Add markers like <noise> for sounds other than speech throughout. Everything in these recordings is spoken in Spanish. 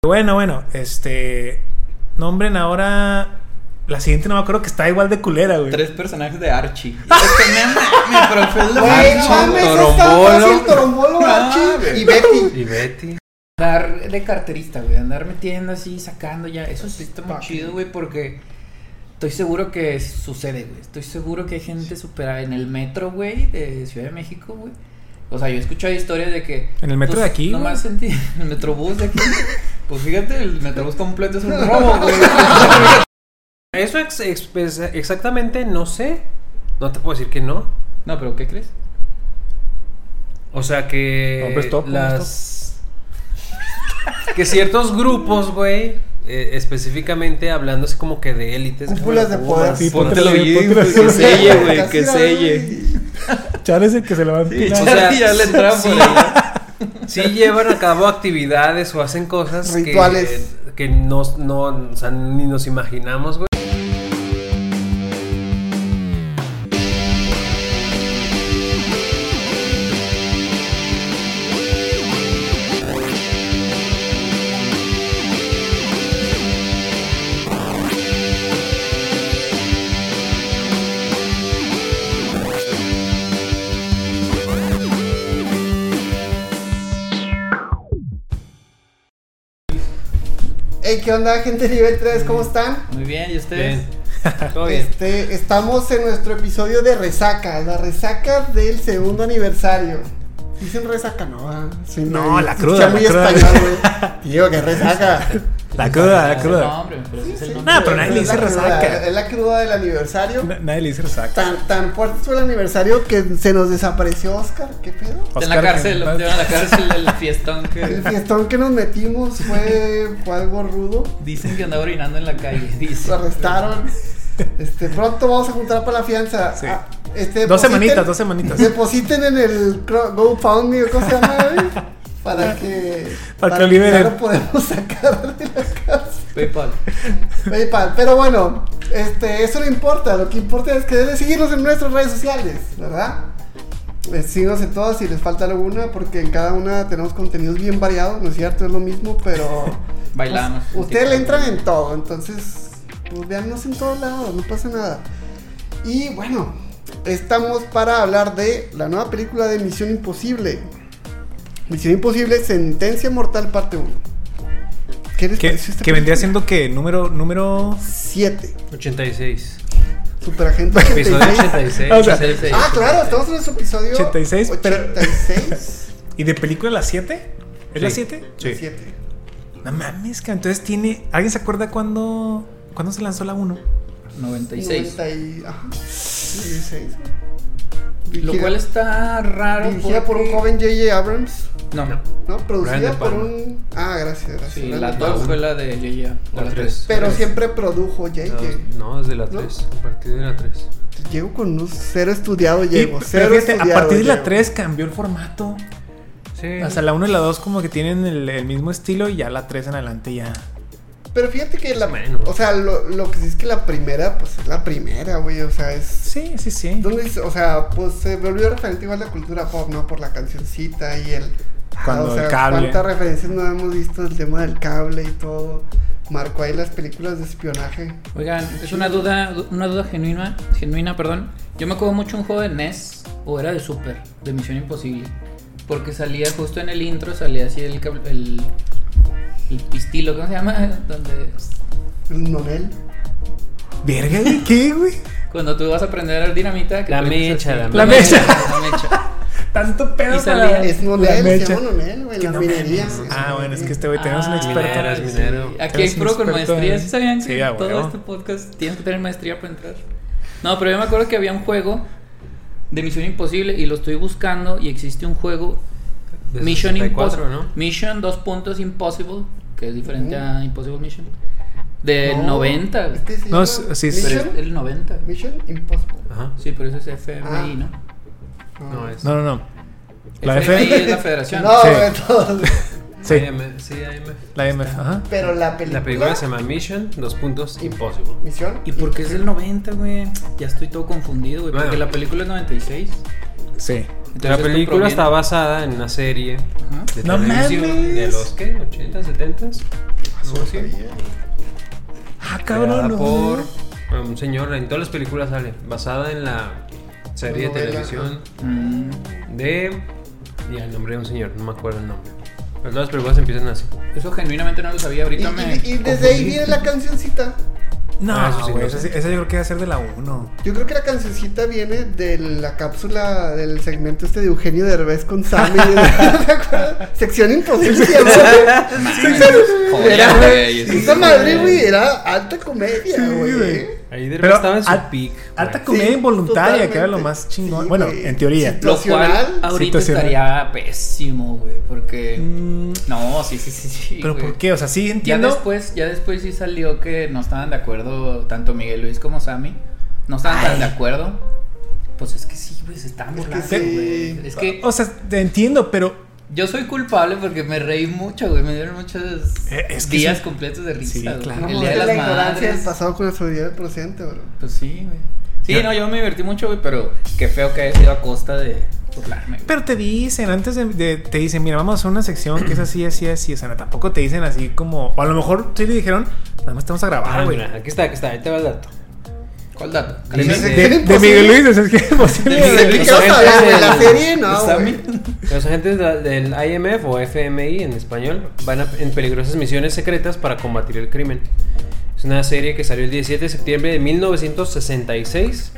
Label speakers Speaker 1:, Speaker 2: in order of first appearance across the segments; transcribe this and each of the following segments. Speaker 1: Pero bueno, bueno, este. Nombren ahora. La siguiente no me acuerdo que está igual de culera, güey.
Speaker 2: Tres personajes de Archie. Y es que me mames, profe, es lo
Speaker 3: Güey, no
Speaker 2: Archie,
Speaker 3: mames, es tan
Speaker 2: Torombolo.
Speaker 3: fácil Torombolo, Archie y Betty.
Speaker 4: Y Betty.
Speaker 2: Andar de carterista, güey. Andar metiendo así, sacando ya. Eso sí está muy chido, güey, porque estoy seguro que sucede, güey. Estoy seguro que hay gente supera en el metro, güey, de Ciudad de México, güey. O sea, yo he escuchado historias de que.
Speaker 1: ¿En el metro
Speaker 2: pues,
Speaker 1: de aquí,
Speaker 2: Nomás sentí. <laughs> En el metrobús de aquí. <laughs> Pues fíjate, el metrobús completo es un robo, güey.
Speaker 4: Eso ex- ex- pues, exactamente no sé. No te puedo decir que no.
Speaker 2: <laughs> No, pero ¿qué crees?
Speaker 4: O sea que
Speaker 1: Hombres top, hombres
Speaker 4: las que ciertos grupos, güey, eh, específicamente hablando así como que de élites.
Speaker 3: Cúpulas de poder.
Speaker 1: Sí,
Speaker 2: Póntelo
Speaker 1: póntelo bien,
Speaker 2: bien, güey,
Speaker 1: póntelo
Speaker 2: que
Speaker 1: bien.
Speaker 2: selle, güey, que
Speaker 3: Casi,
Speaker 2: selle.
Speaker 1: Char es el que se le va a
Speaker 2: Sí,
Speaker 1: empinar.
Speaker 4: o sea,
Speaker 2: ya le entramos.
Speaker 4: sí. Sí llevan a cabo actividades o hacen cosas que-
Speaker 3: Rituales.
Speaker 4: que, no, no, o sea, ni nos imaginamos, güey.
Speaker 3: Ey, ¿qué onda, gente nivel 3? ¿Cómo están?
Speaker 2: Muy bien, ¿y ustedes?
Speaker 4: Todo bien. <laughs>
Speaker 3: Este, estamos en nuestro episodio de resaca, la resaca del segundo aniversario. Dicen resaca, no, ah, sí,
Speaker 1: No,
Speaker 3: me-
Speaker 1: la
Speaker 3: se
Speaker 1: cruda,
Speaker 3: escucha muy
Speaker 1: la cruda.
Speaker 3: español,
Speaker 1: <laughs>
Speaker 3: güey. Digo que resaca.
Speaker 1: La cruda, la
Speaker 2: No,
Speaker 1: cruda.
Speaker 2: hombre, pero sí es el
Speaker 3: Sí,
Speaker 2: nombre.
Speaker 1: No, pero nadie le
Speaker 3: es la
Speaker 1: dice
Speaker 3: cruda,
Speaker 1: resaca.
Speaker 3: Es la cruda del aniversario.
Speaker 1: Na- Nadie le dice resaca.
Speaker 3: Tan, tan fuerte fue el aniversario que se nos desapareció Oscar, ¿qué pedo?
Speaker 2: Está en la
Speaker 1: Oscar,
Speaker 2: cárcel,
Speaker 1: pues que-
Speaker 2: lo llevan a la cárcel el fiestón que.
Speaker 3: El fiestón que nos metimos fue, fue algo rudo.
Speaker 2: Dicen que andaba orinando en la calle. <laughs> Dice.
Speaker 3: Lo arrestaron. Este, pronto vamos a juntar para la fianza.
Speaker 1: Sí.
Speaker 3: Ah, este,
Speaker 1: Dos
Speaker 3: depositen-
Speaker 1: semanitas, dos semanitas.
Speaker 3: Depositen en el cro- GoFundMe, o ¿cómo se llama? güey? Para que.
Speaker 1: Para que lo liberen.
Speaker 3: ya lo podemos sacar de la casa.
Speaker 2: PayPal.
Speaker 3: PayPal. Pero bueno, este, eso no importa. Lo que importa es que deben seguirnos en nuestras redes sociales, ¿verdad? Eh, Síganos en todas si les falta alguna, porque en cada una tenemos contenidos bien variados. No es cierto, es lo mismo, pero.
Speaker 2: Bailamos.
Speaker 3: Pues, Ustedes le entran en todo, entonces, pues véannos en todos lados, no pasa nada. Y bueno, estamos para hablar de la nueva película de Misión Imposible. Misión Imposible, Sentencia Mortal Parte 1. ¿Qué les
Speaker 1: Que,
Speaker 3: pareció esta
Speaker 1: que vendría
Speaker 3: película?
Speaker 1: siendo que número, número.
Speaker 3: 7.
Speaker 4: 86.
Speaker 3: Superagente
Speaker 4: Episodio
Speaker 3: 86.
Speaker 4: 86.
Speaker 1: O sea,
Speaker 4: 86.
Speaker 3: Ah, claro, estamos en nuestro episodio
Speaker 1: 86, pero-
Speaker 3: 86.
Speaker 1: ¿Y de película la 7? ¿Es la
Speaker 4: Sí.
Speaker 1: 7?
Speaker 4: Sí.
Speaker 3: 7.
Speaker 1: No mames, que entonces tiene. ¿Alguien se acuerda cuándo, cuándo se lanzó la 1?
Speaker 2: 96.
Speaker 3: 90 ajá, 96.
Speaker 2: Lo cual está raro.
Speaker 3: Dirigida por un
Speaker 2: porque-
Speaker 3: joven J.J. Abrams.
Speaker 2: No,
Speaker 3: ¿no?
Speaker 4: Brian De
Speaker 3: Producida por
Speaker 4: Palma.
Speaker 3: un. Ah, gracias, gracias.
Speaker 2: Sí,
Speaker 3: Brian
Speaker 2: la
Speaker 3: De
Speaker 2: 2
Speaker 3: Palma.
Speaker 2: fue la de Yaya. o
Speaker 4: La
Speaker 2: La 3.
Speaker 4: tres.
Speaker 3: Pero siempre produjo JJ.
Speaker 4: No, desde la
Speaker 3: ¿No?
Speaker 4: 3. A partir de la 3.
Speaker 3: Llego con un cero estudiado, llego.
Speaker 1: Y-
Speaker 3: Cero
Speaker 1: pero fíjate, a
Speaker 3: estudiado
Speaker 1: partir de la
Speaker 3: llego.
Speaker 1: 3 cambió el formato.
Speaker 4: Sí.
Speaker 1: O sea, la 1 y la 2 como que tienen el, el mismo estilo y ya la 3 en adelante ya.
Speaker 3: Pero fíjate que la.
Speaker 4: Bueno.
Speaker 3: O sea, lo, lo que sí es que la primera, pues es la primera, güey. O sea, es.
Speaker 1: Sí, sí, sí.
Speaker 3: ¿Dónde dice? O sea, pues se volvió referente igual a la cultura pop, ¿no? Por la cancioncita y el. ah,
Speaker 1: Cuando
Speaker 3: o sea,
Speaker 1: el cable.
Speaker 3: cuántas referencias no hemos visto del tema del cable y todo. Marcó ahí las películas de espionaje.
Speaker 2: Oigan, es una duda, una duda genuina, genuina, perdón. Yo me acuerdo mucho un juego de NES o era de Super, de Misión Imposible, porque salía justo en el intro, salía así el cab- el, el pistilo, ¿cómo se llama? <laughs> Donde
Speaker 3: El Nonel.
Speaker 1: Verga, güey, ¿qué, güey?
Speaker 2: cuando tú vas a prender dinamita, que
Speaker 4: La
Speaker 2: prendes
Speaker 4: mecha,
Speaker 2: así.
Speaker 1: <laughs>
Speaker 4: la
Speaker 1: La mecha.
Speaker 2: la mecha.
Speaker 1: Tanto pedo
Speaker 2: Y
Speaker 1: para-
Speaker 2: salía-
Speaker 3: Es
Speaker 1: La
Speaker 3: Nonel, se
Speaker 1: mecha.
Speaker 3: llama Nonel, güey.
Speaker 1: Que
Speaker 3: Las
Speaker 1: no
Speaker 3: minerías.
Speaker 1: mames.
Speaker 3: es
Speaker 1: Ah, bueno, es
Speaker 3: Nonel.
Speaker 1: que este güey tenemos un
Speaker 2: Ah,
Speaker 1: experto.
Speaker 4: Minero, es
Speaker 1: Sí.
Speaker 4: minero.
Speaker 2: Aquí hay
Speaker 1: Eres un
Speaker 2: pro con
Speaker 1: experto
Speaker 2: maestría,
Speaker 1: en-
Speaker 2: ¿sí sabían
Speaker 1: Sí,
Speaker 2: que
Speaker 1: a
Speaker 2: todo
Speaker 1: huevo.
Speaker 2: este podcast tienes que tener maestría para entrar? No, pero yo me acuerdo que había un juego de Misión Imposible y lo estoy buscando y existe un juego
Speaker 4: Desde
Speaker 2: Mission
Speaker 4: 64,
Speaker 2: Impossible,
Speaker 4: ¿no?
Speaker 2: Mission dos puntos Impossible, que es diferente
Speaker 3: Ujú.
Speaker 2: a Impossible Mission. Del
Speaker 3: No,
Speaker 2: 90, güey.
Speaker 3: este se
Speaker 1: No,
Speaker 3: llama
Speaker 1: sí, sí, sí.
Speaker 2: Pero
Speaker 3: Mission,
Speaker 2: es el 90. güey.
Speaker 3: Mission Impossible.
Speaker 4: Ajá.
Speaker 2: Sí, pero eso es FMI,
Speaker 3: Ah.
Speaker 2: ¿no?
Speaker 4: Ah, No, es.
Speaker 1: No, no, no. La
Speaker 2: FMI es
Speaker 1: F.
Speaker 2: la federación.
Speaker 3: No,
Speaker 1: Sí.
Speaker 3: güey, todo.
Speaker 1: <laughs> Sí,
Speaker 4: IM, sí, IM.
Speaker 1: la MF. Ajá.
Speaker 3: Pero la película.
Speaker 4: La película se llama Mission, dos puntos, Impossible.
Speaker 3: Misión.
Speaker 2: ¿Y por qué es del 90, güey? Ya estoy todo confundido, güey. Porque
Speaker 4: Bueno.
Speaker 2: la película es 96.
Speaker 1: Sí.
Speaker 2: Entonces,
Speaker 4: La
Speaker 2: esto
Speaker 4: película
Speaker 2: proviene-
Speaker 4: está basada en una serie
Speaker 2: Ajá.
Speaker 4: de
Speaker 1: ¡No
Speaker 4: televisión
Speaker 1: mames!
Speaker 4: de los ¿qué? 80, 70 no
Speaker 3: lo
Speaker 4: lo sé.
Speaker 3: sabía.
Speaker 1: Ah,
Speaker 4: Creada
Speaker 1: cabrón. no.
Speaker 4: por bueno, un señor, en todas las películas sale, basada en la serie de
Speaker 3: Novela,
Speaker 4: televisión
Speaker 2: Mm,
Speaker 4: de... Ya, el nombre de un señor, no me acuerdo el nombre. Pero todas las películas empiezan así.
Speaker 2: eso genuinamente no lo sabía.
Speaker 3: Y,
Speaker 2: Ahorita me.
Speaker 3: y- y desde ahí
Speaker 2: confundí.
Speaker 3: viene la cancioncita.
Speaker 1: No,
Speaker 4: Ah, eso sí,
Speaker 1: güey,
Speaker 4: no
Speaker 1: esa,
Speaker 4: sé.
Speaker 1: sí- esa yo creo que va a ser de la 1.
Speaker 3: Yo creo que la cancioncita viene de la cápsula del segmento este de Eugenio Derbez con
Speaker 1: <laughs>
Speaker 3: Sammy. <laughs> ¿Te acuerdas? Sección imposible. se llamaba. <laughs>
Speaker 2: Joder, güey, eso
Speaker 3: Esa
Speaker 2: sí,
Speaker 3: madre,
Speaker 2: güey.
Speaker 3: güey, era alta comedia,
Speaker 1: Sí,
Speaker 3: güey. ¿eh?
Speaker 1: güey.
Speaker 4: Ahí de
Speaker 1: Pero
Speaker 4: repente estaba en su
Speaker 1: al-
Speaker 4: pic.
Speaker 1: Alta
Speaker 3: Sí,
Speaker 1: comedia involuntaria, que era lo
Speaker 3: totalmente.
Speaker 1: más chingón.
Speaker 3: Sí,
Speaker 1: bueno,
Speaker 3: güey.
Speaker 1: en teoría.
Speaker 3: Sí,
Speaker 2: Lo cual
Speaker 3: Situacional.
Speaker 2: ahorita
Speaker 1: Situacional.
Speaker 2: estaría pésimo, güey. Porque.
Speaker 1: Mm,
Speaker 2: No, sí, sí, sí. sí
Speaker 1: pero
Speaker 2: güey.
Speaker 1: ¿por qué? O sea, sí
Speaker 2: Ya
Speaker 1: entiendo.
Speaker 2: después, ya después sí salió que no estaban de acuerdo tanto Miguel Luis como Sammy. No estaban tan de acuerdo. Pues es que sí, güey, se estaban
Speaker 3: Es que
Speaker 2: burlando,
Speaker 3: sí.
Speaker 2: güey. Es que
Speaker 1: O sea, te entiendo, pero
Speaker 2: yo soy culpable porque me reí mucho, güey. Me dieron muchos
Speaker 1: Eh, es que
Speaker 2: días
Speaker 1: sí.
Speaker 2: completos de risa,
Speaker 1: Sí,
Speaker 2: güey.
Speaker 1: claro.
Speaker 3: No,
Speaker 2: El día de
Speaker 3: la
Speaker 2: las
Speaker 3: ignorancia del
Speaker 2: madres.
Speaker 3: pasado con la seguridad del presente, bro.
Speaker 2: Pues sí, güey. Sí,
Speaker 1: Yo-
Speaker 2: no, yo me divertí mucho, güey, pero qué feo que haya sido a costa de burlarme, güey.
Speaker 1: Pero te dicen, antes de, de- te dicen, mira, vamos a hacer una sección que es así, así, así. O sea, no, tampoco te dicen así como. O a lo mejor sí le dijeron, nada más estamos a grabar,
Speaker 4: Ah,
Speaker 1: güey.
Speaker 4: mira, aquí está, aquí está, ahí te va el dato.
Speaker 2: ¿Cuál dato?
Speaker 1: De,
Speaker 4: Dime-
Speaker 1: de-
Speaker 3: Sección
Speaker 1: de
Speaker 3: imposible.
Speaker 1: Miguel Luis, o sea, es que <laughs> es imposible.
Speaker 2: De Miguel
Speaker 3: ¿Qué
Speaker 4: Luis.
Speaker 3: vas a ver, güey? La
Speaker 4: Los-
Speaker 3: serie, no,
Speaker 2: Sammy.
Speaker 3: güey.
Speaker 4: Los agentes de- del IMF o FMI en español van a- en peligrosas misiones secretas para combatir el crimen. Es una serie que salió el 17 de septiembre de 1966.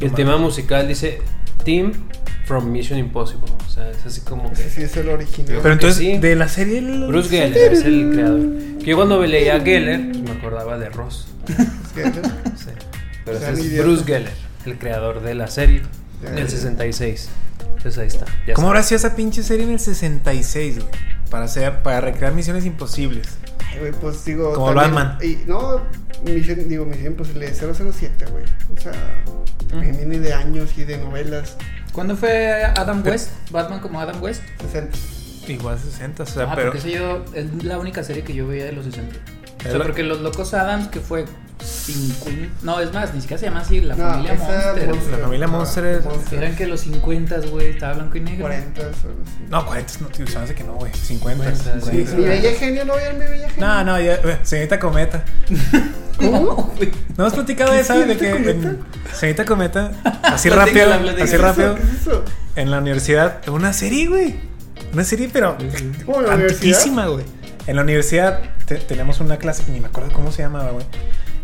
Speaker 4: Y el
Speaker 1: No
Speaker 4: tema musical dice Team from Mission Impossible. O sea, es así como que...
Speaker 3: Ese sí es el original.
Speaker 1: Pero entonces,
Speaker 4: Sí.
Speaker 1: de la serie. el-
Speaker 4: Bruce Geller es el creador. Que yo cuando me leía Geller, pues me acordaba de Ross. Sí. Pero
Speaker 3: Sean
Speaker 4: ese es
Speaker 3: idiotas.
Speaker 4: Bruce Geller, el creador de la serie
Speaker 3: Ya.
Speaker 4: del 66. Entonces Pues, ahí está. ya
Speaker 1: ¿Cómo
Speaker 4: está.
Speaker 1: habrá sido esa pinche serie en el 66, güey? Para hacer, para recrear misiones imposibles.
Speaker 3: Ay, güey, pues digo.
Speaker 1: Como
Speaker 3: también-
Speaker 1: Batman.
Speaker 3: Y, no, Mission, digo, pues, Mission Imposible 007, güey. O sea, también
Speaker 4: Ujú.
Speaker 3: viene de años y de novelas.
Speaker 2: ¿Cuándo fue Adam West? ¿Batman como Adam West?
Speaker 3: 60.
Speaker 1: Igual 60, o sea,
Speaker 2: ah,
Speaker 1: pero.
Speaker 2: porque esa yo, es la única serie que yo veía de los 60. O sea,
Speaker 1: Era-
Speaker 2: porque Los Locos Adams, que fue 50. No, es más, ni siquiera se llama así, La
Speaker 3: No,
Speaker 2: Familia
Speaker 3: esa
Speaker 2: Monster.
Speaker 3: Monster.
Speaker 1: La familia
Speaker 3: Ah,
Speaker 1: Monster es-
Speaker 2: Eran que los 50, güey, estaba blanco y negro.
Speaker 3: 40, o algo así.
Speaker 1: No, 40, no, tío, se me hace que no, güey. 50.
Speaker 4: 50,
Speaker 1: sí.
Speaker 4: sí.
Speaker 3: Mi bella genio, ¿no veían mi bella genio?
Speaker 1: No, no, ya, güey, señorita Cometa.
Speaker 2: <laughs> No,
Speaker 1: Uh.
Speaker 2: güey.
Speaker 1: No has platicado de esa, de que.
Speaker 3: ¿Señorita Cometa?
Speaker 1: en- Señorita Cometa, así
Speaker 2: Platícala,
Speaker 1: rápido,
Speaker 2: platícala.
Speaker 1: así rápido.
Speaker 3: ¿Qué es eso?
Speaker 1: En la universidad, una serie, güey. Una serie, pero
Speaker 3: ¿Cómo, en la
Speaker 1: antiquísima, güey. En la universidad te- teníamos una clase, ni me acuerdo cómo se llamaba, güey.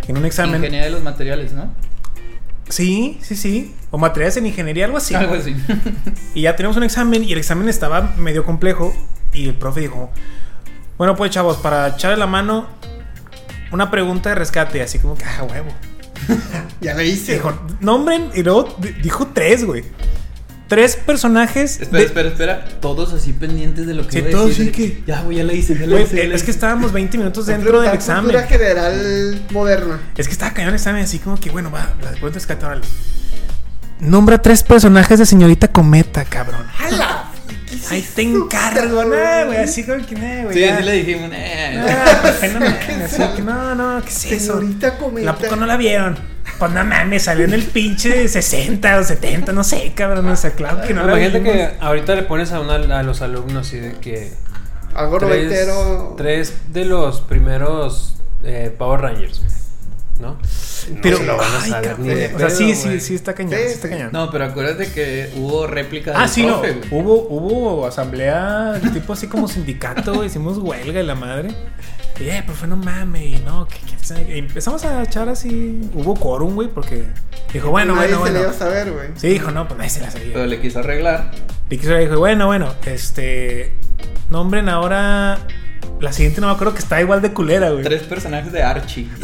Speaker 1: En un examen.
Speaker 2: Ingeniería de los materiales, ¿no?
Speaker 1: Sí, sí, sí. O materiales en ingeniería, algo así.
Speaker 2: Algo así.
Speaker 1: Y ya teníamos un examen y el examen estaba medio complejo. Y el profe dijo: Bueno, pues chavos, para echarle la mano, una pregunta de rescate. Así como que, ah, huevo.
Speaker 3: Ya la hice.
Speaker 1: Dijo: Nombren. Y luego di- dijo tres, güey. Tres personajes.
Speaker 2: <laughs> espera,
Speaker 1: de-
Speaker 2: espera, espera. Todos así pendientes de lo que
Speaker 1: Sí,
Speaker 2: iba a
Speaker 1: todos
Speaker 2: decir.
Speaker 1: sí que-
Speaker 2: Ya, güey, ya la hice, ya la
Speaker 1: Güey,
Speaker 2: hice. ya la
Speaker 1: es que
Speaker 2: hice.
Speaker 1: estábamos 20 minutos
Speaker 3: Fue
Speaker 1: Pues dentro del
Speaker 3: preguntar
Speaker 1: examen.
Speaker 3: Cultura general moderna.
Speaker 1: Es que estaba cañón el examen, así como que, bueno, va, la cuento es órale. Nombra tres personajes de señorita Cometa, cabrón.
Speaker 3: ¡Hala!
Speaker 1: Ahí te encargo, nah, güey, así como que, nah, güey.
Speaker 2: Sí,
Speaker 1: ya.
Speaker 2: así le dijimos,
Speaker 4: <laughs>
Speaker 1: <laughs>
Speaker 2: eh.
Speaker 1: Ah, pues, no, mames,
Speaker 3: es
Speaker 1: así
Speaker 3: eso?
Speaker 1: que, no, no, ¿qué es
Speaker 3: Pues
Speaker 1: eso?
Speaker 3: Señorita cometa.
Speaker 1: ¿A poco no la vieron? Pues no mames, salió en el pinche 60 o 70, no sé, cabrón, o sea, claro que no la
Speaker 4: Imagínate
Speaker 1: vimos.
Speaker 4: que ahorita le pones a, una, a los alumnos así de que
Speaker 3: Algo
Speaker 4: tres,
Speaker 3: noventero.
Speaker 4: tres de los primeros eh, Power Rangers, güey, ¿no? No
Speaker 1: Pero,
Speaker 4: se lo van a
Speaker 1: ay,
Speaker 4: saber
Speaker 1: cabrón,
Speaker 4: ni de
Speaker 1: o sea, sí,
Speaker 4: pedo,
Speaker 1: sí,
Speaker 4: güey.
Speaker 1: sí, está cañón,
Speaker 3: Sí,
Speaker 1: sí está
Speaker 3: sí.
Speaker 1: cañón.
Speaker 2: No, pero acuérdate que hubo réplica
Speaker 1: Ah,
Speaker 2: del
Speaker 1: sí,
Speaker 2: profe, güey.
Speaker 1: no. Hubo, hubo asamblea, tipo así como sindicato, hicimos huelga y la madre. Y, eh, profe, no mames, no, que, que- que- y empezamos a echar así. Hubo quórum, güey, porque dijo, bueno,
Speaker 3: Nadie
Speaker 1: bueno,
Speaker 3: se le iba
Speaker 1: bueno.
Speaker 3: a saber, güey.
Speaker 1: Sí, dijo, no, pues nadie se la sabía.
Speaker 2: Pero le quiso arreglar.
Speaker 1: Y quiso- dijo, bueno, bueno, este. Nombren ahora. La siguiente no me acuerdo que está igual de culera, güey.
Speaker 2: Tres personajes de Archie. Mi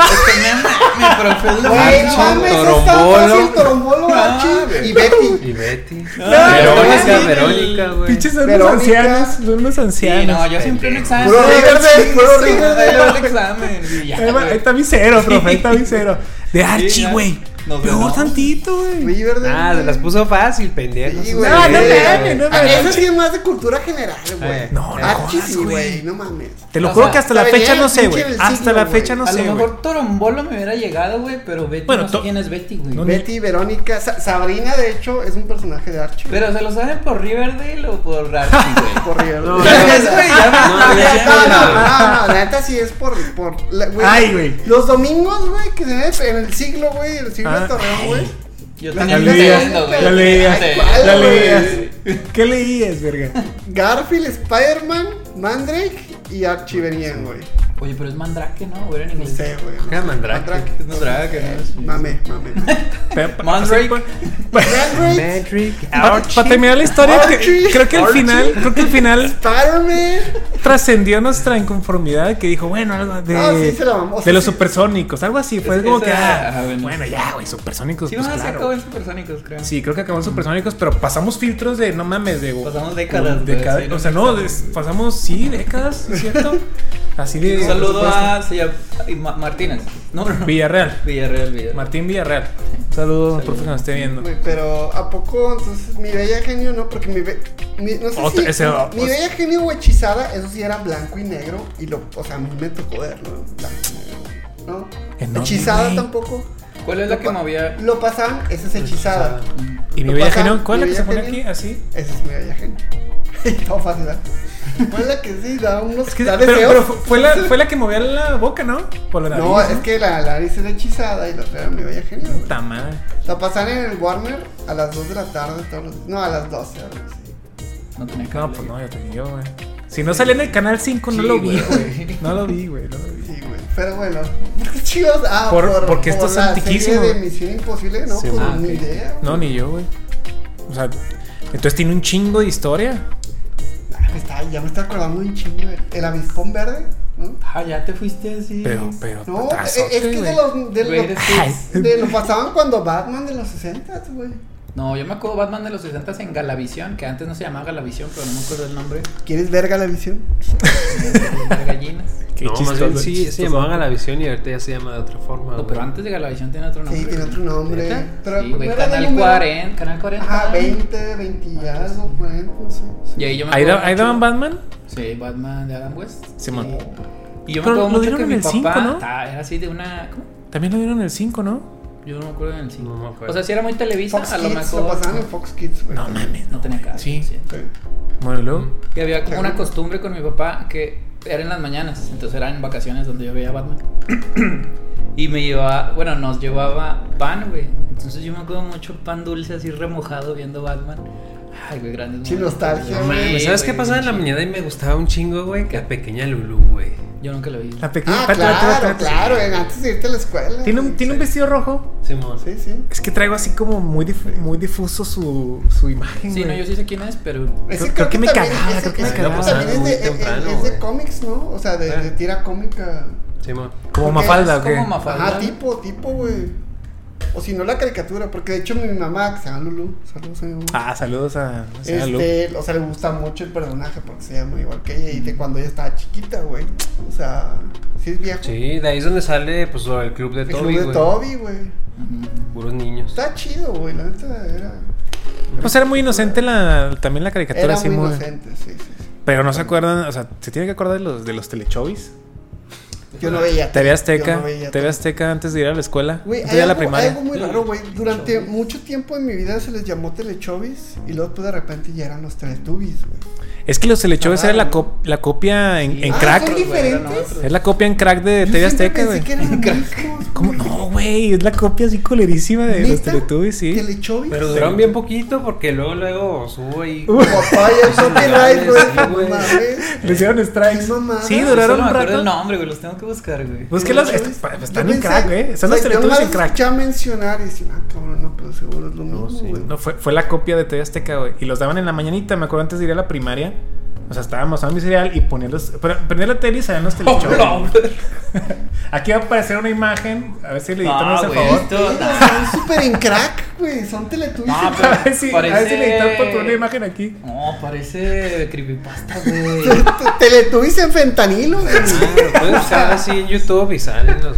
Speaker 2: profe es lo
Speaker 3: Güey,
Speaker 2: máximo.
Speaker 3: no mames,
Speaker 4: Torombolo.
Speaker 3: está fácil, Torombolo, Archie y Betty.
Speaker 1: <laughs>
Speaker 4: Y Betty.
Speaker 1: Verónica,
Speaker 4: Verónica,
Speaker 2: sí,
Speaker 4: Verónica, güey.
Speaker 1: Pinches son unos
Speaker 3: Verónica.
Speaker 1: ancianos, son unos ancianos.
Speaker 2: Sí, no, yo siempre un examen.
Speaker 3: Puro
Speaker 2: güey,
Speaker 3: Rivers,
Speaker 2: sí,
Speaker 3: puro
Speaker 2: sí,
Speaker 3: Rivers.
Speaker 2: ahí va el examen. y ya,
Speaker 1: Ahí, va-
Speaker 2: güey.
Speaker 1: ahí está mi cero, profe, ahí está mi cero. De Archie,
Speaker 2: ya.
Speaker 1: güey.
Speaker 2: Nos
Speaker 1: Peor
Speaker 2: ganó.
Speaker 1: tantito, güey.
Speaker 3: Riverdale.
Speaker 4: Ah, se las puso fácil, pendejo.
Speaker 3: Sí, güey.
Speaker 1: No, no
Speaker 3: Sí,
Speaker 1: mames,
Speaker 3: güey.
Speaker 1: no
Speaker 3: Ah,
Speaker 1: mames.
Speaker 3: Eso sí es más de cultura general, güey.
Speaker 4: Eh,
Speaker 1: no, no
Speaker 3: Ah, sí,
Speaker 1: jodas,
Speaker 3: güey.
Speaker 1: güey.
Speaker 3: No mames.
Speaker 1: Te
Speaker 2: O
Speaker 1: lo juro
Speaker 2: sea,
Speaker 1: que hasta la
Speaker 3: está
Speaker 1: fecha
Speaker 3: bien,
Speaker 1: no sé, güey.
Speaker 3: pinche el
Speaker 1: Hasta
Speaker 3: signo,
Speaker 1: la
Speaker 3: güey.
Speaker 1: fecha no
Speaker 2: a
Speaker 1: sé,
Speaker 2: lo
Speaker 1: güey.
Speaker 2: mejor Torombolo me hubiera llegado, güey, pero Betty
Speaker 1: Bueno,
Speaker 2: no sé
Speaker 1: to-
Speaker 2: quién es Betty, güey.
Speaker 1: No, ni-
Speaker 3: Betty, Verónica, Sa- Sabrina, de hecho, es un personaje de Archie.
Speaker 2: Pero se lo saben por Riverdale o por Archie, güey.
Speaker 3: <laughs> Por Riverdale.
Speaker 4: No,
Speaker 2: Es, güey, ya me-
Speaker 4: No,
Speaker 2: ya-
Speaker 4: ya-
Speaker 3: No, no, no, no, la neta sí es por. por la-
Speaker 1: Ay, güey.
Speaker 3: Los domingos, güey, que se ve en el siglo, güey, el siglo
Speaker 1: Ah,
Speaker 3: de Torreón, güey.
Speaker 2: Yo
Speaker 3: La
Speaker 2: tenía el
Speaker 1: leía,
Speaker 2: Nintendo, güey.
Speaker 1: la leía,
Speaker 2: Sí.
Speaker 3: Ay,
Speaker 1: La
Speaker 3: güey.
Speaker 1: leías. ¿Qué leías, verga?
Speaker 3: Garfield, Spider-Man, Mandrake y Archie venían, güey.
Speaker 2: Oye, pero es Mandrake, ¿no? Güey, en
Speaker 3: No
Speaker 2: inglés.
Speaker 3: sé, güey.
Speaker 4: Era Mandrake.
Speaker 2: Es Mandrake, ¿no? Sí.
Speaker 3: Mame, mame.
Speaker 4: <laughs>
Speaker 1: Pe- pa-
Speaker 2: Mandrake.
Speaker 1: así, pa- pa-
Speaker 3: Mandrake,
Speaker 1: Para terminar la historia, que-
Speaker 3: Archie.
Speaker 1: creo que al final, creo que al final
Speaker 3: Spider-Man.
Speaker 1: trascendió nuestra inconformidad que dijo, bueno, algo de,
Speaker 3: Ah, sí, se la mamó,
Speaker 1: de
Speaker 3: sí,
Speaker 1: los
Speaker 3: sí.
Speaker 1: supersónicos, algo así. Fue
Speaker 2: Es que
Speaker 1: como
Speaker 2: esa-
Speaker 1: que, ah,
Speaker 2: ajá, bueno.
Speaker 1: bueno. ya, güey, supersónicos.
Speaker 2: Sí,
Speaker 1: pues,
Speaker 2: van a hacer
Speaker 1: claro.
Speaker 2: todo en Supersónicos, creo.
Speaker 1: Sí, creo que acabamos supersónicos, pero pasamos filtros de no mames, de
Speaker 2: Pasamos décadas,
Speaker 1: de
Speaker 2: güey,
Speaker 1: cada-
Speaker 2: sí, no
Speaker 1: o sea,
Speaker 2: sé.
Speaker 1: no, des- pasamos sí décadas,
Speaker 2: <laughs>
Speaker 1: ¿es ¿cierto? Así de
Speaker 2: Un saludo
Speaker 1: por
Speaker 2: a se llama- ay, Ma- Martínez. No, no, no.
Speaker 1: supuesto. Villarreal,
Speaker 2: Villarreal, Villarreal.
Speaker 1: Martín Villarreal. Un saludo, profe, que nos esté viendo.
Speaker 3: Güey, pero ¿a poco entonces mi bella genio no? Porque mi, be- mi- no sé
Speaker 1: Otra-
Speaker 3: si-
Speaker 1: ese- pues.
Speaker 3: mi bella genio o hechizada, eso sí era blanco y negro y lo, o sea, a mí me tocó verlo, blanco y negro,
Speaker 1: ¿En
Speaker 3: ¿no?
Speaker 1: dónde,
Speaker 3: Hechizada
Speaker 1: güey?
Speaker 3: tampoco.
Speaker 2: ¿Cuál es la que
Speaker 3: pa-
Speaker 2: movía?
Speaker 3: Lo pasaban, esa es hechizada.
Speaker 1: Y mi
Speaker 3: Lo
Speaker 1: bella
Speaker 3: pasaban,
Speaker 1: genio, ¿cuál es
Speaker 3: mi
Speaker 1: la que se
Speaker 3: bella
Speaker 1: pone aquí?
Speaker 3: genio.
Speaker 1: Así.
Speaker 3: Esa es mi bella genio. <laughs> Todo fácil, ¿verdad? Fue la que sí, da unos
Speaker 1: Es que,
Speaker 3: da
Speaker 1: pero,
Speaker 3: deseos.
Speaker 1: pero fue,
Speaker 2: <laughs>
Speaker 1: la, fue la que movía la boca, ¿no? Por la nariz.
Speaker 3: No, es que la nariz es hechizada y la otra era mi bella genio. güey.
Speaker 1: Puta madre.
Speaker 3: La pasaban en el Warner a las 2 de la tarde todos los No, a las 12, algo así.
Speaker 2: No tenía que
Speaker 1: No, pues no, ya te digo, güey. Si no salía en el canal 5, no
Speaker 2: Sí,
Speaker 1: lo vi,
Speaker 2: güey.
Speaker 1: güey. No lo vi, güey. No lo vi.
Speaker 3: Sí, güey. Pero bueno, <laughs> chicos, ah,
Speaker 1: Por- porque esto es
Speaker 3: la
Speaker 1: antiquísimo,
Speaker 3: serie de
Speaker 1: güey.
Speaker 3: Misión Imposible, no,
Speaker 4: Sí,
Speaker 3: pues
Speaker 2: ah,
Speaker 3: ni
Speaker 2: ok.
Speaker 3: idea. güey.
Speaker 1: No, ni yo, güey. O sea, entonces tiene un chingo de historia.
Speaker 3: Ah, me está- ya me está acordando un chingo, güey. El avispón verde, ¿no?
Speaker 2: Ah, ya te fuiste así.
Speaker 1: Pero, pero,
Speaker 3: No, es,
Speaker 1: patazote,
Speaker 3: es que
Speaker 1: güey.
Speaker 3: de los, de,
Speaker 2: Güey, eres
Speaker 3: los,
Speaker 1: Ay.
Speaker 3: de lo pasaban cuando Batman de los 60, güey.
Speaker 2: No, yo me acuerdo Batman de los 60 en Galavisión, que antes no se llamaba Galavisión, pero no me acuerdo
Speaker 1: <laughs>
Speaker 2: el nombre.
Speaker 3: ¿Quieres ver Galavisión?
Speaker 2: De gallinas.
Speaker 1: Qué
Speaker 4: no, más
Speaker 1: chistoso,
Speaker 4: bien sí, se
Speaker 1: chistoso.
Speaker 4: llamaba Galavisión y ahorita ya se llama de otra forma.
Speaker 2: No,
Speaker 4: güey.
Speaker 2: pero antes de Galavisión tenía otro nombre.
Speaker 3: Sí, tiene otro nombre.
Speaker 2: ¿Neta?
Speaker 3: Pero-
Speaker 2: sí, güey,
Speaker 3: pero era
Speaker 2: Canal
Speaker 3: del número-
Speaker 2: 40, Canal 40.
Speaker 3: Ajá, 20, 20 y algo, 40, no sé.
Speaker 2: Y ahí yo me
Speaker 1: ¿Ahí
Speaker 2: acuerdo
Speaker 1: da- ahí
Speaker 2: mucho-
Speaker 1: daban Batman?
Speaker 2: Sí, Batman de Adam West.
Speaker 1: Simón.
Speaker 2: Y yo me
Speaker 1: Pero
Speaker 2: acuerdo
Speaker 1: lo
Speaker 2: mucho
Speaker 1: dieron
Speaker 2: que
Speaker 1: en
Speaker 2: mi
Speaker 1: el
Speaker 2: papá
Speaker 1: cinco, ¿no?
Speaker 2: ta- era así de una. ¿cómo?
Speaker 1: También lo dieron en el 5, ¿no?
Speaker 2: Yo no me acuerdo del 5.
Speaker 4: No me acuerdo.
Speaker 2: o sea, si era muy televisa,
Speaker 3: Fox
Speaker 2: a lo
Speaker 3: Kids,
Speaker 2: mejor.
Speaker 3: lo pasaban en Fox Kids, güey.
Speaker 1: No mames,
Speaker 2: No tenía cara.
Speaker 1: Sí.
Speaker 2: sí.
Speaker 3: Sí.
Speaker 1: Bueno,
Speaker 4: Mm.
Speaker 1: luego.
Speaker 2: Y había como una costumbre con mi papá que era en las mañanas, entonces era en vacaciones donde yo veía Batman. <clears throat> y me llevaba, bueno, nos llevaba pan, güey. Entonces yo me acuerdo mucho pan dulce así remojado viendo Batman. Ay, güey, grande.
Speaker 3: Sí, nostalgia, güey.
Speaker 4: Mames, ¿Sabes qué pasaba en la mañana y me gustaba un chingo, güey? Que a pequeña Lulu, güey.
Speaker 2: Yo nunca lo vi.
Speaker 1: La pequeña.
Speaker 3: Ah,
Speaker 1: espérate, espérate,
Speaker 3: claro,
Speaker 1: espérate.
Speaker 3: claro, güey, antes de irte a la escuela.
Speaker 1: Tiene
Speaker 3: güey.
Speaker 1: un, tiene un vestido rojo.
Speaker 4: Simón.
Speaker 3: Sí, sí.
Speaker 1: Es que traigo así como muy, difu- muy difuso su, su imagen.
Speaker 2: Sí, no,
Speaker 1: güey.
Speaker 2: yo sí sé quién es, pero
Speaker 3: Ese
Speaker 1: Creo- creo que me
Speaker 3: también-
Speaker 1: cagaba,
Speaker 3: ese-
Speaker 1: creo que me
Speaker 3: ese
Speaker 1: cagaba.
Speaker 3: También es de,
Speaker 4: Muy
Speaker 3: es- es-
Speaker 4: temprano,
Speaker 3: es de
Speaker 4: güey. Eh.
Speaker 3: cómics, ¿no? O sea, de, de tira cómica.
Speaker 4: Simón.
Speaker 1: Como
Speaker 3: Porque
Speaker 1: Mafalda,
Speaker 2: es
Speaker 1: ¿o qué?
Speaker 2: como Maf- Mafalda.
Speaker 3: Ajá, tipo, tipo, güey. O si no, la caricatura. Porque de hecho, mi mamá, que se llama Lulu, saludos a mi mamá.
Speaker 1: Ah, saludos a. o sea, a Lu.
Speaker 3: Este, o sea, le gusta mucho el personaje porque se llama igual que ella y de cuando ella estaba chiquita, güey. O sea, sí es viejo.
Speaker 4: Sí, de ahí es donde sale, pues, lo del club de
Speaker 3: el
Speaker 4: Toby,
Speaker 3: club de
Speaker 4: güey.
Speaker 3: Toby, güey.
Speaker 4: Puros niños.
Speaker 3: Está chido, güey. La neta era.
Speaker 1: Pues era muy inocente la, también la caricatura.
Speaker 3: Era
Speaker 1: así
Speaker 3: muy
Speaker 1: muy-
Speaker 3: inocente, sí, sí. sí.
Speaker 1: Pero no se acuerdan, o sea, se tiene que acordar de los, de los telechovis.
Speaker 3: Yo no veía.
Speaker 1: TV
Speaker 3: yo
Speaker 1: Azteca,
Speaker 3: no veía
Speaker 1: TV Azteca antes de ir a la escuela.
Speaker 3: Güey,
Speaker 1: antes de
Speaker 3: hay,
Speaker 1: ir a la
Speaker 3: algo- hay algo
Speaker 1: primaria.
Speaker 3: muy raro, güey. Durante mucho tiempo en mi vida se les llamó Telechovis y luego pues, de repente ya eran los Teletubbies, güey.
Speaker 1: Es que los telechovis
Speaker 3: Ajá,
Speaker 1: era la,
Speaker 3: güey.
Speaker 1: cop- la copia en, en
Speaker 3: Ah,
Speaker 1: crack.
Speaker 3: ¿son diferentes?
Speaker 1: Es la copia en crack de
Speaker 3: Yo
Speaker 1: TV
Speaker 3: siempre
Speaker 1: Azteca,
Speaker 3: pensé
Speaker 1: güey.
Speaker 3: que eran mismos,
Speaker 1: ¿Cómo?
Speaker 3: güey.
Speaker 1: No, güey, es la copia así colerísima de los
Speaker 3: ¿Neta?
Speaker 1: Teletubbies, sí.
Speaker 3: ¿Telechovis? <laughs>
Speaker 4: Pero duraron bien poquito porque luego, luego subo ahí.
Speaker 3: Papá, ya el copyright, güey.
Speaker 4: Sí, güey.
Speaker 3: No mames.
Speaker 1: Le hicieron strikes.
Speaker 3: Qué mamada.
Speaker 1: Sí,
Speaker 3: Yo
Speaker 1: duraron
Speaker 2: Solo me
Speaker 1: un
Speaker 2: acuerdo el
Speaker 1: rato.
Speaker 2: nombre, güey, los tengo que buscar, güey.
Speaker 1: Pues que los,
Speaker 3: Teletubbies.
Speaker 1: est- pa-
Speaker 3: Yo
Speaker 1: están en
Speaker 3: pensé-
Speaker 1: crack, güey. Están
Speaker 3: o
Speaker 1: los
Speaker 3: sea, yo
Speaker 1: Teletubbies
Speaker 3: una
Speaker 1: en
Speaker 3: vez
Speaker 1: crack.
Speaker 3: escuché mencionar y decía, ah, cabrón, no, pero seguro es lo mismo,
Speaker 4: sí.
Speaker 3: güey.
Speaker 1: No, fue, fue la copia de TV Azteca, güey. Y los daban en la mañanita, me acuerdo antes de ir a la primaria. O sea, estábamos a mi cereal y ponían los. pero Prendía la tele y salían los
Speaker 2: Oh,
Speaker 1: telechovis.
Speaker 2: <laughs> no, güey.
Speaker 1: Aquí va a aparecer una imagen. A ver si el editor
Speaker 2: No,
Speaker 1: me hace
Speaker 2: Ah, güey,
Speaker 1: favor.
Speaker 2: esto-
Speaker 3: Sí, no, Son súper en crack, güey. Son Teletubbies.
Speaker 1: <laughs>
Speaker 2: No,
Speaker 1: A ver si, a ver si el editor
Speaker 2: Ah, Parece-
Speaker 1: puede poner una imagen aquí.
Speaker 2: No, parece creepypasta, güey.
Speaker 3: <laughs> Teletubbies en fentanilo, güey.
Speaker 4: Ah, lo puedes buscar así en YouTube y salen los.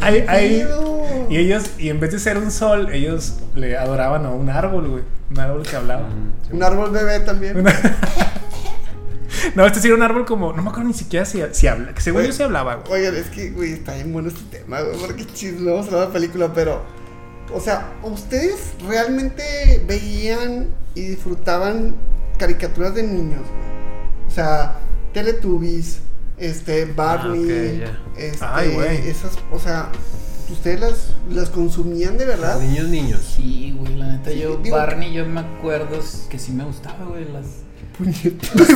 Speaker 1: Hay, hay,
Speaker 3: Chido.
Speaker 1: Y ellos, y en vez de ser un sol, ellos le adoraban a un árbol, güey. Un árbol que hablaba.
Speaker 4: Mm, sí.
Speaker 3: Un árbol bebé también.
Speaker 1: Una- no, este sí era un árbol como. No me acuerdo ni siquiera si, si habla. que Según
Speaker 3: Oye,
Speaker 1: yo sí hablaba, güey.
Speaker 3: Oigan, es que, güey, está bien bueno este tema, güey, porque chis, no vamos a hablar de la película, pero. O sea, ¿ustedes realmente veían y disfrutaban caricaturas de niños, güey? O sea, Teletubbies, este, Barney,
Speaker 4: ok, ya.
Speaker 3: este,
Speaker 1: Ah, Ay, güey.
Speaker 3: esas, o sea, ¿ustedes las, las consumían de verdad?
Speaker 4: Niños, niños.
Speaker 2: Sí, güey, la neta,
Speaker 3: Sí,
Speaker 2: yo,
Speaker 3: digo-
Speaker 2: Barney, yo me acuerdo que sí me gustaba, güey, las.
Speaker 3: Puñetas,
Speaker 2: las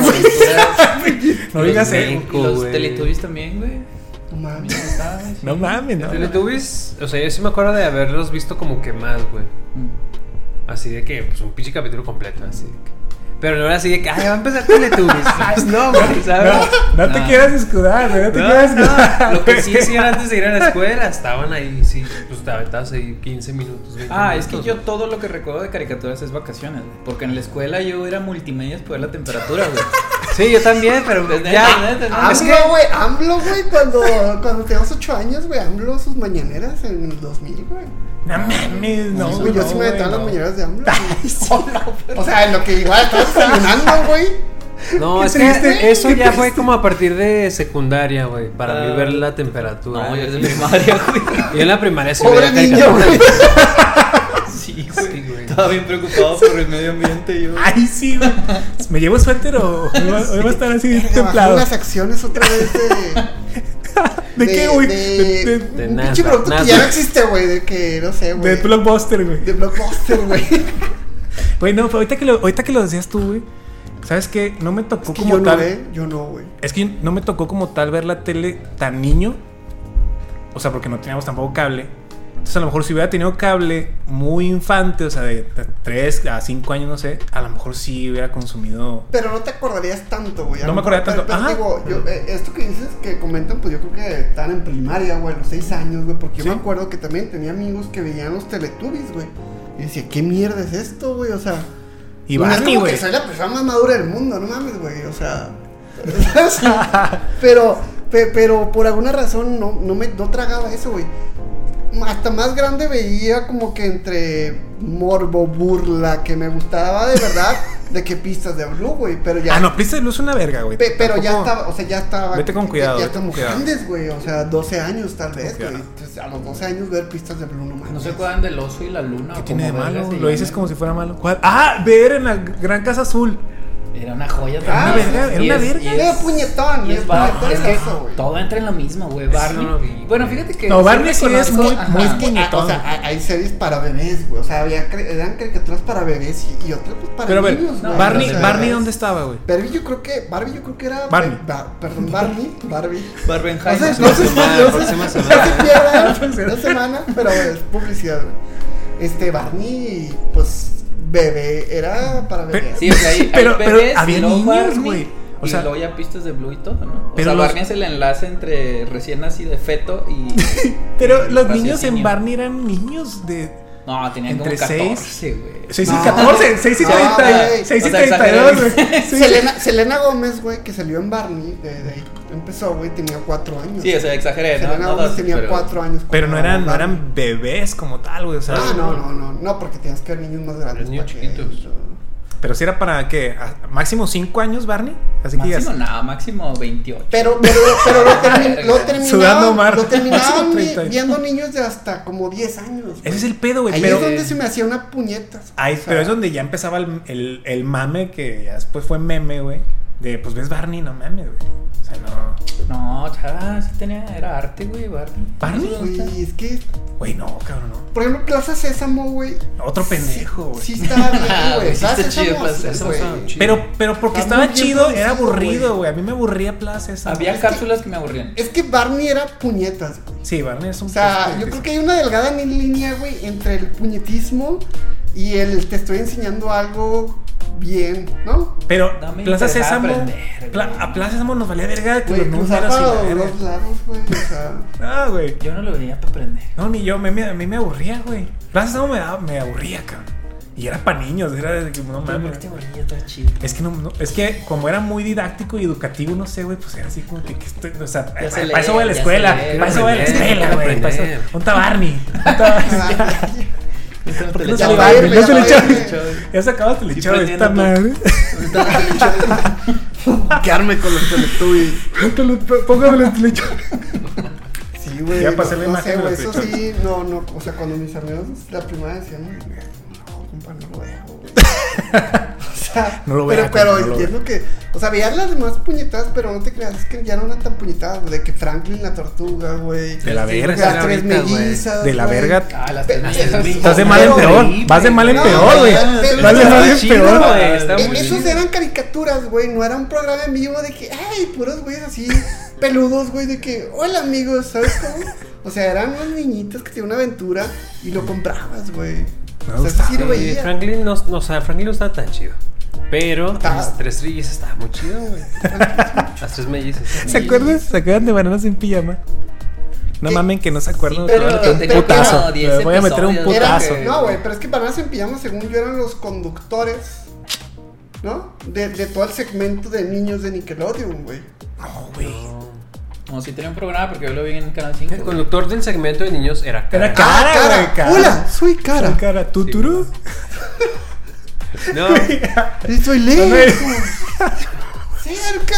Speaker 2: aventuras.
Speaker 1: No digas
Speaker 4: Los
Speaker 1: eh.
Speaker 2: Y
Speaker 4: Cinco,
Speaker 2: los
Speaker 4: güey.
Speaker 2: Teletubbies también, güey.
Speaker 3: no
Speaker 2: A mí
Speaker 3: mames.
Speaker 2: me gustaba, güey, sí.
Speaker 1: No mames, no.
Speaker 4: Teletubbies, o sea, yo sí me acuerdo de haberlos visto como que más, güey.
Speaker 2: Mm.
Speaker 4: Así de que, pues un pinche capítulo completo, así de que. Pero no era así de que, ay, va a empezar
Speaker 3: <laughs>
Speaker 4: Teletubbies. <laughs> no, güey, ¿sabes?
Speaker 1: No, no te
Speaker 2: No.
Speaker 1: quieras escudar, güey. No te quieras
Speaker 4: No,
Speaker 1: escudar.
Speaker 4: no, lo que sí
Speaker 1: güey.
Speaker 4: hacían antes de ir a la escuela, estaban ahí, sí, pues te aventabas ahí 15 minutos, 20
Speaker 2: Ah, es
Speaker 4: minutos,
Speaker 2: que yo todo lo que recuerdo de caricaturas es vacaciones, güey. Porque en la escuela yo era multimedia por la temperatura, <laughs> güey.
Speaker 4: Sí, yo también, pero
Speaker 2: Desde
Speaker 4: ya.
Speaker 2: antes, ¿no?
Speaker 4: Es que,
Speaker 3: AMLO, Ah, güey, AMLO, güey, cuando, cuando teníamos 8 años, güey, AMLO sus mañaneras en el 2000, güey.
Speaker 1: No mames, no.
Speaker 3: Güey, yo
Speaker 1: no,
Speaker 3: sí me aventaba
Speaker 1: güey, no.
Speaker 3: las mañaneras de AMLO. güey. O sea, en lo que igual estás desayunando, güey.
Speaker 4: no,
Speaker 1: Qué
Speaker 4: es
Speaker 1: triste,
Speaker 4: que eso
Speaker 1: qué
Speaker 4: ya fue como a partir de secundaria, güey, para mí
Speaker 2: Ah.
Speaker 4: ver la temperatura.
Speaker 2: No, yo desde primaria, <laughs> güey.
Speaker 4: Yo en la primaria sí
Speaker 3: Pobre
Speaker 4: veía
Speaker 3: niño,
Speaker 4: caricaturas.
Speaker 3: güey.
Speaker 2: Sí, Ah,
Speaker 4: Sí, güey.
Speaker 2: Estaba bien preocupado por el medio ambiente, yo.
Speaker 1: Ay, sí, güey. ¿Me llevo suéter o hoy va, hoy va a estar así
Speaker 3: Verga, Bajó
Speaker 1: templado?
Speaker 3: las acciones otra vez de.
Speaker 1: ¿De, qué, güey?
Speaker 3: De,
Speaker 1: De, de,
Speaker 4: de
Speaker 3: un pinche
Speaker 4: Nasdaq,
Speaker 3: producto que ya
Speaker 4: Nasdaq.
Speaker 3: no existe, güey. De que, no sé,
Speaker 1: de
Speaker 3: güey.
Speaker 1: Blockbuster, güey.
Speaker 3: De Blockbuster, güey.
Speaker 1: Güey, no, pero ahorita que lo, ahorita que lo decías tú, güey. ¿Sabes qué? No me tocó
Speaker 3: Que
Speaker 1: como
Speaker 3: yo no,
Speaker 1: tal.
Speaker 3: güey. Yo no, güey.
Speaker 1: Es que no me tocó como tal ver la tele tan niño. O sea, porque no teníamos tampoco cable. Entonces, a lo mejor si hubiera tenido cable muy infante, o sea, de 3 a 5 años, no sé, a lo mejor sí hubiera consumido.
Speaker 3: Pero no te acordarías tanto, güey.
Speaker 1: No me acordaría
Speaker 3: Pero-
Speaker 1: tanto.
Speaker 3: pero
Speaker 1: Ajá.
Speaker 3: digo, yo, eh, esto que dices que comentan, pues yo creo que están en primaria, güey, a los seis años, güey. Porque
Speaker 1: Sí.
Speaker 3: yo me acuerdo que también tenía amigos que veían los Teletubbies, güey. Y decía, ¿qué mierda es esto, güey? O sea.
Speaker 1: Y
Speaker 3: no es
Speaker 1: Barney,
Speaker 3: como que
Speaker 1: güey.
Speaker 3: soy la persona más madura del mundo, no mames, güey. O sea.
Speaker 1: <laughs>
Speaker 3: o sea, pero, pe- pero por alguna razón no, no me no tragaba eso, güey. Hasta más grande veía como que entre morbo, burla, que me gustaba de verdad, de que pistas de blue, güey. Pero ya.
Speaker 1: Ah, no, Prisa de Luz una verga, güey.
Speaker 3: Pe- pero ya
Speaker 1: Tampoco-
Speaker 3: estaba, o sea, ya estaba.
Speaker 1: Vete con cuidado,
Speaker 3: Ya,
Speaker 1: vete con
Speaker 3: estamos
Speaker 1: cuidado.
Speaker 3: grandes, güey. O sea, 12 años tal vez, güey.
Speaker 1: cuidado.
Speaker 3: Entonces, a los 12 años ver pistas de Ah, blue, no mames.
Speaker 2: No se acuerdan del oso y la luna.
Speaker 1: ¿Qué
Speaker 2: o
Speaker 1: tiene de
Speaker 2: como verga
Speaker 1: malo?
Speaker 2: se
Speaker 1: Lo dices
Speaker 2: llame?
Speaker 1: como si fuera malo. ¿Cuál? Ah, ver en la Gran Casa Azul.
Speaker 2: Era una joya
Speaker 3: Ah,
Speaker 2: también.
Speaker 1: verga, era
Speaker 2: Y
Speaker 1: una
Speaker 2: es-
Speaker 1: verga.
Speaker 2: y
Speaker 3: Era
Speaker 2: es-
Speaker 3: puñetón,
Speaker 2: y
Speaker 3: es
Speaker 2: es Barney,
Speaker 3: puñetón
Speaker 2: es que
Speaker 3: eso, güey.
Speaker 2: Todo entra en lo mismo, güey.
Speaker 4: Eso
Speaker 2: Barney.
Speaker 4: no lo vi.
Speaker 2: Bueno, fíjate que.
Speaker 1: No,
Speaker 2: sí
Speaker 1: Barney sí
Speaker 2: reconozco-
Speaker 1: es muy-
Speaker 2: Ajá.
Speaker 1: muy
Speaker 3: Es que, ah,
Speaker 1: puñetón.
Speaker 3: o sea, hay- hay series para bebés, güey. O sea, había cre- eran caricaturas para bebés y, y otras pues, para
Speaker 1: Pero a ver,
Speaker 3: niños, güey.
Speaker 1: Barney,
Speaker 3: O sea,
Speaker 1: Barney ¿dónde estaba, güey?
Speaker 3: Barbie yo creo que Barbie yo creo que era
Speaker 1: Barney.
Speaker 3: Ba- perdón, Barney,
Speaker 1: <laughs>
Speaker 3: Barbie. No
Speaker 2: Barbenheimer.
Speaker 3: sé, no sé,
Speaker 4: semana,
Speaker 3: no sé-
Speaker 4: próxima
Speaker 3: no
Speaker 4: semana.
Speaker 3: se pierdan la semana, pero es publicidad, güey. Este Barney pues bebé era para
Speaker 1: Pero-
Speaker 3: bebés.
Speaker 2: Sí, o sea, hay, hay
Speaker 1: Pero- pero
Speaker 2: bebés,
Speaker 1: había
Speaker 2: y luego
Speaker 1: niños,
Speaker 2: Barney,
Speaker 1: güey. O
Speaker 2: y
Speaker 1: sea-
Speaker 2: luego ya pistas de Blue y todo, ¿no? O
Speaker 1: Pero
Speaker 2: sea,
Speaker 1: los-
Speaker 2: Barney es el enlace entre recién nacido de feto y.
Speaker 1: <laughs> Pero
Speaker 2: y
Speaker 1: los niños en
Speaker 2: raciocinio.
Speaker 1: Barney eran niños de.
Speaker 2: No, tenían como
Speaker 1: entre seis-
Speaker 2: 14, güey.
Speaker 1: 6 y
Speaker 3: No.
Speaker 1: 14, 6 y
Speaker 3: No,
Speaker 1: 30,
Speaker 3: güey.
Speaker 1: 6 y
Speaker 2: O sea, exageré.
Speaker 1: 32,
Speaker 2: <laughs>
Speaker 1: güey. Sí.
Speaker 3: Selena, Selena Gómez, güey, que salió en Barney, de, de ahí empezó, güey, tenía cuatro años.
Speaker 2: Sí, o sea, exageré, ¿no?
Speaker 3: Selena
Speaker 2: No,
Speaker 3: Gómez
Speaker 2: no,
Speaker 3: tenía
Speaker 2: pero-
Speaker 3: cuatro años.
Speaker 1: Pero no
Speaker 3: cuando
Speaker 1: eran, no
Speaker 3: Barney.
Speaker 1: eran bebés como tal, güey. O sea,
Speaker 3: Ah, no, no, no, no, porque tienes que ver niños más grandes.
Speaker 4: Los niños
Speaker 3: para
Speaker 4: chiquitos.
Speaker 1: Pero si era para qué? ¿A- máximo 5 años, Barney. Así que ya.
Speaker 2: Máximo nada, máximo 28.
Speaker 3: Pero, pero, pero lo,
Speaker 2: <laughs>
Speaker 3: termi- lo
Speaker 1: Sudando
Speaker 3: terminaban,
Speaker 1: mar.
Speaker 3: lo
Speaker 1: <laughs>
Speaker 3: terminaban vi-
Speaker 1: 30.
Speaker 3: viendo niños de hasta como 10 años. güey.
Speaker 1: Ese es el pedo, güey.
Speaker 3: Ahí
Speaker 1: Pero,
Speaker 3: es donde se me hacía una puñeta.
Speaker 1: ahí-
Speaker 3: o sea,
Speaker 1: pero es donde ya empezaba el, el- el mame que ya después fue meme, güey. De pues ves Barney, no mames, güey. O sea, no.
Speaker 2: No, chava, sí tenía. Era arte, güey, Barney.
Speaker 1: ¿Barney?
Speaker 2: No sé dónde está.
Speaker 3: Güey, es que,
Speaker 1: Güey, no, cabrón, no.
Speaker 3: por ejemplo, Plaza Sésamo, güey.
Speaker 1: Otro pendejo, güey.
Speaker 3: Sí, estaba
Speaker 2: <laughs>
Speaker 3: bien, güey.
Speaker 2: Ah, Güey, sí
Speaker 3: Plaza
Speaker 2: está chido
Speaker 3: Sésamo,
Speaker 2: Plaza Sésamo,
Speaker 3: güey.
Speaker 4: estaba chido.
Speaker 1: Pero, pero porque
Speaker 3: Está muy
Speaker 1: estaba
Speaker 3: bien
Speaker 1: chido, era
Speaker 3: producido,
Speaker 1: aburrido,
Speaker 3: güey.
Speaker 1: güey. A mí me aburría Plaza esa.
Speaker 2: Había
Speaker 1: güey.
Speaker 2: cápsulas que me aburrían.
Speaker 3: Es que Barney era puñetas, güey.
Speaker 1: Sí, Barney es un
Speaker 3: O sea,
Speaker 1: es-
Speaker 3: yo creo que hay una delgada ni- línea, güey, entre el puñetismo y el te estoy enseñando algo bien, ¿no?
Speaker 1: Pero
Speaker 2: No me
Speaker 1: Plaza
Speaker 2: interesa
Speaker 1: Sésamo.
Speaker 2: aprender,
Speaker 1: Pla-
Speaker 2: güey.
Speaker 1: a Plaza Sésamo nos valía verga que
Speaker 3: Güey,
Speaker 1: los
Speaker 3: cruzar
Speaker 1: números y
Speaker 3: para
Speaker 1: la
Speaker 3: los
Speaker 1: verga.
Speaker 3: dos lados, güey.
Speaker 1: <laughs>
Speaker 3: O sea,
Speaker 1: Ah, güey.
Speaker 2: Yo no lo veía para aprender.
Speaker 1: No, ni yo, me- me- a mí me aburría, güey. Plaza Sésamo me, daba- me aburría, cabrón. Y era para niños, era de que no
Speaker 2: Pero ¿por qué
Speaker 1: mames.
Speaker 2: este gordillo está chido?
Speaker 1: Es que, no, no- es que como era muy didáctico y educativo, no sé, güey, pues era así como que, que estoy- o sea, para,
Speaker 2: se lee,
Speaker 1: eso voy a la
Speaker 2: ya
Speaker 1: escuela,
Speaker 2: se lee.
Speaker 1: para eso voy a la
Speaker 4: Quiero
Speaker 1: escuela, güey.
Speaker 4: aprender, quiero
Speaker 1: para eso-
Speaker 4: aprender.
Speaker 1: ¿Dónde está Barney? ¿Dónde está Barney? ¿Por qué no
Speaker 3: Ya
Speaker 1: se le
Speaker 3: va a
Speaker 1: Barney?
Speaker 3: irme,
Speaker 1: Ya
Speaker 3: ya
Speaker 1: se le
Speaker 3: va a
Speaker 1: echaba-
Speaker 3: irme.
Speaker 1: <laughs> Ya se acaba el echado
Speaker 2: prendí
Speaker 1: esta
Speaker 2: en la
Speaker 1: madre.
Speaker 3: Quedarme con los Teletubbies.
Speaker 1: Póngame el telecho.
Speaker 3: Sí, güey.
Speaker 1: Ya
Speaker 3: no-
Speaker 1: pasé la
Speaker 3: no,
Speaker 1: imagen
Speaker 3: sé,
Speaker 1: de
Speaker 3: güey,
Speaker 1: los
Speaker 3: Eso sí, no, no. O sea, cuando mis amigos de la primaria decían, no, no, compa, no lo dejo,
Speaker 1: <laughs>
Speaker 3: güey. O sea,
Speaker 1: No lo
Speaker 3: pero,
Speaker 1: vea,
Speaker 3: pero
Speaker 1: compa, no lo
Speaker 3: entiendo que. O sea, veían las demás puñetadas, pero no te creas, es que ya no eran tan puñetadas. güey, De que Franklin la tortuga, güey.
Speaker 1: De la verga.
Speaker 3: Las tres
Speaker 2: ahorita, güey.
Speaker 3: mellizas.
Speaker 1: De la
Speaker 3: güey.
Speaker 1: verga.
Speaker 2: <laughs> Ah, las
Speaker 3: Pe-
Speaker 2: tenas.
Speaker 3: esas-
Speaker 1: Estás de mal en
Speaker 3: Pero,
Speaker 1: peor.
Speaker 2: güey,
Speaker 1: Vas de mal en
Speaker 3: no,
Speaker 1: peor, güey.
Speaker 3: ya, pero-
Speaker 1: Vas de mal en
Speaker 4: Está chido,
Speaker 1: peor.
Speaker 4: güey, está
Speaker 3: Eh,
Speaker 4: muy
Speaker 3: Esos
Speaker 4: chido.
Speaker 3: eran caricaturas, güey, no era un programa en vivo de que, ay, puros güeyes así, peludos, güey, de que, hola amigos, ¿sabes cómo? O sea, eran unos niñitos que tenían una aventura y lo comprabas, güey.
Speaker 1: Me
Speaker 3: O sea, eso sí
Speaker 1: gustaba,
Speaker 3: lo
Speaker 4: Sí,
Speaker 3: veía.
Speaker 4: Franklin no, no, o sea, Franklin no estaba tan chido. Pero
Speaker 1: Ah.
Speaker 3: Estaba-
Speaker 4: las tres trillizas estaba muy chido, güey. las tres mellizas.
Speaker 1: ¿Se acuerdan? ¿Se acuerdan de bananas en pijama? No
Speaker 3: ¿Qué?
Speaker 1: mamen que no se acuerdan.
Speaker 2: Sí,
Speaker 1: Te
Speaker 2: pero
Speaker 1: voy a meter
Speaker 3: tengo
Speaker 1: un putazo.
Speaker 2: como diez
Speaker 1: Te voy a meter un
Speaker 2: episodios,
Speaker 1: <laughs>
Speaker 3: Era-
Speaker 1: putazo.
Speaker 2: que-
Speaker 3: no, güey, pero es que para en pijama, según yo, eran los conductores, ¿no? De, de todo el segmento de niños de Nickelodeon, güey.
Speaker 1: No, güey.
Speaker 2: Como si tenía un programa porque yo lo vi en Canal 5.
Speaker 4: El conductor del segmento de niños era
Speaker 1: Era
Speaker 4: Cara.
Speaker 1: cara,
Speaker 3: Ah,
Speaker 1: güey, cara.
Speaker 3: Hola, soy
Speaker 1: Cara.
Speaker 3: cara.
Speaker 1: cara. ¿Tuturu?
Speaker 4: No,
Speaker 3: Y soy lejos.
Speaker 1: <laughs>
Speaker 3: Cerca.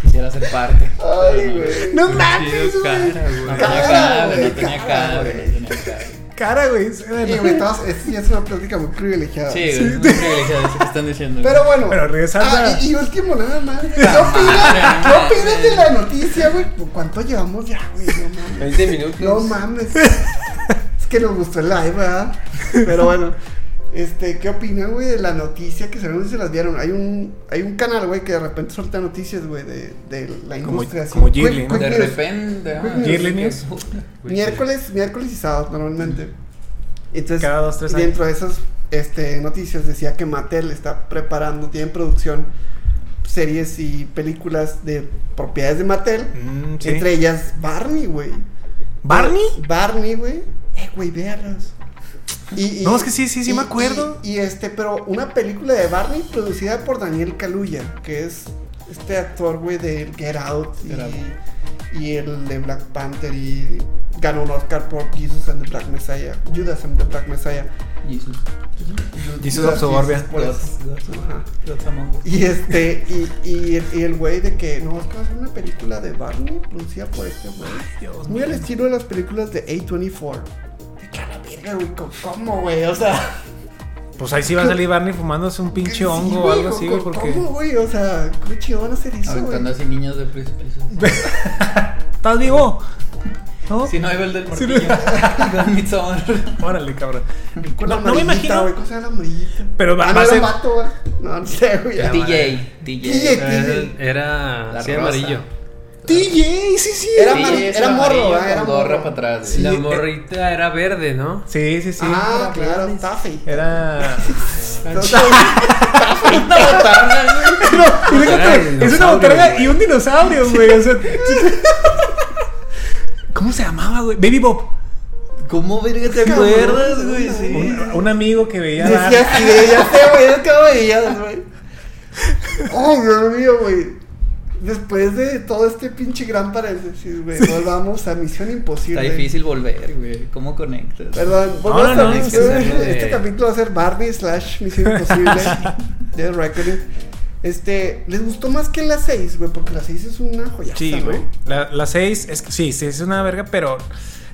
Speaker 2: Quisiera ser parte.
Speaker 3: Ay, güey.
Speaker 1: No
Speaker 4: Chido,
Speaker 1: mames, güey.
Speaker 4: Cara, güey.
Speaker 2: No tenía cara, güey.
Speaker 3: Cara, güey,
Speaker 2: No tenía
Speaker 3: cara,
Speaker 2: cara, güey.
Speaker 3: güey.
Speaker 2: No tenía cara.
Speaker 1: Cara, güey. se ve,
Speaker 3: Sí,
Speaker 1: ¿no?
Speaker 3: güey, estabas- es, sí, es una plática muy privilegiada.
Speaker 2: Sí, güey. es muy privilegiado eso que están diciendo.
Speaker 3: Pero bueno.
Speaker 1: Pero regresando
Speaker 3: Ah,
Speaker 1: a-
Speaker 3: y, y último,
Speaker 1: <laughs>
Speaker 3: nada más. ¿Qué
Speaker 2: Ah,
Speaker 3: opinas, ¿qué opinas de la noticia, güey? Pues, ¿Cuánto llevamos ya, güey? No mames.
Speaker 4: 20 minutos.
Speaker 3: No mames.
Speaker 1: <laughs>
Speaker 3: Es que nos gustó el live, ¿verdad? Pero bueno. Este, ¿qué opinan, güey, de la noticia que según se las vieron? Hay un, hay un canal, güey, que de repente suelta noticias, güey, de, de la
Speaker 1: Como-
Speaker 3: industria. así.
Speaker 1: como Ghibli,
Speaker 3: Quick-
Speaker 1: ¿no?
Speaker 3: Quick
Speaker 2: de
Speaker 3: News.
Speaker 2: repente.
Speaker 3: Quick
Speaker 2: ah,
Speaker 1: Yearly
Speaker 2: sí, <laughs>
Speaker 1: News.
Speaker 2: que-
Speaker 1: Pues
Speaker 3: Miércoles, miércoles y sábados normalmente. Entonces,
Speaker 1: Mm. Cada dos, tres
Speaker 3: y dentro de esas este, noticias decía que Mattel está preparando, tiene en producción series y películas de propiedades de Mattel.
Speaker 1: Mm, sí.
Speaker 3: Entre ellas Barney, güey.
Speaker 1: ¿Barney?
Speaker 3: Barney, güey. Eh, güey, véanlas. Y, y-
Speaker 1: No, es que sí, sí, sí me acuerdo.
Speaker 3: Y, y este, pero una película de Barney producida por Daniel Kaluuya, que es este actor, güey, de Get Out y,
Speaker 2: Get Out.
Speaker 3: y el de Black Panther y ganó un Oscar por Jesus and the Black Messiah, Judas and the Black Messiah.
Speaker 2: Jesus.
Speaker 1: Jesus of Suburbia.
Speaker 3: por eso.
Speaker 2: Gods, Gods,
Speaker 3: Ajá.
Speaker 2: Gods Among Us.
Speaker 3: Y este, y, y, el- y el güey de que, no, es que va a ser una película de Barney producida por este güey.
Speaker 1: Dios
Speaker 3: Muy
Speaker 1: mío.
Speaker 3: al estilo de las películas de A24. De que a la verga, güey, co- ¿cómo, güey? O sea,
Speaker 1: Pues ahí sí va a salir Barney fumándose un pinche
Speaker 3: sí,
Speaker 1: hongo o
Speaker 3: güey,
Speaker 1: algo
Speaker 3: co-
Speaker 1: así, güey,
Speaker 3: co-
Speaker 1: porque.
Speaker 3: ¿Cómo, güey? O sea, qué chido van a hacer eso, güey.
Speaker 2: Aventando así niños de precipicio.
Speaker 1: ¿Estás vivo? ¿No?
Speaker 2: Si no hay el del
Speaker 1: Si no-
Speaker 2: portillo. <laughs> Don Midsommar.
Speaker 1: Órale, cabrón.
Speaker 3: Con
Speaker 1: No, no
Speaker 3: la
Speaker 1: me
Speaker 3: amarillita,
Speaker 1: imagino.
Speaker 3: güey, cosa de la amarillita.
Speaker 1: Pero va-
Speaker 3: Ah,
Speaker 1: va
Speaker 3: no,
Speaker 1: a
Speaker 3: era
Speaker 1: ser-
Speaker 3: un vato, güey. No, no sé,
Speaker 2: <laughs>
Speaker 3: güey.
Speaker 4: Ya.
Speaker 2: DJ. DJ.
Speaker 4: Era, era
Speaker 2: La
Speaker 4: así
Speaker 2: rosa.
Speaker 4: amarillo.
Speaker 1: DJ, sí, sí.
Speaker 3: Era
Speaker 2: Sí,
Speaker 3: amar-
Speaker 2: es
Speaker 3: era morro,
Speaker 2: amarillo
Speaker 3: ¿verdad?
Speaker 2: con
Speaker 3: Era
Speaker 2: gorra
Speaker 3: morro.
Speaker 2: para atrás.
Speaker 1: Sí.
Speaker 4: la
Speaker 1: eh.
Speaker 4: morrita era verde, ¿no?
Speaker 1: Sí, sí, sí.
Speaker 3: Ah, claro, está feo. <laughs>
Speaker 1: Era.
Speaker 3: Entonces, <laughs>
Speaker 1: Y déjate, es una botarga y un dinosaurio, güey.
Speaker 3: <laughs>
Speaker 1: O sea. ¿Cómo se llamaba, güey? Baby Bob.
Speaker 2: ¿Cómo verga te
Speaker 3: Cabrón,
Speaker 2: acuerdas, güey?
Speaker 3: no,
Speaker 2: Sí.
Speaker 1: Un, un amigo que veía. a Barney.
Speaker 3: Decía así de, ya sé, güey, es que no veías, güey. Oh, Dios mío, güey. Después de todo este pinche gran paréntesis, güey, volvamos a Misión Imposible.
Speaker 2: Está difícil volver, güey. ¿Cómo conectas?
Speaker 3: Perdón, volvamos
Speaker 1: no,
Speaker 3: a
Speaker 1: es
Speaker 3: Misión-
Speaker 4: que se-
Speaker 3: Este capítulo va a ser Barney slash Misión
Speaker 1: <laughs>
Speaker 3: Imposible de Reckoning. Este, ¿les gustó más que la 6, güey? Porque la 6 es una joyaza,
Speaker 1: Sí,
Speaker 3: ¿no?
Speaker 1: güey. La, la 6, es que sí, sí, es una verga, pero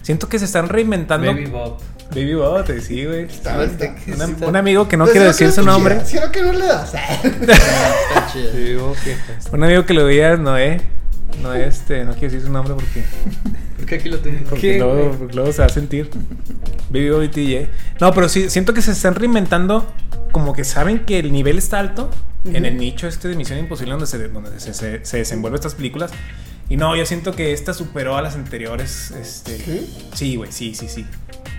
Speaker 1: siento que se están reinventando.
Speaker 4: Baby Bob.
Speaker 1: Baby Bob, te- sí, güey.
Speaker 3: Está- está-
Speaker 1: Una-
Speaker 2: Sí, está-
Speaker 1: un amigo que no
Speaker 3: Pues
Speaker 1: quiero
Speaker 3: creo
Speaker 1: decir
Speaker 3: que
Speaker 1: su
Speaker 3: no
Speaker 1: nombre.
Speaker 3: quisiera, Creo que no le das.
Speaker 2: Está chido.
Speaker 4: Sí, ok.
Speaker 1: Un amigo que lo veía, Noé. Noé, este, no quiero decir su nombre porque,
Speaker 2: Porque aquí lo tengo.
Speaker 1: <laughs> porque
Speaker 4: ¿Qué,
Speaker 1: luego,
Speaker 4: güey?
Speaker 1: porque luego se va a sentir. Baby Bob y TJ. No, pero sí, siento que se están reinventando. Como que saben que el nivel está alto en
Speaker 3: Ujú.
Speaker 1: el nicho este de Misión Imposible, donde se, donde se, se, se desenvuelven estas películas. Y no, yo siento que esta superó a las anteriores. Este,
Speaker 3: ¿Sí?
Speaker 1: Sí, güey, sí, sí, sí.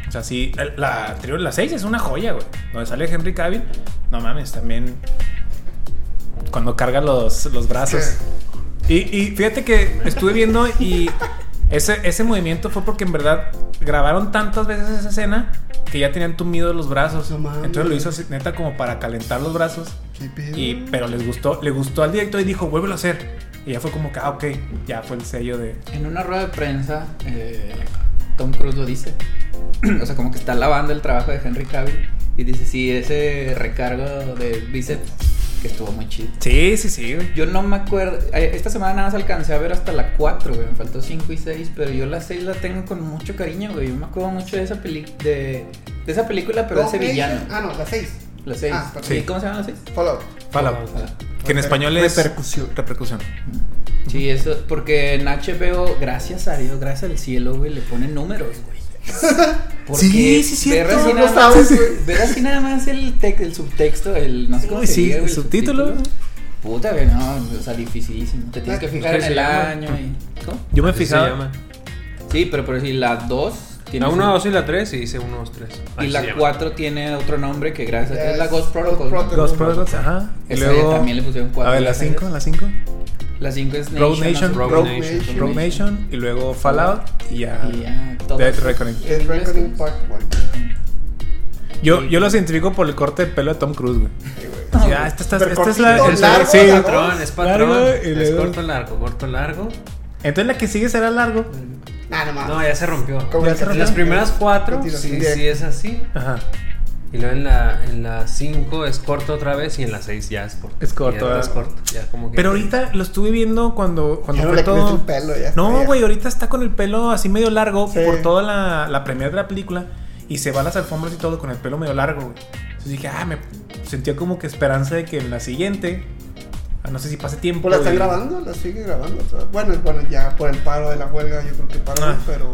Speaker 1: O sea, sí, el- la anterior, la 6 es una joya, güey. Donde sale Henry Cavill, no mames, también. Cuando carga los, los brazos. Y, y fíjate que estuve viendo y ese, ese movimiento fue porque en verdad grabaron tantas veces esa escena que ya tenían tumidos los brazos.
Speaker 3: No mames.
Speaker 1: Entonces lo hizo así, neta como para calentar los brazos.
Speaker 3: ¿Qué pedo?
Speaker 1: Y, pero les gustó, le gustó al director y dijo, vuélvelo a hacer. Y ya fue como que, ah, ok, ya fue el sello de...
Speaker 2: En una rueda de prensa, eh, Tom Cruise lo dice. <clears throat> o sea, como que está lavando el trabajo de Henry Cavill. Y dice, sí, ese recargo de bíceps que estuvo muy chido.
Speaker 1: Sí, sí, sí, güey.
Speaker 2: Yo no me acuerdo. eh, Esta semana nada más alcancé a ver hasta la 4, güey. Me faltó 5 y 6, pero yo la 6 la tengo con mucho cariño, güey. Yo me acuerdo mucho de esa peli de, de esa película, pero de ese
Speaker 3: Ok.
Speaker 2: villano.
Speaker 3: Ah, no, la 6.
Speaker 2: La 6.
Speaker 3: Ah, perdón.
Speaker 1: Sí.
Speaker 2: ¿Cómo se llama la 6?
Speaker 3: Fallout.
Speaker 1: Fallout. Que en
Speaker 3: Reper-
Speaker 1: español es...
Speaker 3: repercusión.
Speaker 1: Repercusión.
Speaker 2: Sí, eso, porque en HBO, gracias a Dios, gracias al cielo, güey, le ponen números, güey. Porque
Speaker 1: Sí, sí,
Speaker 2: ver
Speaker 1: cierto,
Speaker 2: así
Speaker 3: no
Speaker 2: nada
Speaker 3: sabes,
Speaker 2: más-
Speaker 3: güey.
Speaker 2: ver así nada más el, tec- el subtexto, el no sé cómo
Speaker 1: Uy,
Speaker 2: se
Speaker 1: sí,
Speaker 2: diga, güey,
Speaker 1: el subtítulo.
Speaker 2: Puta, güey, no, o sea, dificilísimo. Te tienes que fijar en
Speaker 4: se
Speaker 2: el
Speaker 4: llama?
Speaker 2: año y. ¿Cómo?
Speaker 1: Yo me he
Speaker 4: Así se
Speaker 1: fijado...
Speaker 4: llama.
Speaker 2: Sí, pero por decir, la 2 tiene.
Speaker 4: La
Speaker 2: su-
Speaker 4: 1, 2 y la 3 y dice 1, 2, 3.
Speaker 2: Y la 4 tiene otro nombre que gracias a Dios
Speaker 3: Ya
Speaker 2: es la
Speaker 3: es
Speaker 2: Ghost Protocol.
Speaker 3: Ghost
Speaker 2: ¿no?
Speaker 3: Protocol.
Speaker 1: Ghost Protocols, ajá. Y
Speaker 2: Esa
Speaker 1: luego...
Speaker 2: también le pusieron cuatro,
Speaker 1: A ver, la
Speaker 2: gracias
Speaker 1: 5,
Speaker 2: Dios.
Speaker 1: la 5.
Speaker 2: La 5 es
Speaker 1: Rogue Nation.
Speaker 4: Rogue,
Speaker 3: Rogue
Speaker 4: Nation.
Speaker 3: Nation.
Speaker 1: Rogue Nation y luego Fallout y ya...
Speaker 2: Y ya, todo.
Speaker 1: Dead Reckoning.
Speaker 3: Dead Reckoning Part 1.
Speaker 1: Yo, yo los identifico por el corte de pelo de Tom Cruise, güey. Sí, ah, esta, está-
Speaker 3: Pero
Speaker 1: esta es la...
Speaker 3: cortito,
Speaker 1: esta-
Speaker 3: largo,
Speaker 1: sí.
Speaker 3: largo.
Speaker 4: Patrón, es patrón.
Speaker 1: Largo y
Speaker 4: es
Speaker 1: luego-
Speaker 4: corto, largo, corto, largo.
Speaker 1: Entonces la que sigue será largo.
Speaker 3: Ah, no
Speaker 4: No,
Speaker 3: mames.
Speaker 4: ya se rompió.
Speaker 3: ¿Cómo
Speaker 1: ya
Speaker 3: que
Speaker 1: Mm. se
Speaker 3: te-
Speaker 1: rompió?
Speaker 4: Las primeras cuatro,
Speaker 3: Continuación
Speaker 4: sí,
Speaker 3: directa.
Speaker 4: sí es así.
Speaker 1: Ajá.
Speaker 4: Y luego en la, en la 5 es corto otra vez y en la 6 ya es corto.
Speaker 1: Es corto,
Speaker 4: Ya no
Speaker 1: ¿verdad?
Speaker 4: es corto. Ya como que
Speaker 1: Pero ahorita lo estuve viendo cuando, cuando
Speaker 3: Ya no
Speaker 1: fue
Speaker 3: le
Speaker 1: todo-
Speaker 3: crece el pelo, ya está,
Speaker 1: No,
Speaker 3: ya.
Speaker 1: güey, ahorita está con el pelo así medio largo
Speaker 3: Sí.
Speaker 1: por toda la, la premier de la película y se va a las alfombras y todo con el pelo medio largo, güey. Entonces dije, ah, me sentía como que esperanza de que en la siguiente, ah, no sé si pase tiempo.
Speaker 3: Pues la están
Speaker 1: y-
Speaker 3: grabando, la siguen grabando. o sea, bueno, bueno, ya por el paro de la huelga, yo creo que paró,
Speaker 1: Ah.
Speaker 3: pero.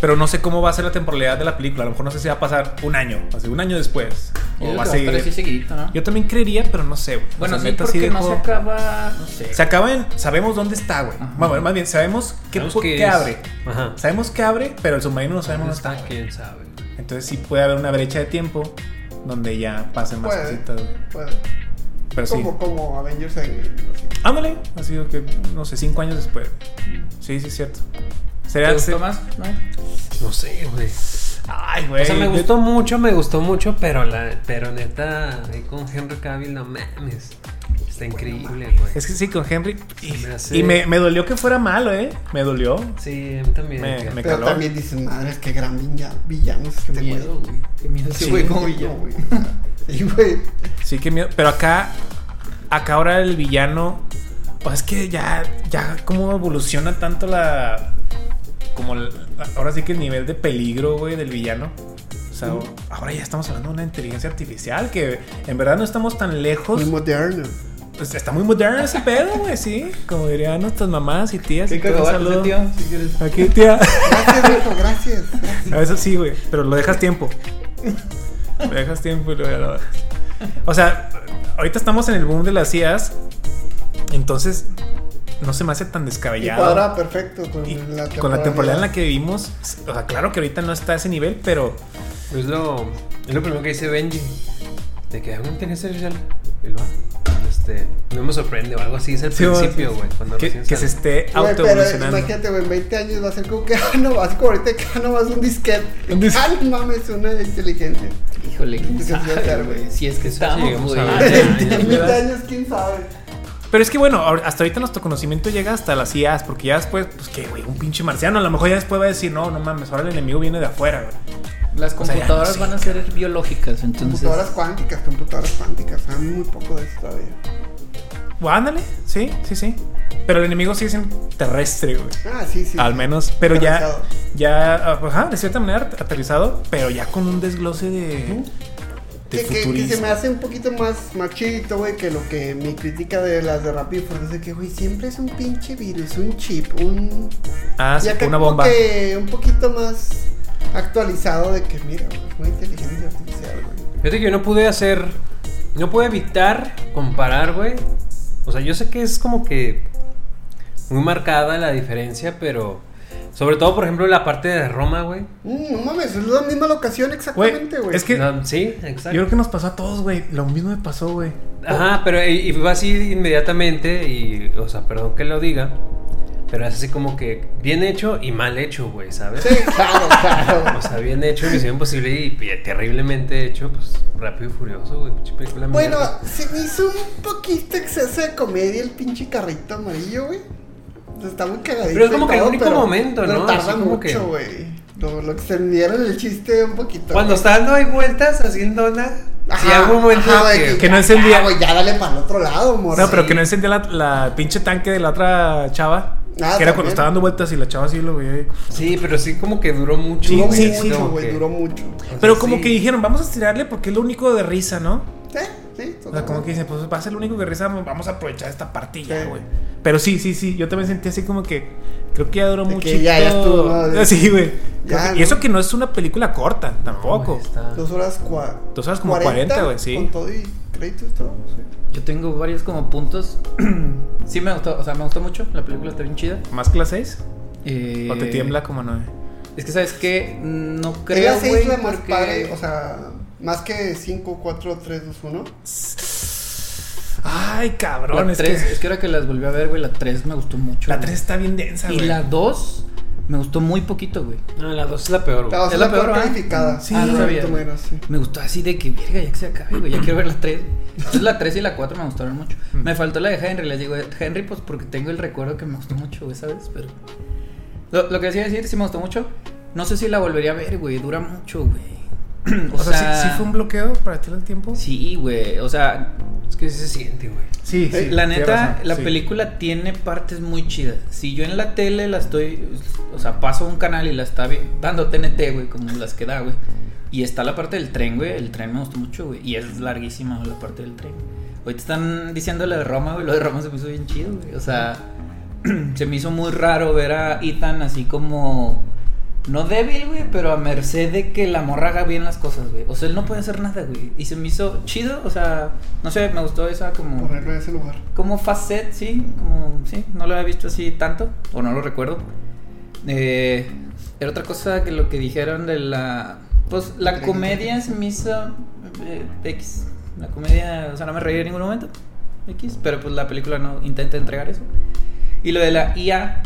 Speaker 1: Pero no sé cómo va a ser la temporalidad de la película. A lo mejor no sé si va a pasar un año, así un año después.
Speaker 2: Yo
Speaker 1: O
Speaker 2: digo
Speaker 1: va a
Speaker 2: que va a estar así
Speaker 1: seguir.
Speaker 2: seguidito, ¿no?
Speaker 1: Yo también creería, pero no sé, güey. O
Speaker 2: Bueno,
Speaker 1: sea,
Speaker 2: sí,
Speaker 1: neta,
Speaker 2: porque no
Speaker 1: dejo-
Speaker 2: se acaba. No sé.
Speaker 1: Se acaba en. Sabemos dónde está, güey.
Speaker 2: Ajá.
Speaker 1: Bueno, más bien, sabemos qué,
Speaker 4: Sabemos
Speaker 1: pu-
Speaker 4: que
Speaker 1: qué
Speaker 4: es-
Speaker 1: abre.
Speaker 4: Ajá.
Speaker 1: Sabemos que abre, pero el submarino no sabemos
Speaker 4: ¿Dónde
Speaker 1: dónde está.
Speaker 4: está? ¿Quién sabe?
Speaker 1: Entonces sí puede haber una brecha de tiempo donde ya pasen más
Speaker 3: Puede.
Speaker 1: cositas, güey.
Speaker 3: Bueno,
Speaker 1: Pero sí.
Speaker 3: como, como Avengers Endgame. así.
Speaker 1: Ándale, ha sido que, no sé, cinco años después. Sí, sí, es cierto.
Speaker 2: ¿Te
Speaker 1: Sería.
Speaker 2: gustó
Speaker 1: se-
Speaker 2: más? ¿No?
Speaker 4: No sé, güey.
Speaker 1: Ay, güey.
Speaker 4: O sea, me
Speaker 1: yo-
Speaker 4: gustó mucho, me gustó mucho, pero la pero neta, ahí con Henry Cavill, no mames. Está increíble, güey.
Speaker 1: Es que sí, con Henry.
Speaker 4: Se me hace-
Speaker 1: Y me, me dolió que fuera malo, ¿eh? Me dolió.
Speaker 4: Sí, a mí también.
Speaker 1: Me-
Speaker 4: que-
Speaker 1: me-
Speaker 3: Pero
Speaker 1: caló.
Speaker 3: también dicen, madre, qué gran viña- villano es este
Speaker 2: Qué miedo, güey. Qué miedo ese <laughs>
Speaker 3: <laughs> Sí,
Speaker 2: güey como
Speaker 3: no,
Speaker 2: villano.
Speaker 1: <laughs>
Speaker 3: güey. <laughs> Y güey,
Speaker 1: Sí, qué miedo. Pero acá. Acá ahora el villano. Pues es que ya. Ya como evoluciona tanto la. Como el- ahora sí que el nivel de peligro, güey, del villano. O sea, ahora ya estamos hablando de una inteligencia artificial que en verdad no estamos tan lejos.
Speaker 3: muy moderno.
Speaker 1: <laughs> Pues está muy moderno ese pedo, güey, sí. Como dirían nuestras mamás y tías.
Speaker 2: Qué
Speaker 1: y todo,
Speaker 2: cagado ese
Speaker 1: saludo.
Speaker 2: tío. Si quieres.
Speaker 1: Aquí, tía.
Speaker 3: Gracias, hijo, gracias. gracias.
Speaker 1: A veces sí, güey, pero lo dejas tiempo. Lo dejas tiempo y luego ya lo bajas. O sea, ahorita estamos en el boom de las IAs, entonces no se me hace tan
Speaker 3: Y
Speaker 1: descabellado.
Speaker 3: cuadra perfecto con,
Speaker 1: Y
Speaker 3: la
Speaker 1: con la temporada en la que vivimos, o sea, claro que ahorita no está a ese nivel, pero
Speaker 4: Es lo, es lo primero que dice Benji. De que "Ah, hay una inteligencia artificial. Y lo va. Este, no me sorprende o algo así. Es el
Speaker 1: Sí,
Speaker 4: principio,
Speaker 1: sí, sí.
Speaker 4: güey. cuando
Speaker 1: que,
Speaker 4: recién
Speaker 1: que se
Speaker 4: sale.
Speaker 1: esté
Speaker 3: Güey, pero
Speaker 1: autoevolucionando.
Speaker 3: imagínate, güey, en 20 años va a ser como que, <laughs> ah, no, así como ahorita que, ah, no, vas un disquete.
Speaker 1: Un dis-
Speaker 3: Ah, no mames, una inteligencia.
Speaker 2: Híjole, quién
Speaker 3: Yo creo que ya
Speaker 2: sabe,
Speaker 3: está,
Speaker 2: güey.
Speaker 3: güey.
Speaker 2: Si es que
Speaker 4: Eso sí
Speaker 2: estamos,
Speaker 4: llegamos
Speaker 2: güey.
Speaker 4: a ver.
Speaker 1: <laughs>
Speaker 2: Ah,
Speaker 4: ya,
Speaker 3: En 20
Speaker 1: ya.
Speaker 3: años, quién sabe.
Speaker 1: Pero es que bueno, ahor- hasta ahorita nuestro conocimiento llega hasta las IAs, porque ya después, pues que, güey, un pinche marciano, a lo mejor ya después va a decir, no, no mames, ahora el enemigo viene de afuera, güey.
Speaker 2: Las
Speaker 1: O sea, ya no
Speaker 2: computadoras
Speaker 1: sé.
Speaker 2: van a ser biológicas, entonces.
Speaker 3: Computadoras cuánticas, computadoras cuánticas. Hay muy poco de eso todavía.
Speaker 1: Bueno, ándale, sí, sí, sí. Pero el enemigo sigue siendo terrestre, güey.
Speaker 3: Ah, sí, sí.
Speaker 1: Al
Speaker 3: sí.
Speaker 1: menos, pero ya,
Speaker 3: Aterrizado.
Speaker 1: ya, ah, ajá, de cierta manera aterrizado, pero ya con un desglose de, de
Speaker 3: Que, que- que se me
Speaker 1: futurismo.
Speaker 3: hace un poquito más, más chidito, güey, que lo que mi crítica de las de Rapid Force es de que, güey, siempre es un pinche virus, un chip, un.
Speaker 1: Ah, sí,
Speaker 3: y acá
Speaker 1: una
Speaker 3: como
Speaker 1: bomba.
Speaker 3: que un poquito más actualizado de que, mira, güey, es muy inteligencia artificial, güey.
Speaker 4: Fíjate que yo no pude hacer. No pude evitar comparar, güey. O sea, yo sé que es como que. Muy marcada la diferencia, pero. Sobre todo, por ejemplo, la parte de Roma, güey.
Speaker 3: Mm, no mames, es la misma locación exactamente, güey.
Speaker 1: es que- ¿Qué?
Speaker 4: No, sí,
Speaker 1: Yo
Speaker 4: exacto.
Speaker 1: creo que nos pasó a todos, güey. Lo mismo me pasó, güey.
Speaker 4: Ajá, pero y, y fue así inmediatamente y, o sea, perdón que lo diga, Pero es así como que bien hecho y mal hecho, güey, ¿sabes?
Speaker 3: Sí, <laughs> claro, claro.
Speaker 4: O sea, bien hecho, Misión Imposible y pi- terriblemente hecho, pues rápido y furioso, güey. Pinche película
Speaker 3: Bueno,
Speaker 4: mierda.
Speaker 3: se me hizo un poquito exceso de comedia el pinche carrito amarillo, güey. Está muy cagadito.
Speaker 4: Pero es como
Speaker 3: y
Speaker 4: que el
Speaker 3: todo,
Speaker 4: único
Speaker 3: pero-
Speaker 4: momento,
Speaker 3: pero
Speaker 4: ¿no?
Speaker 3: tarda
Speaker 4: Así como que-
Speaker 3: mucho, güey. Lo, lo extendieron el chiste un poquito.
Speaker 4: Cuando
Speaker 3: güey.
Speaker 4: está dando ahí vueltas haciendo una.
Speaker 3: Ajá,
Speaker 4: y algún momento
Speaker 3: ajá,
Speaker 4: que-
Speaker 3: güey,
Speaker 1: que no
Speaker 3: ya,
Speaker 1: encendía.
Speaker 3: ya, güey, ya dale para el otro lado, morro.
Speaker 1: No, pero que no encendía la, la pinche tanque de la otra chava.
Speaker 3: Ah,
Speaker 1: que era
Speaker 3: también. Pues
Speaker 1: cuando estaba dando vueltas y la chava así lo veía. y-
Speaker 4: Sí, pero sí como que duró mucho.
Speaker 3: Duró
Speaker 4: güey, así
Speaker 3: mucho,
Speaker 4: como
Speaker 3: güey,
Speaker 4: que-
Speaker 3: duró mucho.
Speaker 4: o sea,
Speaker 1: Pero como
Speaker 4: sí.
Speaker 1: que dijeron, vamos a estirarle porque es lo único de risa, ¿no?
Speaker 3: Sí,
Speaker 1: O
Speaker 3: sí,
Speaker 1: sea, como que
Speaker 3: totalmente.
Speaker 1: dicen, pues va a ser lo único que risa, vamos a aprovechar esta partilla,
Speaker 3: Sí.
Speaker 1: güey. Pero sí, sí, sí, yo también sentí así como que creo que ya duró
Speaker 3: De
Speaker 1: mucho.
Speaker 3: que ya, ya estuvo, ¿no?
Speaker 1: <laughs>
Speaker 3: De-
Speaker 1: Sí, güey.
Speaker 3: Ya,
Speaker 1: Creo que-
Speaker 3: güey.
Speaker 1: Y eso que no es una película corta, tampoco.
Speaker 4: No, güey, está-
Speaker 3: Dos horas cua...
Speaker 1: Dos horas como 40, güey, sí.
Speaker 3: Con todo y créditos y todo, sí.
Speaker 2: Yo tengo varios como puntos. <clears throat> sí me gustó, o sea, me gustó mucho. La película está bien chida.
Speaker 1: ¿Más que las 6?
Speaker 2: Eh,
Speaker 1: ¿O te tiembla como 9?
Speaker 2: Es que sabes que no
Speaker 3: Creo,
Speaker 2: creo,
Speaker 3: la
Speaker 2: güey,
Speaker 3: seis la más
Speaker 2: porque-
Speaker 3: padre, o sea, más que 5, 4, 3, 2, 1.
Speaker 1: Ay,
Speaker 2: La
Speaker 1: cabrón, es
Speaker 2: tres,
Speaker 1: que
Speaker 2: es que ahora que las volví a ver, güey, la 3 me gustó mucho.
Speaker 1: la
Speaker 2: güey.
Speaker 1: 3 está bien densa,
Speaker 2: y
Speaker 1: güey.
Speaker 2: la 2 me gustó muy poquito, güey.
Speaker 4: No, la 2 es la peor, güey.
Speaker 3: La dos
Speaker 2: Es
Speaker 3: es
Speaker 2: la
Speaker 3: la peor
Speaker 1: ¿eh?
Speaker 2: peor, ¿ah?
Speaker 3: calificada.
Speaker 2: Sí, Ah, no
Speaker 3: de
Speaker 2: sabía.
Speaker 3: todas maneras, sí.
Speaker 2: Me gustó así de que, verga, ya que se acabe, güey, ya quiero ver la 3. Entonces la 3 y la 4 me gustaron mucho. Me faltó la de Henry, les digo, Henry, pues porque tengo el recuerdo que me gustó mucho, güey, ¿sabes? Pero. Lo, lo que decía decir, sí me gustó mucho. No sé si la volvería a ver, güey, dura mucho, güey. <clears throat>
Speaker 1: O, sea, ¿sí, sí fue un bloqueo para ti el tiempo?
Speaker 2: Sí, güey, o sea,
Speaker 4: Es que sí se siente, güey.
Speaker 1: sí.
Speaker 3: Eh,
Speaker 2: La
Speaker 1: tienes
Speaker 2: neta,
Speaker 1: razón,
Speaker 2: la
Speaker 1: sí.
Speaker 2: película tiene partes muy chidas. Si yo en la tele la estoy, o sea, paso un canal y la está vi- dando TNT, güey, como las que da, güey. Y está la parte del tren, güey. El tren me gustó mucho, güey. Y es larguísima la parte del tren. Hoy te están diciendo la de Roma, güey. Lo de Roma se me hizo bien chido, güey. O sea, <clears throat> se me hizo muy raro ver a Ethan así como... No débil, güey, pero a merced de que la morra haga bien las cosas, güey. O sea, él no puede hacer nada, güey. Y se me hizo chido, o sea, no sé, me gustó esa como
Speaker 3: Ponerlo en ese lugar.
Speaker 2: como facet, sí, como sí, no lo había visto así tanto, o no lo recuerdo. Eh, era otra cosa que lo que dijeron de la. Pues la comedia se me hizo eh, X. La comedia, o sea, no me reí en ningún momento. X, pero pues la película no intenta entregar eso. Y lo de la IA,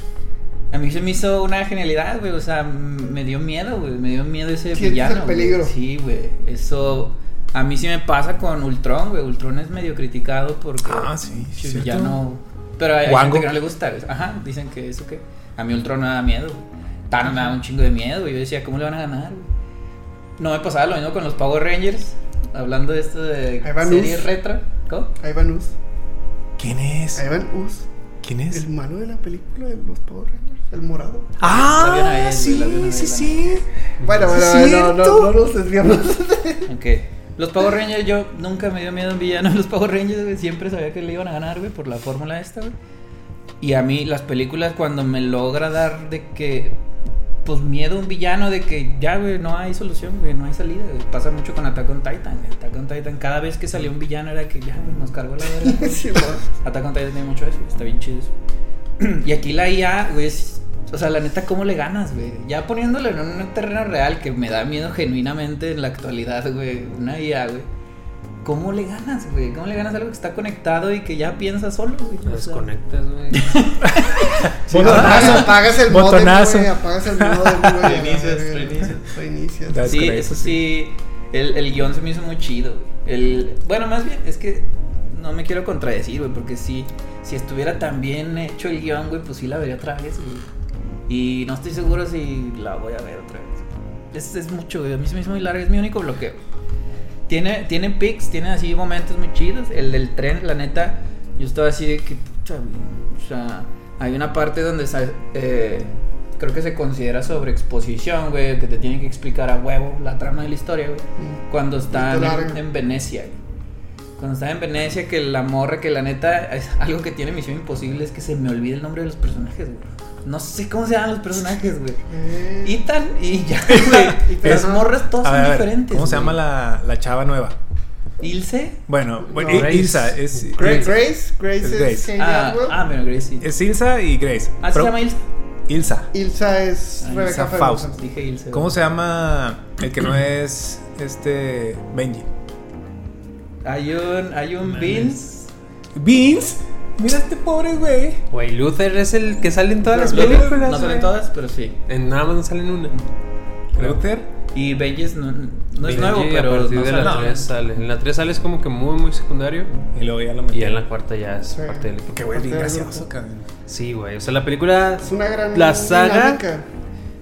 Speaker 2: a mí se me hizo una genialidad, güey. O sea, m- me dio miedo, güey. Me dio miedo ese
Speaker 3: Sientes
Speaker 2: villano.
Speaker 3: el
Speaker 2: güey.
Speaker 3: peligro.
Speaker 2: Sí, güey. Eso. A mí sí me pasa con Ultron, güey. Ultron es medio criticado porque.
Speaker 1: Ah, sí,
Speaker 2: pinche
Speaker 1: cierto.
Speaker 2: villano. Pero hay, hay
Speaker 1: Wango.
Speaker 2: gente que no le gusta, güey. Ajá, dicen que eso que. A mí Ultron me da miedo, güey. Thanos me da un chingo de miedo, güey. Yo decía, ¿cómo le van a ganar, güey? No me pasaba lo mismo con los Power Rangers. Hablando de esto de
Speaker 3: Ahí van
Speaker 2: series
Speaker 3: Us.
Speaker 2: retro. ¿Cómo?
Speaker 3: Ahí van Us.
Speaker 1: ¿Quién es?
Speaker 3: Ahí van Us.
Speaker 1: ¿Quién es?
Speaker 3: Eh, El malo de la película de los Power Rangers. El morado.
Speaker 2: La vieron a él,
Speaker 1: Ah,
Speaker 2: güey, la vieron a
Speaker 1: sí,
Speaker 2: él,
Speaker 1: sí,
Speaker 2: la
Speaker 1: sí. ¿Sí
Speaker 3: Bueno, bueno,
Speaker 1: es
Speaker 3: bueno, no,
Speaker 1: cierto?
Speaker 3: no, no nos desviamos.
Speaker 1: <laughs>
Speaker 2: Ok. Los Power Rangers, yo nunca me dio miedo en villano. <laughs> Los Power Rangers, güey, siempre sabía que le iban a ganar, güey, por la fórmula esta, güey. Y a mí, las películas, cuando me logra dar de que. Pues miedo a un villano de que ya, güey, no hay solución, güey, no hay salida. güey. Pasa mucho con Attack on Titan, güey. Attack on Titan, cada vez que salía un villano era que ya, güey, nos cargó la verga. güey.
Speaker 3: Sí, bueno.
Speaker 2: Attack on Titan tiene mucho eso, está bien chido eso. <clears throat> Y aquí la IA, güey, es- o sea, la neta, ¿cómo le ganas, güey? Ya poniéndolo en un terreno real que me da miedo genuinamente en la actualidad, güey, una IA, güey. ¿Cómo le ganas, güey? ¿Cómo le ganas algo que está conectado y que ya piensa solo, güey?
Speaker 4: La
Speaker 2: O sea,
Speaker 4: desconectas, güey.
Speaker 3: Sí,
Speaker 1: <laughs>
Speaker 2: Ah,
Speaker 3: apagas, apagas el modem,
Speaker 1: Botonazo.
Speaker 3: güey, apagas el modem, güey.
Speaker 4: Reinicias,
Speaker 3: Güey,
Speaker 4: reinicias.
Speaker 3: Reinicias.
Speaker 1: Da-
Speaker 2: Sí,
Speaker 1: Desconectas,
Speaker 2: eso sí. El, el guión se me hizo muy chido, güey. El, bueno, más bien, es que no me quiero contradecir, güey, porque si, si estuviera tan bien hecho el guión, güey, pues sí la vería otra vez, güey. Y no estoy seguro si la voy a ver otra vez. Es, es mucho, güey. A mí se me hizo muy larga, es mi único bloqueo. Tiene, tiene pics, tiene así momentos muy chidos. El del tren, la neta, yo estaba así de que, pucha, güey, o sea, hay una parte donde sa- eh, creo que se considera sobreexposición, güey, que te tienen que explicar a huevo la trama de la historia, güey.
Speaker 3: Mm.
Speaker 2: Cuando están
Speaker 3: Está
Speaker 2: en,
Speaker 3: larga.
Speaker 2: en Venecia, güey. Cuando estaba en Venecia, que la morra, que la neta, es algo que tiene Misión Imposible es que se me olvida el nombre de los personajes, güey. No sé cómo se llaman los personajes, güey.
Speaker 3: Eh,
Speaker 2: Ethan y ya, <laughs> güey.
Speaker 3: Ethan,
Speaker 2: Las
Speaker 3: ¿no?
Speaker 2: morras todas
Speaker 1: A ver,
Speaker 2: son
Speaker 1: a ver,
Speaker 2: diferentes.
Speaker 1: ¿Cómo se
Speaker 2: güey.
Speaker 1: llama la, la chava nueva?
Speaker 2: Ilse?
Speaker 1: Bueno, bueno,
Speaker 3: Grace.
Speaker 1: Ilsa. Es,
Speaker 3: Grace,
Speaker 1: es-
Speaker 3: Grace, Grace
Speaker 1: Es
Speaker 3: es
Speaker 1: Grace.
Speaker 3: Kate
Speaker 2: Ah,
Speaker 3: Atwell.
Speaker 2: ah, bueno, Grace sí.
Speaker 1: es Ilsa y Grace.
Speaker 2: Ah, se
Speaker 1: Pero-
Speaker 2: llama Ilse.
Speaker 1: Ilsa.
Speaker 3: Ilsa es
Speaker 2: Ah,
Speaker 3: Rebecca
Speaker 1: Ilsa
Speaker 3: Ferguson.
Speaker 1: Faust.
Speaker 2: Dije eh. Ilse.
Speaker 1: ¿Cómo se llama el
Speaker 3: <clears throat>
Speaker 1: que no es este Benji?
Speaker 2: Hay un, hay un Vince.
Speaker 1: Beans. mira este pobre güey.
Speaker 4: Güey, Luther es el que sale en todas las
Speaker 2: Luther,
Speaker 4: películas.
Speaker 2: No
Speaker 4: güey.
Speaker 2: salen todas, pero sí.
Speaker 4: En nada más no sale en una.
Speaker 1: Luther.
Speaker 2: Y Vengeance no, no es
Speaker 4: Benji,
Speaker 2: nuevo,
Speaker 4: a
Speaker 2: pero
Speaker 4: partir
Speaker 2: no
Speaker 4: de
Speaker 2: sale.
Speaker 4: la 3 sale. En la 3 sale es como que muy, muy secundario.
Speaker 1: Y luego ya lo
Speaker 4: Y
Speaker 1: metí.
Speaker 4: ya en la cuarta ya es
Speaker 3: Sí.
Speaker 4: parte del equipo.
Speaker 1: Porque, güey, es bien
Speaker 3: Parte del
Speaker 1: gracioso,
Speaker 3: grupo.
Speaker 1: cabrón.
Speaker 4: Sí, güey. O sea, la película,
Speaker 3: Es una gran
Speaker 4: la saga,
Speaker 3: dinámica.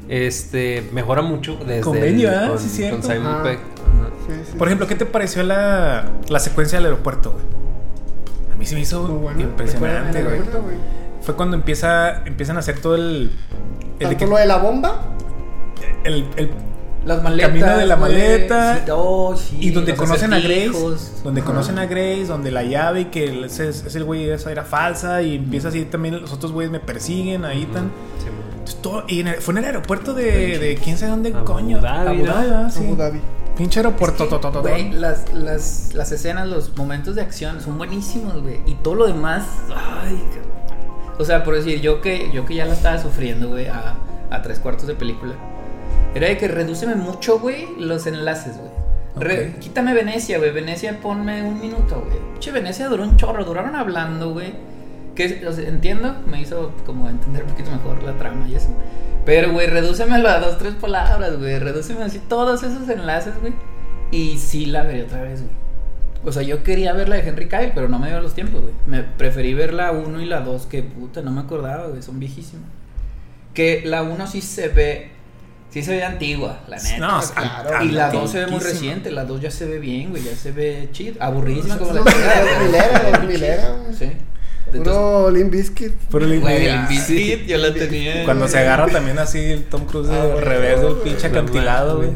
Speaker 4: este, mejora mucho desde
Speaker 1: Con Benji,
Speaker 4: el-
Speaker 1: ¿verdad?
Speaker 4: con,
Speaker 1: ¿eh? Sí, cierto.
Speaker 4: con Simon
Speaker 3: Ajá.
Speaker 4: Pegg. Ajá.
Speaker 3: Sí, sí,
Speaker 1: Por
Speaker 3: sí.
Speaker 1: ejemplo, ¿qué te pareció la, la secuencia del aeropuerto, güey? A mí se me hizo
Speaker 3: Muy buena.
Speaker 1: impresionante,
Speaker 3: Muy
Speaker 1: güey.
Speaker 3: buena, güey.
Speaker 1: Fue cuando empieza, empiezan a hacer todo el. El, de
Speaker 3: Tanto
Speaker 1: que- Ah,
Speaker 3: lo de la bomba
Speaker 1: el- el-
Speaker 2: Las maletas.
Speaker 1: Camino de la
Speaker 2: güey.
Speaker 1: maleta.
Speaker 2: Sí, oh, sí,
Speaker 1: y donde
Speaker 2: los
Speaker 1: conocen a Grace.
Speaker 2: acertijos.
Speaker 1: Donde
Speaker 3: Ajá.
Speaker 1: conocen a Grace, donde la llave y que el- ese, ese güey esa era falsa. Y empieza así también. Los otros güeyes me persiguen, ahí tan.
Speaker 4: Sí, güey.
Speaker 1: Entonces, todo- y en el- fue en el aeropuerto de, de quién sabe dónde,
Speaker 4: Abu
Speaker 1: coño.
Speaker 4: Dhabi,
Speaker 1: Abu
Speaker 4: ¿no?
Speaker 1: Dhabi, ¿verdad? Sí.
Speaker 3: Abu Dhabi.
Speaker 1: Pinche aeropuerto,
Speaker 2: Es que,
Speaker 1: totototón.
Speaker 2: güey, las, las, las escenas, los momentos de acción son buenísimos, güey. Y todo lo demás, ay, ca- O sea, por decir, yo que, yo que ya la estaba sufriendo, güey, a, a tres cuartos de película. Era de que redúceme mucho, güey, los enlaces, güey. Re-
Speaker 1: Ok.
Speaker 2: Quítame Venecia, güey. Venecia, ponme un minuto, güey. Che, Venecia duró un chorro, duraron hablando, güey. Que es- o sea, entiendo, me hizo como entender un poquito mejor la trama y eso. Pero, güey, redúcemelo a dos, tres palabras, güey. Redúceme así todos esos enlaces, güey. Y sí la veré otra vez, güey. O sea, yo quería ver la de Henry Cavill, pero no me dio los tiempos, güey. Me preferí ver la 1 y la 2, que puta, no me acordaba, güey. Son viejísimas. Que la 1 sí se ve. Sí se ve antigua, la neta.
Speaker 1: No,
Speaker 3: claro.
Speaker 2: Y la 2 se ve muy
Speaker 1: antiquísima.
Speaker 2: reciente, la 2 ya se ve bien, güey, ya se ve chido, aburridísima como la
Speaker 3: Dos
Speaker 2: chingada, güey.
Speaker 3: milera, dos milera, güey.
Speaker 2: Sí. Entonces,
Speaker 3: Puro Limp Bizkit.
Speaker 1: Puro Limp
Speaker 2: güey,
Speaker 1: Bizkit.
Speaker 2: el Bizkit yo la tenía.
Speaker 1: Cuando se agarra también así el Tom Cruise de
Speaker 3: Ah, güey.
Speaker 1: revés del pinche acantilado, güey.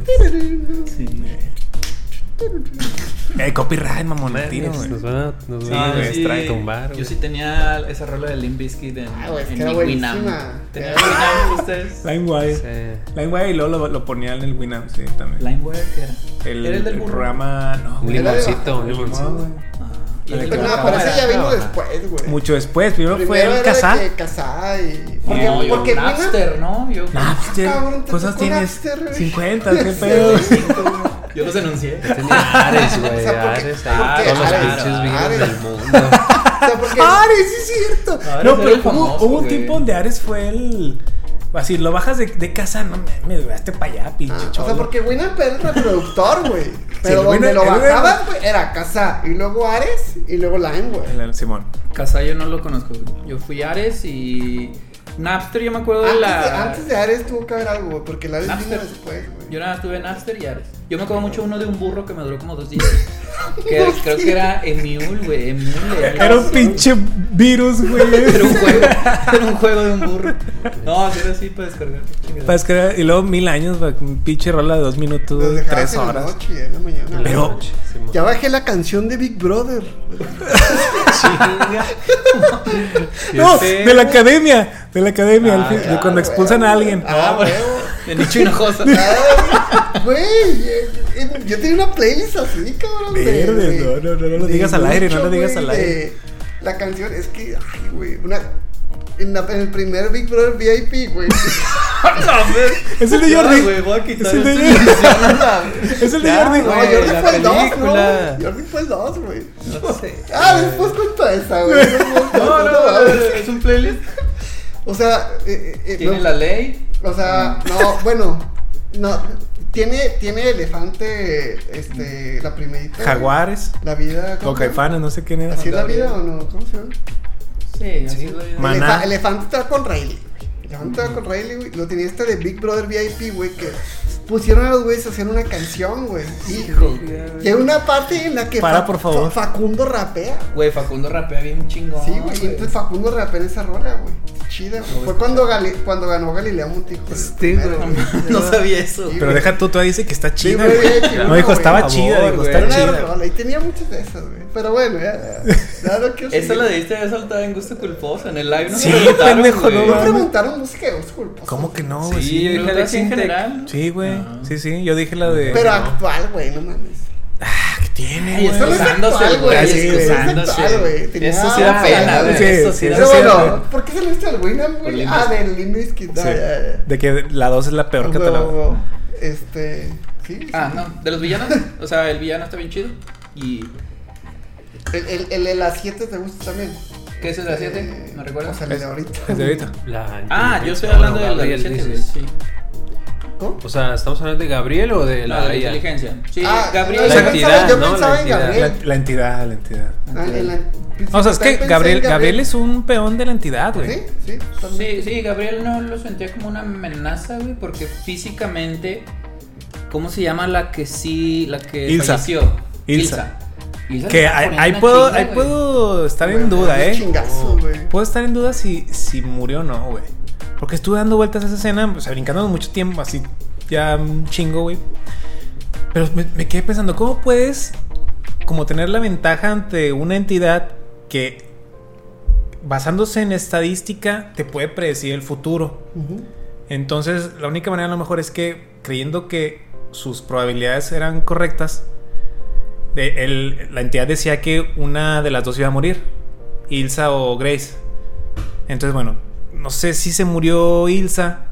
Speaker 1: Eh, copyright, mamón,
Speaker 4: Mames,
Speaker 1: el tiro, güey.
Speaker 4: Nos van a, nos
Speaker 1: Sí,
Speaker 4: van a
Speaker 1: güey,
Speaker 2: sí,
Speaker 4: extraer- tumbar,
Speaker 2: Yo
Speaker 4: güey.
Speaker 2: sí tenía esa rola de Limp Bizkit en,
Speaker 3: Ah, güey, es
Speaker 2: en
Speaker 3: que era
Speaker 2: mi
Speaker 3: buenísima.
Speaker 2: Winamp. ¿Tenía
Speaker 3: Era-
Speaker 2: Winamp ustedes?
Speaker 1: LimeWire.
Speaker 4: Sí.
Speaker 1: LimeWire y luego lo, lo ponía en el Winamp, sí, también.
Speaker 2: Limeware, ¿qué era?
Speaker 1: El,
Speaker 2: ¿Era el del
Speaker 1: el
Speaker 2: burro?
Speaker 1: programa, no,
Speaker 4: Un
Speaker 1: güey.
Speaker 3: Era de
Speaker 4: limoncito, un
Speaker 1: No,
Speaker 4: limoncito.
Speaker 1: güey.
Speaker 2: Ah,
Speaker 1: La de
Speaker 2: el
Speaker 1: que
Speaker 3: Pero
Speaker 2: del
Speaker 1: la
Speaker 3: no,
Speaker 2: programa
Speaker 3: pero ese
Speaker 2: era-
Speaker 3: ya vino
Speaker 4: Ajá.
Speaker 3: después, güey.
Speaker 1: Mucho después, primero,
Speaker 3: Primero
Speaker 1: fue el
Speaker 3: era de
Speaker 1: Kazá.
Speaker 3: que Kazá y...
Speaker 2: No,
Speaker 3: Porque,
Speaker 2: yo,
Speaker 3: porque Winamp-
Speaker 2: Napster, ¿no? Yo,
Speaker 1: Napster,
Speaker 3: Ah, cabrón, te
Speaker 1: pues, cosas
Speaker 3: tocó
Speaker 1: tienes
Speaker 3: Napster, güey. <laughs>
Speaker 1: 50, qué pedo.
Speaker 2: yo los denuncié.
Speaker 4: Tenía
Speaker 1: <laughs>
Speaker 4: Ares,
Speaker 3: <laughs>
Speaker 4: güey.
Speaker 3: O sea, porque-
Speaker 4: Ares,
Speaker 3: porque
Speaker 4: ahí, todos los
Speaker 2: Ares,
Speaker 4: pinches virus
Speaker 3: Ares.
Speaker 4: del mundo.
Speaker 3: O sea, porque... Ah,
Speaker 1: Ares, sí es cierto.
Speaker 2: Ares
Speaker 1: no,
Speaker 2: era
Speaker 1: pero
Speaker 2: el
Speaker 1: hubo,
Speaker 2: famoso,
Speaker 1: hubo un
Speaker 2: güey.
Speaker 1: tiempo donde Ares fue el. Así, lo bajas de, de casa, no me dudaste para allá, pinche
Speaker 3: Ah, o
Speaker 1: cholo.
Speaker 3: sea, porque Winamp era el reproductor, güey. Pero
Speaker 1: el
Speaker 3: donde
Speaker 1: Winamp-
Speaker 3: lo
Speaker 1: el Winamp-
Speaker 3: bajabas, güey, era Kazá. Y luego Ares y luego Lime, güey.
Speaker 1: El- el Simón.
Speaker 2: Casa yo no lo conozco, güey. Yo fui a Ares y. Napster, yo me acuerdo de
Speaker 3: Ah, Antes,
Speaker 2: la.
Speaker 3: de, antes de Ares tuvo que haber algo, güey, porque el Ares vino
Speaker 2: Napster.
Speaker 3: después, güey.
Speaker 2: Yo nada más tuve Napster y Ares. Yo me acuerdo mucho uno de un burro que me duró como dos días. que era- creo que era Emule, güey. Emule.
Speaker 1: Era un pinche virus,
Speaker 2: Era un
Speaker 1: güey. <laughs>
Speaker 2: juego. Era <laughs> un juego de un burro. No, sí era así para descargar. <laughs>
Speaker 1: Para descargar- Pues, y luego mil años, güey, un pinche rola de dos minutos,
Speaker 3: Los
Speaker 1: güey,
Speaker 3: dejabas
Speaker 1: tres
Speaker 3: en la
Speaker 1: horas.
Speaker 3: noche, y en la mañana.
Speaker 1: <laughs> Pero-
Speaker 4: Simón.
Speaker 3: Ya bajé la canción de Big Brother.
Speaker 4: Chinga.
Speaker 2: Ah,
Speaker 1: No,
Speaker 4: Este-
Speaker 1: de la academia, de la academia,
Speaker 4: Ah,
Speaker 1: al fin- de
Speaker 3: ya,
Speaker 1: cuando
Speaker 3: güey.
Speaker 1: expulsan a alguien.
Speaker 3: Ah,
Speaker 2: bueno.
Speaker 3: huevo.
Speaker 2: De Nicho Hinojosa.
Speaker 3: Ah, Güey, eh, eh, yo tenía una playlist así, cabrón. de-
Speaker 1: Verde,
Speaker 3: de-
Speaker 1: no, no, no, no lo
Speaker 3: de
Speaker 1: digas al aire, no lo
Speaker 3: mucho,
Speaker 1: digas
Speaker 3: güey,
Speaker 1: al aire.
Speaker 3: de- La canción es que, ay, güey, una. En, la- en el primer Big Brother VIP,
Speaker 2: <laughs>
Speaker 3: güey.
Speaker 1: Es el de Jordi.
Speaker 2: Ay, güey, voy a quitar
Speaker 1: Es el de
Speaker 2: esta
Speaker 1: Jordi.
Speaker 2: edición, no
Speaker 1: <laughs>
Speaker 2: mames.
Speaker 1: Es el de
Speaker 4: Ya,
Speaker 1: Jordi.
Speaker 3: No,
Speaker 4: güey,
Speaker 3: Jordi
Speaker 4: la
Speaker 3: fue el 2, ¿no?
Speaker 4: película.
Speaker 3: güey? Jordi fue el 2, güey.
Speaker 2: No sé.
Speaker 3: Ah, después cuento esa,
Speaker 1: <laughs>
Speaker 3: güey. Después
Speaker 2: No,
Speaker 3: cuento,
Speaker 2: no,
Speaker 3: no,
Speaker 2: no,
Speaker 3: mames.
Speaker 2: es un playlist.
Speaker 3: O sea, eh, eh, eh,
Speaker 2: Tiene
Speaker 3: no,
Speaker 2: la ley.
Speaker 3: o sea, no, bueno, no, tiene, tiene elefante, este, la primerita. güey.
Speaker 1: Jaguares,
Speaker 3: La vida. ¿cómo se llama?
Speaker 1: Caifanes, no sé quién era.
Speaker 3: ¿Así es la vida o no? ¿Cómo se llama?
Speaker 2: Sí, así doy-
Speaker 1: Man. Maná.
Speaker 3: Elefa- elefante estaba con Riley, güey. Elefante estaba con Riley, güey. Lo tenía este de Big Brother VIP, güey, que pusieron a los güeyes a hacer una canción, güey. Hijo. Y hay una parte en la que
Speaker 1: Para,
Speaker 3: Fa-
Speaker 1: por favor.
Speaker 3: Fa- Facundo rapea.
Speaker 2: Güey, Facundo rapea bien chingón.
Speaker 3: Sí, güey. Y entonces Facundo rapea en esa rola, güey. Chida, güey.
Speaker 2: No,
Speaker 3: Fue
Speaker 2: es-
Speaker 3: cuando, Gali- cuando ganó Galilea Montijo. el
Speaker 4: Este,
Speaker 3: primero,
Speaker 4: güey.
Speaker 1: <laughs>
Speaker 2: No sabía eso.
Speaker 3: Sí,
Speaker 1: Pero
Speaker 3: güey.
Speaker 1: deja tú, todavía dice que está
Speaker 3: Sí,
Speaker 1: chida,
Speaker 3: güey,
Speaker 1: güey.
Speaker 3: güey,
Speaker 1: No, dijo,
Speaker 3: güey.
Speaker 1: estaba
Speaker 4: Por
Speaker 1: chida,
Speaker 4: favor,
Speaker 1: dijo,
Speaker 4: güey.
Speaker 1: está
Speaker 3: Era una
Speaker 1: chida.
Speaker 3: rola, Y tenía muchas de esas, güey. Pero bueno, ya. ya no
Speaker 2: <laughs> Esa
Speaker 3: quiero seguir.
Speaker 2: la debiste haber soltado en gusto culposo en el live. No
Speaker 1: Sí,
Speaker 2: Te preguntaron,
Speaker 1: pendejo,
Speaker 2: güey.
Speaker 1: no
Speaker 3: No
Speaker 1: mames.
Speaker 3: preguntaron música de Oso Culposo.
Speaker 1: ¿Cómo que no, güey?
Speaker 4: Sí,
Speaker 1: Sí,
Speaker 4: yo dije
Speaker 2: Preguntaste en
Speaker 4: Alexis Tec.
Speaker 2: general.
Speaker 1: Sí, güey.
Speaker 2: No.
Speaker 1: Sí, sí. Yo dije la de.
Speaker 3: Pero actual, güey, no mames.
Speaker 1: Ah, ¿Qué tiene,
Speaker 2: Ay,
Speaker 1: güey?
Speaker 3: Eso no es
Speaker 2: Excusándose,
Speaker 3: actual, güey.
Speaker 1: güey,
Speaker 3: Eso no es
Speaker 2: excusándose.
Speaker 3: actual, güey. Tenía-
Speaker 2: Eso sí da
Speaker 3: Ah,
Speaker 2: pena,
Speaker 3: güey.
Speaker 2: güey.
Speaker 1: Sí,
Speaker 2: Eso sí da
Speaker 3: Pero
Speaker 1: sí,
Speaker 2: pena.
Speaker 3: bueno, ¿por qué se lo al Winamp,
Speaker 2: Por
Speaker 3: güey?
Speaker 2: Limp
Speaker 3: Ah,
Speaker 2: Bizkit.
Speaker 3: del Limp Bizkit.
Speaker 1: Sí.
Speaker 3: Ah, ya, ya.
Speaker 1: De que la 2 es la peor que te la.
Speaker 3: Huevo, Este. Sí.
Speaker 2: Ah, no. De los villanos. O sea, el villano está bien chido. Y.
Speaker 3: El, el, el de las 7 te gusta también.
Speaker 2: ¿Qué es de la 7?
Speaker 3: Eh,
Speaker 2: ¿No recuerdas?
Speaker 3: o sea, la de ahorita.
Speaker 1: Desde ahorita.
Speaker 4: La
Speaker 2: ah, yo
Speaker 4: inteligencia
Speaker 2: estoy hablando de la
Speaker 4: Gabriel,
Speaker 2: de siete, güey,
Speaker 4: dices.
Speaker 2: sí.
Speaker 3: ¿Cómo?
Speaker 4: O sea, ¿estamos hablando de Gabriel o de
Speaker 2: La
Speaker 4: la
Speaker 2: de la
Speaker 4: IA?
Speaker 2: inteligencia. Sí,
Speaker 3: Ah,
Speaker 2: Gabriel.
Speaker 3: no,
Speaker 4: La
Speaker 3: yo pensaba-
Speaker 4: entidad,
Speaker 3: yo
Speaker 4: ¿no? La
Speaker 3: pensaba en
Speaker 4: entidad.
Speaker 1: La,
Speaker 3: Gabriel.
Speaker 1: la entidad, la entidad.
Speaker 3: Ah, en la-
Speaker 1: O sea, es que
Speaker 3: pensé en
Speaker 1: Gabriel, Gabriel es un peón de la entidad, güey.
Speaker 3: Sí, sí,
Speaker 2: Sí,
Speaker 3: también.
Speaker 2: sí, Gabriel no lo sentía como una amenaza, güey, porque físicamente. ¿Cómo se llama la que sí, la que
Speaker 1: Ilsa.
Speaker 2: falleció?
Speaker 1: Ilsa.
Speaker 2: Ilsa le
Speaker 1: Que
Speaker 2: estaba
Speaker 1: ahí,
Speaker 2: poniendo
Speaker 1: ahí
Speaker 2: una
Speaker 1: puedo,
Speaker 2: chinga,
Speaker 1: ahí
Speaker 2: güey.
Speaker 1: puedo estar en
Speaker 3: Bueno,
Speaker 1: duda,
Speaker 3: es
Speaker 1: eh.
Speaker 3: chingazo, güey.
Speaker 1: Puedo estar en duda si, si murió o no, güey. Porque estuve dando vueltas a esa escena, o sea, brincando mucho tiempo, así ya un chingo, güey. Pero me, me quedé pensando, ¿cómo puedes como tener la ventaja ante una entidad que basándose en estadística te puede predecir el futuro?
Speaker 3: Ujú.
Speaker 1: Entonces, la única manera a lo mejor es que creyendo que sus probabilidades eran correctas, de- el- la entidad decía que una de las dos iba a morir, Ilsa o Grace. Entonces, bueno, no sé si se murió Ilsa,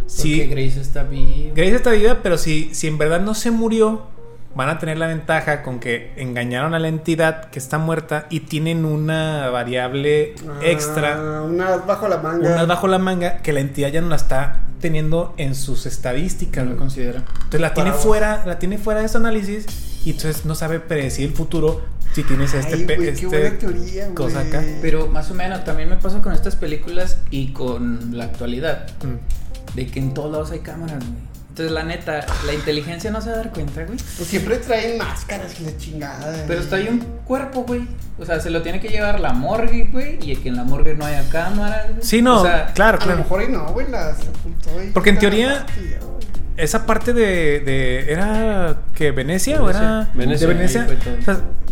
Speaker 2: Porque
Speaker 1: si
Speaker 2: Grace está viva.
Speaker 1: Grace está viva, pero si, si en verdad no se murió, van a tener la ventaja con que engañaron a la entidad que está muerta y tienen una variable extra
Speaker 3: Ah, una bajo la manga.
Speaker 1: unas bajo la manga que la entidad ya no la está teniendo en sus estadísticas.
Speaker 3: Mm,
Speaker 2: no lo
Speaker 1: güey.
Speaker 2: considera.
Speaker 1: Entonces la tiene
Speaker 3: Para vos.
Speaker 1: fuera, la tiene fuera de su análisis y entonces no sabe predecir el futuro si tienes este,
Speaker 3: Ay,
Speaker 1: pe-
Speaker 3: güey,
Speaker 1: este
Speaker 3: qué buena teoría, güey.
Speaker 1: cosa acá.
Speaker 2: Pero más o menos, también me pasa con estas películas y con la actualidad.
Speaker 1: Mm.
Speaker 2: De que en todos lados hay cámaras, güey. Entonces, la neta, la inteligencia no se va a dar cuenta, güey.
Speaker 3: Pues siempre traen máscaras y la chingada.
Speaker 2: Pero está ahí un cuerpo, güey. O sea, se lo tiene que llevar la morgue, güey. Y que en la morgue no haya cámaras, güey.
Speaker 1: Sí, no,
Speaker 2: O sea,
Speaker 1: claro,
Speaker 3: A lo
Speaker 1: claro.
Speaker 3: mejor ahí no, güey, las apuntó ahí.
Speaker 1: Porque en
Speaker 3: Está
Speaker 1: teoría-
Speaker 3: la pastilla, güey.
Speaker 1: Esa parte de, de- ¿Era que Venecia, o era
Speaker 4: Venecia.
Speaker 1: de Venecia?
Speaker 4: Venecia,
Speaker 2: ahí fue todo.
Speaker 1: O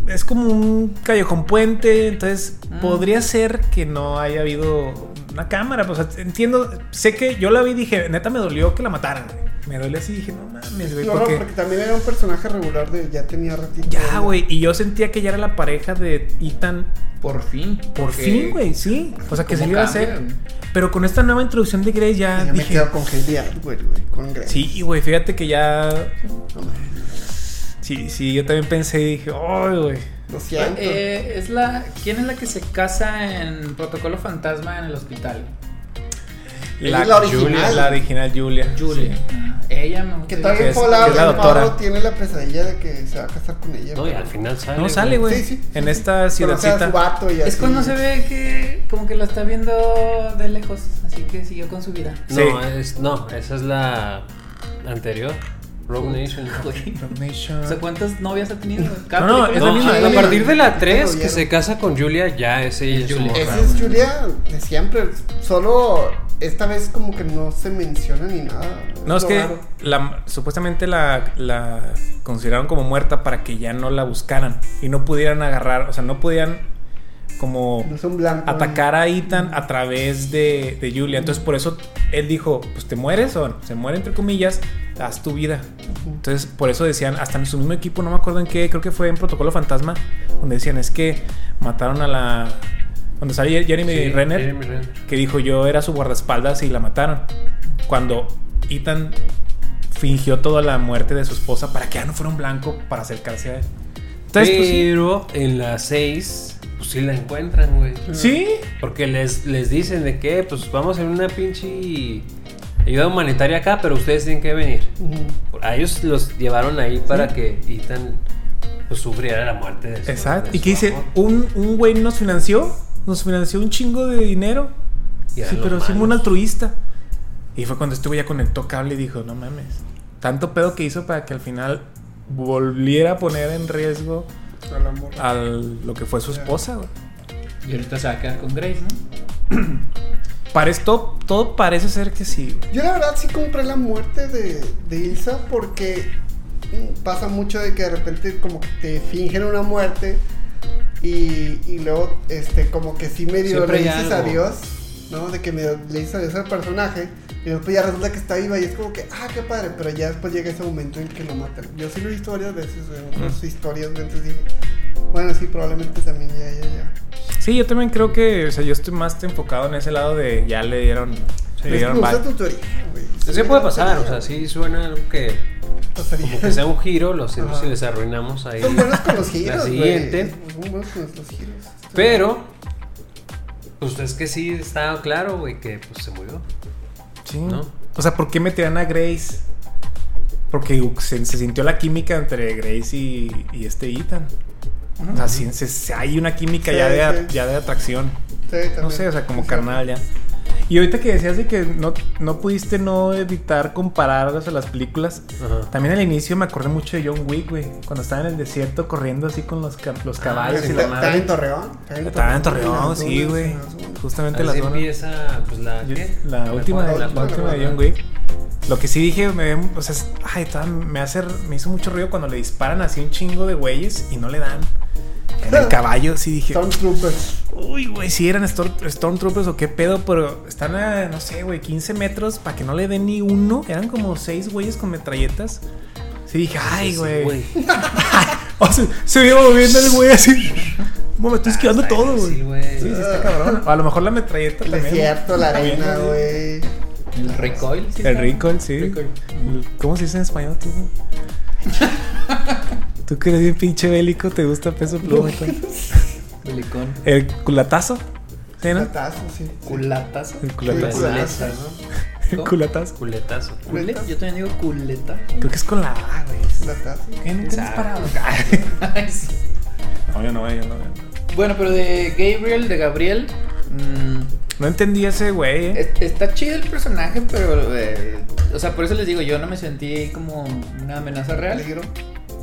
Speaker 1: sea, es como un callejón puente, entonces
Speaker 2: Mm.
Speaker 1: podría ser que no haya habido una cámara. pues, O sea, entiendo, sé que yo la vi y dije, neta me dolió que la mataran. güey. Me dolió así y dije, no mames, güey.
Speaker 3: No, no,
Speaker 1: porque-
Speaker 3: porque también era un personaje regular de ya tenía ratito.
Speaker 1: Ya, güey. Y yo sentía que ya era la pareja de Ethan.
Speaker 2: Por fin.
Speaker 1: Por
Speaker 2: porque
Speaker 1: fin, güey, sí. O sea, que se
Speaker 2: cómo
Speaker 1: le iba a
Speaker 2: cambia,
Speaker 1: hacer.
Speaker 2: güey.
Speaker 1: Pero con esta nueva introducción de Grey ya,
Speaker 3: Ya me
Speaker 1: dije.
Speaker 3: quedo con Genial, güey, güey, con Grace.
Speaker 1: Sí, güey, fíjate que ya.
Speaker 3: No mames,
Speaker 1: Sí, sí, yo también pensé y dije, ¡ay, güey!
Speaker 3: Lo siento.
Speaker 2: Eh, es la, ¿Quién es la que se casa en Protocolo Fantasma en el hospital?
Speaker 3: Ella es la original.
Speaker 1: Julia, la original Julia.
Speaker 2: Julia.
Speaker 1: Sí.
Speaker 2: Ah, ella me
Speaker 1: que
Speaker 2: gusta.
Speaker 3: que también
Speaker 1: es- que es la
Speaker 3: Paula
Speaker 1: doctora.
Speaker 3: Pablo tiene la pesadilla de que se va a casar con ella.
Speaker 4: No, y
Speaker 3: güey.
Speaker 4: al final sale.
Speaker 1: No sale, güey.
Speaker 3: Sí, sí,
Speaker 1: en
Speaker 3: sí,
Speaker 1: esta
Speaker 3: Conoce a
Speaker 1: ciudadcita.
Speaker 3: su vato y
Speaker 2: Es
Speaker 3: así.
Speaker 2: cuando se ve que como que lo está viendo de lejos, así que siguió con su vida.
Speaker 4: No,
Speaker 1: Sí.
Speaker 4: es, no, esa es la anterior. Rogue Nation.
Speaker 2: <laughs> Güey.
Speaker 1: Nation.
Speaker 2: O sea, ¿cuántas novias ha tenido?
Speaker 1: No, no,
Speaker 2: película
Speaker 1: es la
Speaker 4: No,
Speaker 1: misma.
Speaker 2: tiene una
Speaker 4: a
Speaker 2: novia.
Speaker 3: misma.
Speaker 4: partir de la
Speaker 3: Ya
Speaker 4: 3
Speaker 3: lo
Speaker 4: que se
Speaker 3: vieron.
Speaker 4: casa con Julia, ya ese
Speaker 2: Es
Speaker 4: y es su
Speaker 2: Julia.
Speaker 4: morra.
Speaker 3: Esa es Julia de siempre. Solo esta vez como que no se menciona ni nada.
Speaker 1: No, es
Speaker 3: lo
Speaker 1: que
Speaker 3: raro.
Speaker 1: la- supuestamente la, la consideraron como muerta para que ya no la buscaran y no pudieran agarrar, o sea, no podían como
Speaker 3: No son blancos.
Speaker 1: atacar a Ethan a través de, de Julia. Entonces, por eso él dijo: Pues te mueres o se muere, entre comillas, haz tu vida. Entonces, por eso decían, hasta en su mismo equipo, no me acuerdo en qué, creo que fue en Protocolo Fantasma, donde decían: Es que mataron a la. Donde sale Jeremy
Speaker 4: Sí,
Speaker 1: Renner
Speaker 4: Jeremy Renner.
Speaker 1: que dijo yo era su guardaespaldas y la mataron. Cuando Ethan fingió toda la muerte de su esposa para que ya no fuera un blanco para acercarse a él. Entonces, pues, sí.
Speaker 4: Pero en la 6, pues sí la encuentran, güey.
Speaker 1: sí.
Speaker 4: Porque les, les dicen de que, pues vamos a hacer una pinche ayuda humanitaria acá, pero ustedes tienen que venir.
Speaker 3: Ujú.
Speaker 4: A ellos los llevaron ahí para que Ethan pues, sufriera la muerte de su
Speaker 1: Exacto.
Speaker 4: de
Speaker 1: Y
Speaker 4: su
Speaker 1: que dice,
Speaker 4: amor.
Speaker 1: un, un güey nos financió, nos financió un chingo de dinero.
Speaker 4: Y eran
Speaker 1: Sí,
Speaker 4: los
Speaker 1: pero somos un
Speaker 4: malos.
Speaker 1: altruista. Y fue cuando estuvo ya conectó cable y dijo, no mames. Tanto pedo que hizo para que al final volviera a poner en riesgo
Speaker 3: Al amor.
Speaker 4: Ah.
Speaker 1: a lo que fue su esposa, güey.
Speaker 2: Y ahorita se va a quedar con Grace, ¿no?
Speaker 1: Parece, todo, todo parece ser que sí, güey.
Speaker 3: Yo la verdad sí compré la muerte de, de Ilsa porque mm, pasa mucho de que de repente como que te fingen una muerte y, y luego este como que sí medio
Speaker 4: Siempre
Speaker 3: le
Speaker 4: hay
Speaker 3: dices
Speaker 4: algo.
Speaker 3: adiós, ¿no? De que medio le dices adiós al personaje y después ya resulta que está viva y es como que, ah, qué padre, pero ya después llega ese momento en que lo matan. Yo sí lo he visto varias veces, en otras historias, entonces dije, bueno, sí, probablemente también ya, ya, ya.
Speaker 1: Sí, yo también creo que, o sea, yo estoy más enfocado en ese lado de ya le dieron, le
Speaker 3: Pero es que
Speaker 1: dieron
Speaker 3: me gusta
Speaker 1: bye.
Speaker 3: tu teoría, güey.
Speaker 4: Sí
Speaker 3: me gusta
Speaker 4: puede pasar,
Speaker 3: tu
Speaker 4: o sea,
Speaker 3: teoría.
Speaker 4: sí suena algo que
Speaker 3: Pasaría.
Speaker 4: como que sea un giro, lo siento
Speaker 3: Ajá.
Speaker 4: si les arruinamos ahí.
Speaker 3: Son buenos con los giros,
Speaker 4: La
Speaker 3: güey.
Speaker 4: siguiente.
Speaker 3: Son buenos con los giros.
Speaker 4: Pero Pues es que sí está claro, güey, que pues se murió.
Speaker 1: Sí.
Speaker 4: ¿No?
Speaker 1: O sea, ¿por qué metían a Grace? Porque se, se sintió la química entre Grace y, y este Ethan. O sea, sí, se- se- hay una química
Speaker 3: Sí,
Speaker 1: ya, de,
Speaker 3: sí.
Speaker 1: ya de atracción. No sé, o sea, como carnal ya.
Speaker 3: ya.
Speaker 1: Y ahorita que decías de que no, no pudiste no evitar compararlas a las películas,
Speaker 4: Ajá.
Speaker 1: también al inicio me acordé mucho de John Wick, güey. Cuando estaba en el desierto corriendo así con los, ca- los caballos
Speaker 4: Ah, sí,
Speaker 1: y la
Speaker 4: está-
Speaker 1: madre.
Speaker 3: en Torreón?
Speaker 1: Estaba en Torreón, sí,
Speaker 3: en
Speaker 1: güey.
Speaker 3: las dunas.
Speaker 1: Justamente las
Speaker 4: Así
Speaker 1: zonas.
Speaker 4: empieza, pues la.
Speaker 1: Yo-
Speaker 4: ¿qué?
Speaker 1: La, última,
Speaker 4: cuarta-
Speaker 1: la,
Speaker 3: cuarta,
Speaker 1: última
Speaker 3: la
Speaker 1: de John
Speaker 3: cuarta.
Speaker 1: Wick. Lo que sí dije, me, o sea, es- ay, estaba- me, hace, me hizo mucho ruido cuando le disparan así un chingo de güeyes y no le dan. En <laughs> el caballo, sí dije,
Speaker 3: Stormtroopers.
Speaker 1: uy, güey, si eran Stor- Stormtroopers o qué pedo, pero están a, no sé, güey, 15 metros para que no le den ni uno. Eran como seis güeyes con metralletas. Sí dije, ay,
Speaker 4: Sí,
Speaker 1: güey. O sea, se iba moviendo el güey <laughs> así. Bueno, me estoy esquivando <laughs>
Speaker 4: Está
Speaker 1: todo, güey.
Speaker 4: difícil, güey.
Speaker 1: Ah, Sí, sí, <laughs> está cabrón. O a lo mejor la metralleta
Speaker 3: El
Speaker 1: también.
Speaker 3: desierto, la
Speaker 1: También,
Speaker 3: arena,
Speaker 1: ¿no?
Speaker 3: güey.
Speaker 2: El recoil. sí
Speaker 1: El
Speaker 2: está?
Speaker 1: Rincon, sí.
Speaker 2: Recoil.
Speaker 1: ¿Cómo se dice en español tú? güey? tú que eres bien pinche bélico, te gusta peso pluma. güey.
Speaker 2: Belicón.
Speaker 1: El culatazo. ¿Sí, no?
Speaker 3: Platazo, sí. sí.
Speaker 2: Culatazo.
Speaker 1: El culatazo.
Speaker 2: Culeta,
Speaker 3: Culetazo.
Speaker 2: ¿no?
Speaker 1: El culatazo.
Speaker 4: Culetazo.
Speaker 2: Culeta. Yo también digo culeta.
Speaker 1: Creo que es con la A, güey.
Speaker 3: Platazo.
Speaker 1: ¿Qué? ¿Nunca te has
Speaker 2: Exacto.
Speaker 1: parado?
Speaker 2: <laughs> Ay, sí.
Speaker 1: No, yo no, yo no. yo no.
Speaker 2: Bueno, pero de Gabriel, de Gabriel. mm,
Speaker 1: No entendí ese güey, ¿eh?
Speaker 2: es- Está chido el personaje, pero. eh, o sea, por eso les digo, yo no me sentí como una amenaza real.
Speaker 3: Peligro.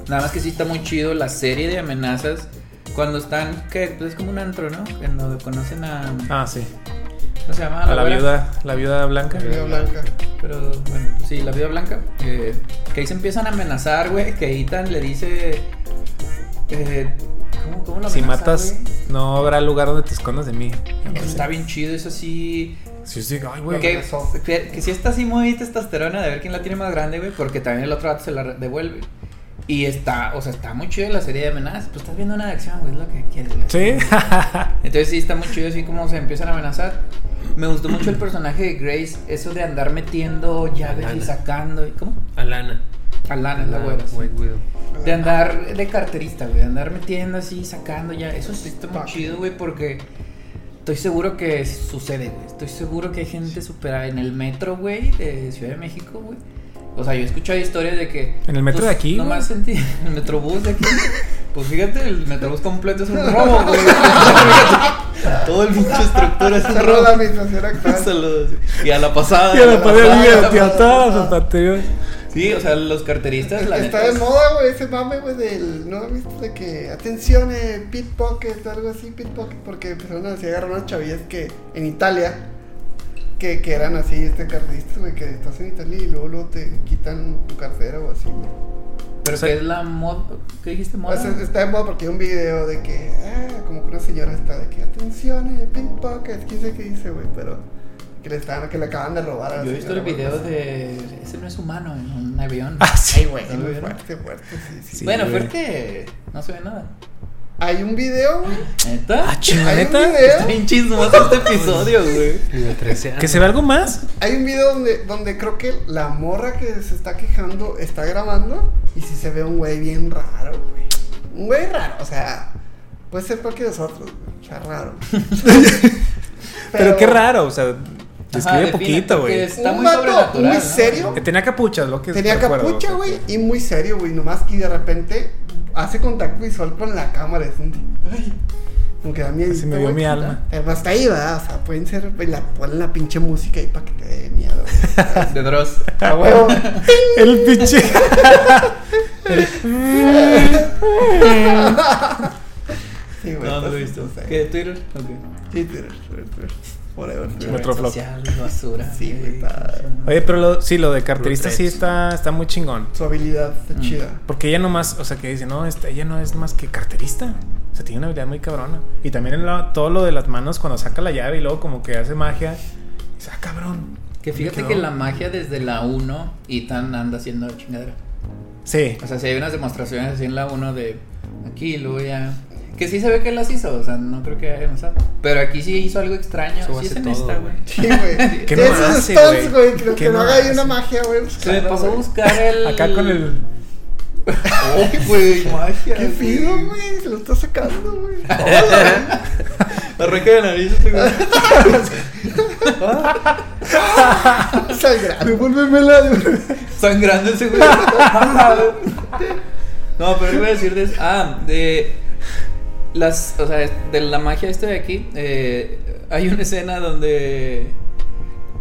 Speaker 2: Nada más que sí está muy chido la serie de amenazas. Cuando están, que pues es como un antro, ¿no? Cuando conocen a.
Speaker 1: Ah, sí.
Speaker 2: ¿Cómo se llama?
Speaker 1: A la
Speaker 2: güera.
Speaker 1: viuda, la viuda blanca.
Speaker 3: Vida blanca.
Speaker 2: Pero bueno, sí, la vida blanca. eh, que ahí se empiezan a amenazar, güey. Que Ethan le dice. eh, ¿cómo, ¿Cómo lo amenaza,
Speaker 1: Si matas,
Speaker 2: güey?
Speaker 1: no habrá lugar donde te escondas de mí.
Speaker 2: Está bien chido, eso sí.
Speaker 1: Sí, sí, ay,
Speaker 2: Que,
Speaker 1: güey.
Speaker 3: Ok. amenazó.
Speaker 2: que, que sí está así muy testosterona de ver quién la tiene más grande, güey. Porque también el otro vato se la re- devuelve. Y está, o sea, está muy chido la serie de amenazas. Pues estás viendo una de acción, güey, es lo que quieres. güey. <laughs>
Speaker 1: Sí. <laughs>
Speaker 2: Entonces sí está muy chido así como se empiezan a amenazar. Me gustó mucho el personaje de Grace, eso de andar metiendo llaves y
Speaker 4: Alana.
Speaker 2: sacando. y- ¿Cómo?
Speaker 4: Alana.
Speaker 2: Alana, es la güera. sí.
Speaker 4: White Widow.
Speaker 2: De andar de carterista, güey, de andar metiendo así, sacando ya. Eso sí está muy
Speaker 3: Fuck.
Speaker 2: chido, güey, porque estoy seguro que sucede, güey. Estoy seguro que hay gente supera en el metro, güey, de Ciudad de México, güey. O sea, yo he escuchado historias de que. pues,
Speaker 1: ¿En el metro de aquí, güey?
Speaker 2: Nomás sentí. <laughs> El metrobús de aquí. Pues fíjate, el metrobús completo es un
Speaker 3: <laughs>
Speaker 2: robo, güey. Todo el pinche estructura es un robo.
Speaker 3: Saluda a mi trasera
Speaker 2: <laughs>
Speaker 3: actual.
Speaker 2: Saludos. Y a la pasada.
Speaker 1: Y a la
Speaker 2: güey.
Speaker 1: pared
Speaker 3: pasada,
Speaker 1: mía,
Speaker 3: la
Speaker 1: tío, a todas
Speaker 3: pasada.
Speaker 1: las anteriores.
Speaker 2: Sí, o sea, los carteristas, la neta,
Speaker 3: Está de
Speaker 2: es-
Speaker 3: moda, güey, ese mame, güey, del. ¿No viste de que. Atención, eh, pickpocket o algo así, pickpocket, porque empezaron a decir, agarrar unas chavillas que. En Italia. Que, que eran así, este carteristas, güey, que estás en Italia y luego, luego te quitan tu cartera o así, güey.
Speaker 2: Pero
Speaker 1: O sea-
Speaker 2: que es la moda. ¿Qué dijiste, moda?
Speaker 3: O sea, está de moda porque hay un video de que, ah, como que una señora está de que, atención, eh, pickpocket, quién sabe qué dice, güey, pero que le, estaban, que le acaban de robar a la
Speaker 2: Yo he visto el
Speaker 3: señora,
Speaker 2: video
Speaker 3: güey.
Speaker 2: de. Ese no es humano en un avión.
Speaker 1: Ah, sí.
Speaker 2: Ay, güey.
Speaker 3: Sí,
Speaker 2: ¿no lo
Speaker 3: muy
Speaker 2: vieron?
Speaker 3: fuerte, fuerte, sí, sí.
Speaker 1: Sí,
Speaker 2: bueno,
Speaker 1: güey.
Speaker 2: fuerte. No se ve nada.
Speaker 3: Hay un video, güey.
Speaker 2: ¿Neta? <laughs>
Speaker 1: Ah, chinga,
Speaker 3: Hay un
Speaker 1: neta.
Speaker 2: Está
Speaker 3: video.
Speaker 2: bien chismoso este episodio, güey.
Speaker 4: Y de 13 años.
Speaker 1: ¿Que se ve algo más?
Speaker 3: Hay un video donde, donde creo que la morra que se está quejando está grabando y sí se ve un güey bien raro, güey. Un güey raro, o sea, puede ser cualquier de nosotros, güey. O
Speaker 1: <laughs>
Speaker 3: sea, raro.
Speaker 1: Pero, qué raro, o sea, describe
Speaker 2: defina,
Speaker 1: poquito,
Speaker 2: porque
Speaker 1: güey.
Speaker 2: es- Está
Speaker 3: un
Speaker 2: muy
Speaker 3: vato
Speaker 2: sobrenatural,
Speaker 3: muy
Speaker 2: ¿no?
Speaker 3: serio.
Speaker 1: Que Tenía capuchas, lo que
Speaker 3: Tenía
Speaker 1: recuerdo.
Speaker 3: capucha, güey, y muy serio, güey, nomás que de repente hace contacto visual con la cámara, es un t- ay, como que da miedo.
Speaker 1: Así me dio mi alma.
Speaker 3: Hasta ahí va, o sea, pueden ser, güey, la, ponen la pinche música ahí para que te dé miedo.
Speaker 2: <laughs> <laughs>
Speaker 3: güey.
Speaker 2: De Dross.
Speaker 3: A huevo.
Speaker 1: Ah, <laughs> El pinche.
Speaker 3: Sí, güey.
Speaker 2: No, no lo he
Speaker 3: entonces,
Speaker 2: visto.
Speaker 3: no sé.
Speaker 2: ¿Qué? ¿Twitter? Ok.
Speaker 3: Sí, Twitter, Twitter, Twitter. Forever, Twitter.
Speaker 1: Metro- Metroflog.
Speaker 2: Social, basura.
Speaker 3: Sí, güey, está-
Speaker 1: Oye, pero lo- sí, lo de carterista
Speaker 4: Blue
Speaker 1: sí
Speaker 4: Threads.
Speaker 1: está, está muy chingón.
Speaker 3: Su habilidad está
Speaker 2: Mm.
Speaker 3: chida.
Speaker 1: Porque ella nomás, o sea, que dice, no, esta- ella no es más que carterista. O sea, tiene una habilidad muy cabrona. Y también en la- todo lo de las manos cuando saca la llave y luego como que hace magia. Dice, ah, cabrón.
Speaker 2: Que
Speaker 1: Me
Speaker 2: fíjate
Speaker 1: quedó.
Speaker 2: que la magia desde la 1 y tan anda haciendo chingadera.
Speaker 1: Sí.
Speaker 2: O sea, si hay unas demostraciones así en la 1 de aquí, luego ya. Que sí se ve que las hizo, o sea, no creo que hayan usado. Pero aquí sí hizo algo extraño.
Speaker 4: Eso
Speaker 2: Sí es
Speaker 4: hace
Speaker 2: en
Speaker 4: todo,
Speaker 2: esta, güey.
Speaker 4: güey.
Speaker 3: Sí,
Speaker 1: <laughs>
Speaker 3: güey.
Speaker 1: ¿Qué
Speaker 3: De
Speaker 1: no
Speaker 3: esos
Speaker 1: hace,
Speaker 3: stunts,
Speaker 1: güey?
Speaker 3: güey, creo
Speaker 1: ¿Qué
Speaker 3: que no
Speaker 1: no
Speaker 3: haga ahí una
Speaker 1: hace?
Speaker 3: magia, güey.
Speaker 2: Se me
Speaker 3: buscarla,
Speaker 2: pasó a
Speaker 3: güey.
Speaker 2: buscar el.
Speaker 1: Acá con el...
Speaker 2: ¡Ay, güey!
Speaker 1: <laughs>
Speaker 3: ¿Qué pido, güey? Se lo está sacando, güey.
Speaker 2: Arranca de nariz este <laughs> güey.
Speaker 3: Sangrando.
Speaker 2: Devuélvemela. Sangrando ese güey. no, pero iba a decirles. Ah, de. Las. O sea, de la magia esta de aquí. eh, hay una escena donde.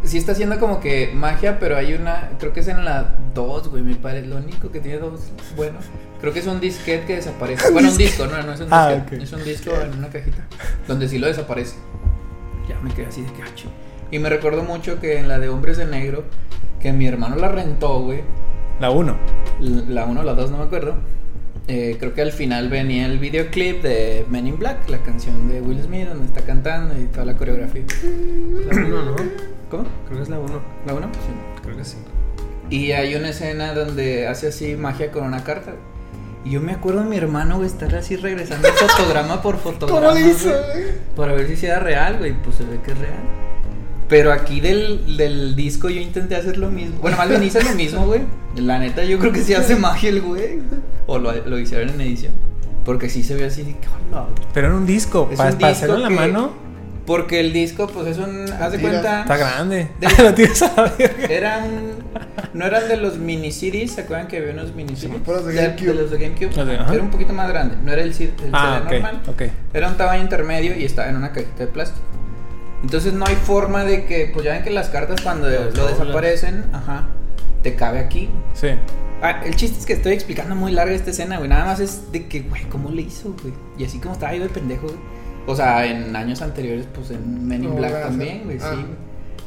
Speaker 2: Sí está haciendo como que magia, pero hay una. Creo que es en la 2, güey. Me parece. Lo único que tiene dos. Bueno. Creo que es un disquete que desaparece. Bueno, un disco, no, no es un disquete.
Speaker 1: Ah, ok.
Speaker 2: Es un disco en una cajita. Donde sí lo desaparece. Ya me quedé así de cacho. Y me recuerdo mucho que en la de Hombres de Negro, que mi hermano la rentó, güey.
Speaker 1: La 1.
Speaker 2: l- La 1 o la 2, no me acuerdo. eh, creo que al final venía el videoclip de Men in Black, la canción de Will Smith, donde está cantando y toda la coreografía.
Speaker 4: La 1, ¿no?
Speaker 2: ¿Cómo?
Speaker 4: Creo que es la 1.
Speaker 2: ¿La 1?
Speaker 4: Creo que sí.
Speaker 2: Y hay una escena donde hace así magia con una carta. güey. Y yo me acuerdo a mi hermano, güey, estar así regresando <laughs> fotograma por fotograma.
Speaker 3: ¿Cómo le hizo?
Speaker 2: güey. Para ver si sí era real, güey. Pues se ve que es real. Pero aquí del, del disco yo intenté hacer lo mismo. Bueno, más bien hice lo mismo, güey. La neta, yo creo que sí hace magia el güey. O lo, lo hicieron en edición. Porque sí se ve así de que, "Hola, güey".
Speaker 1: Pero en un disco.
Speaker 2: Es
Speaker 1: Para
Speaker 2: un
Speaker 1: pa
Speaker 2: disco
Speaker 1: hacerlo en la
Speaker 2: que-
Speaker 1: mano,
Speaker 2: Porque el disco, pues es un. Haz de
Speaker 3: Tira.
Speaker 2: cuenta.
Speaker 1: está grande. <laughs>
Speaker 2: De-
Speaker 1: Lo tiras a
Speaker 2: <laughs>
Speaker 1: la verga.
Speaker 2: Eran. No eran de los miniseries, ¿se acuerdan que había unos miniseries?
Speaker 3: acuerdan de
Speaker 2: de,
Speaker 3: GameCube.
Speaker 2: de los de GameCube.
Speaker 1: Los de- ajá.
Speaker 2: Era un poquito más grande, no era el, cir- el
Speaker 1: Ah,
Speaker 2: CD normal.
Speaker 1: ok. Ok.
Speaker 2: Era un tamaño intermedio y estaba en una cajita de plástico. Entonces no hay forma de que, pues ya ven que las cartas cuando
Speaker 4: Las
Speaker 2: lo
Speaker 4: doblas.
Speaker 2: desaparecen, ajá, te cabe aquí.
Speaker 1: Sí.
Speaker 2: Ah, el chiste es que estoy explicando muy larga esta escena, güey. Nada más es de que, güey, ¿cómo le hizo, güey? Y así como estaba yo de pendejo, güey. O sea, en años anteriores, pues en Men in
Speaker 3: No,
Speaker 2: Black
Speaker 3: gracias.
Speaker 2: también, güey,
Speaker 3: Ah.
Speaker 2: sí.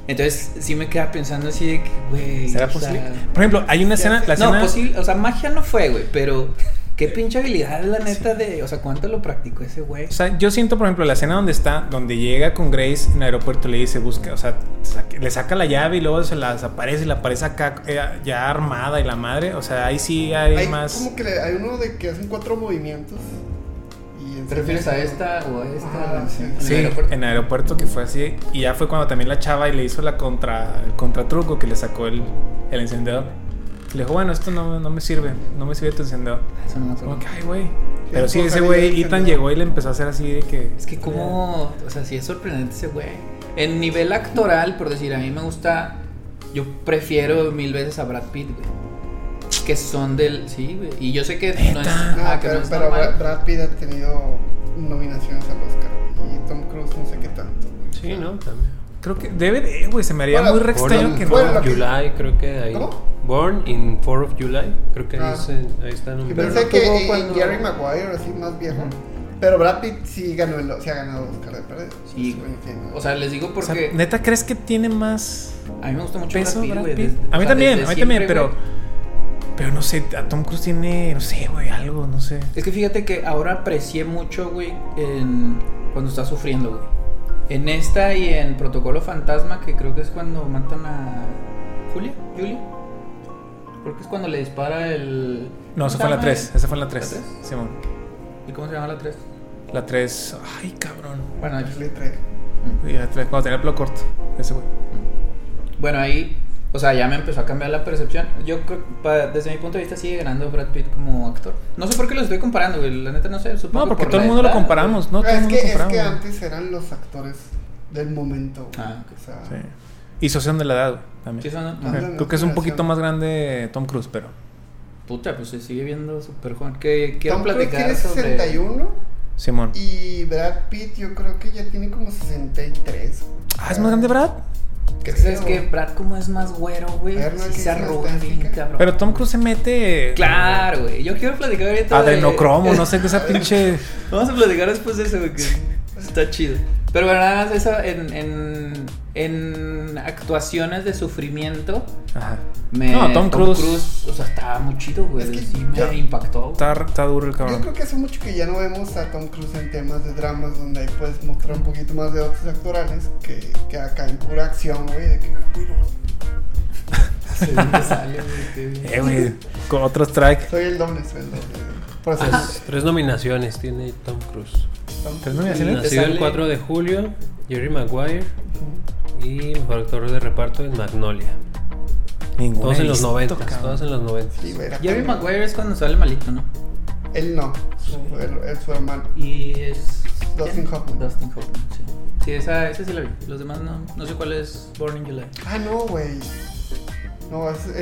Speaker 2: Entonces sí me queda pensando así de que, güey.
Speaker 1: ¿Será
Speaker 2: o sea,
Speaker 1: posible? Por ejemplo, hay una escena. La
Speaker 2: no,
Speaker 1: escena
Speaker 2: posible. O sea, magia no fue, güey, pero
Speaker 1: <laughs>
Speaker 2: qué pinche habilidad la neta de. O sea, ¿cuánto lo practicó ese güey?
Speaker 1: O sea, yo siento, por ejemplo, la escena donde está, donde llega con Grace en el aeropuerto, le dice, busca, o sea, sa- le saca la llave y luego se la desaparece y la aparece acá eh, ya armada y la madre. O sea, ahí sí hay,
Speaker 3: Hay
Speaker 1: más.
Speaker 3: como que le- hay uno de que hacen cuatro movimientos. Y
Speaker 2: ¿Te refieres a esta o a esta?
Speaker 3: Ah, sí.
Speaker 2: ¿En el
Speaker 1: Sí,
Speaker 2: aeropuerto?
Speaker 1: en el aeropuerto que fue así. Y ya fue cuando también la chava y le hizo la contra, el contratruco que le sacó el, el encendedor. Le dijo, bueno, esto no, no me sirve, no me sirve tu encendedor.
Speaker 2: Eso no me acuerdo.
Speaker 1: Como que, ay, güey. Pero sí,
Speaker 3: como
Speaker 1: ese
Speaker 3: que
Speaker 1: güey,
Speaker 3: había
Speaker 1: Ethan
Speaker 3: encendido.
Speaker 1: llegó y le empezó a hacer así de que.
Speaker 2: Es que como, o sea, sí es sorprendente ese güey. En nivel actoral, por decir, a mí me gusta, yo prefiero mil veces a Brad Pitt, güey. Que son del, sí, güey. Y yo sé que no es,
Speaker 1: Neta.
Speaker 3: No,
Speaker 2: ah, que
Speaker 3: pero,
Speaker 2: no es
Speaker 3: pero
Speaker 2: normal.
Speaker 3: Brad, Brad Pitt ha tenido nominaciones al Oscar. Y Tom Cruise no sé qué tanto. güey.
Speaker 4: Sí, ¿no? También.
Speaker 1: Creo que debe de, eh, güey, se me haría
Speaker 3: Bueno,
Speaker 1: muy re
Speaker 4: Born
Speaker 1: extraño
Speaker 4: in
Speaker 1: que
Speaker 3: bueno,
Speaker 1: no.
Speaker 3: lo que-
Speaker 4: July, creo que ahí.
Speaker 3: ¿Cómo?
Speaker 4: Born in 4 of July. Creo que
Speaker 3: Ah.
Speaker 4: ahí, se- ahí está
Speaker 3: Yo
Speaker 4: nombrado.
Speaker 3: pensé
Speaker 2: no
Speaker 3: que
Speaker 2: tuvo
Speaker 3: eh,
Speaker 2: cuando-
Speaker 3: Jerry Maguire, así más viejo. Pero Brad Pitt sí ganó el, sí ha ganado el Oscar de Pues, perder.
Speaker 2: Sí, güey. O sea, les digo
Speaker 1: O sea,
Speaker 2: porque
Speaker 1: ¿Neta crees que tiene más
Speaker 2: a mí me gusta mucho
Speaker 1: peso
Speaker 2: Brad Pitt,
Speaker 1: Brad
Speaker 2: güey.
Speaker 1: Pitt?
Speaker 2: desde-
Speaker 1: A
Speaker 2: o
Speaker 1: mí
Speaker 2: sea,
Speaker 1: también, a
Speaker 2: desde
Speaker 1: mí también,
Speaker 2: siempre,
Speaker 1: pero.
Speaker 2: güey.
Speaker 1: Pero no sé, a Tom Cruise tiene, no sé, güey, algo, no sé.
Speaker 2: Es que fíjate que ahora aprecié mucho, güey, en- cuando está sufriendo, güey. En esta y en Protocolo Fantasma, que creo que es cuando matan a Julia, Julia. Creo que es cuando le dispara el...
Speaker 1: No,
Speaker 2: ¿cómo
Speaker 1: esa
Speaker 2: se
Speaker 1: fue la
Speaker 2: llama?
Speaker 1: 3, esa fue la
Speaker 2: ¿La
Speaker 1: 3.
Speaker 2: tres?
Speaker 1: Simón.
Speaker 2: ¿Y cómo se llama la 3?
Speaker 1: La 3, ay, cabrón.
Speaker 2: Bueno, Mm.
Speaker 3: Yo le
Speaker 2: ahí-
Speaker 3: trae.
Speaker 1: Y la 3, cuando tenía el pelo corto, ese güey.
Speaker 2: bueno, ahí, o sea, ya me empezó a cambiar la percepción. Yo creo, pa- desde mi punto de vista, sigue ganando Brad Pitt como actor. No sé por qué lo estoy comparando, güey. La neta no sé.
Speaker 1: No,
Speaker 2: Supongo que
Speaker 1: porque
Speaker 2: por
Speaker 1: todo el
Speaker 2: la
Speaker 1: mundo lo
Speaker 2: edad,
Speaker 1: comparamos, ¿no? Todo el
Speaker 3: es,
Speaker 1: mundo
Speaker 3: que, es
Speaker 1: comparamos.
Speaker 3: que antes eran los actores del momento. güey.
Speaker 2: Ah, ok.
Speaker 3: O sea,
Speaker 1: Sí. Y soción de la edad, güey,
Speaker 2: güey.
Speaker 1: también.
Speaker 2: Sí, son-
Speaker 1: Ajá.
Speaker 3: Ándale,
Speaker 1: Creo que es un
Speaker 3: generación.
Speaker 1: poquito más grande Tom Cruise, pero.
Speaker 2: Puta, pues se sigue viendo súper joven. Que quiero
Speaker 3: Tom Cruise
Speaker 2: platicar
Speaker 3: tiene
Speaker 2: sobre...
Speaker 3: 61
Speaker 1: Simón.
Speaker 3: y Brad Pitt yo creo que ya tiene como 63.
Speaker 1: Ah, es más grande Brad.
Speaker 3: Creo.
Speaker 2: Es que Brad como es más güero, güey,
Speaker 3: A ver, no
Speaker 2: sí
Speaker 3: hay que
Speaker 2: se
Speaker 3: decir
Speaker 2: arruga
Speaker 3: nostálgica.
Speaker 2: bien, cabrón.
Speaker 1: Pero Tom Cruise se mete.
Speaker 2: Claro, güey. Yo quiero platicar ahorita de-
Speaker 1: Adrenocromo, no sé qué esa pinche.
Speaker 2: <laughs> Vamos a platicar después de eso, güey, que está chido. Pero bueno, nada más eso en, en, en actuaciones de sufrimiento.
Speaker 1: Ajá.
Speaker 2: Me,
Speaker 1: No, Tom Cruise-
Speaker 2: O sea, estaba muy chido, güey.
Speaker 3: Es que
Speaker 2: sí me
Speaker 3: ya-
Speaker 2: impactó. <laughs> güey.
Speaker 1: Está, está duro el
Speaker 3: Yo creo
Speaker 1: cabrón.
Speaker 3: que hace mucho que ya no vemos a Tom Cruise en temas de dramas donde ahí puedes mostrar un poquito más de dotes actorales que, que acá en pura acción, güey, de que, uy, no,
Speaker 2: Se ve que sale, güey, qué bien.
Speaker 1: <laughs> Eh, güey. Con otros track.
Speaker 3: soy el doble, soy el doble. güey. Por eso
Speaker 2: Ah.
Speaker 3: es
Speaker 4: Ah, Tres nominaciones tiene Tom Cruise.
Speaker 3: Tom
Speaker 1: Tres
Speaker 3: Cruise.
Speaker 1: nominaciones.
Speaker 2: Te
Speaker 4: Nacido
Speaker 2: sale-
Speaker 4: el 4 de julio, Jerry Maguire y mejor actor de reparto en Magnolia.
Speaker 1: Ninguno.
Speaker 4: Todos
Speaker 1: he
Speaker 4: en los
Speaker 1: visto,
Speaker 4: 90,
Speaker 1: cabrón.
Speaker 4: todos en los 90.
Speaker 3: Sí, güey, era
Speaker 2: Jerry
Speaker 3: como-
Speaker 2: Maguire es cuando sale malito, ¿no?
Speaker 3: Él no, su, el- el- su hermano.
Speaker 2: Y es.
Speaker 3: Dustin Hoffman.
Speaker 2: Dustin Hoffman, sí. Sí, esa, esa sí la vi. Los demás no. No sé cuál es Born in July.
Speaker 3: Ah, no, güey. No, es, eh,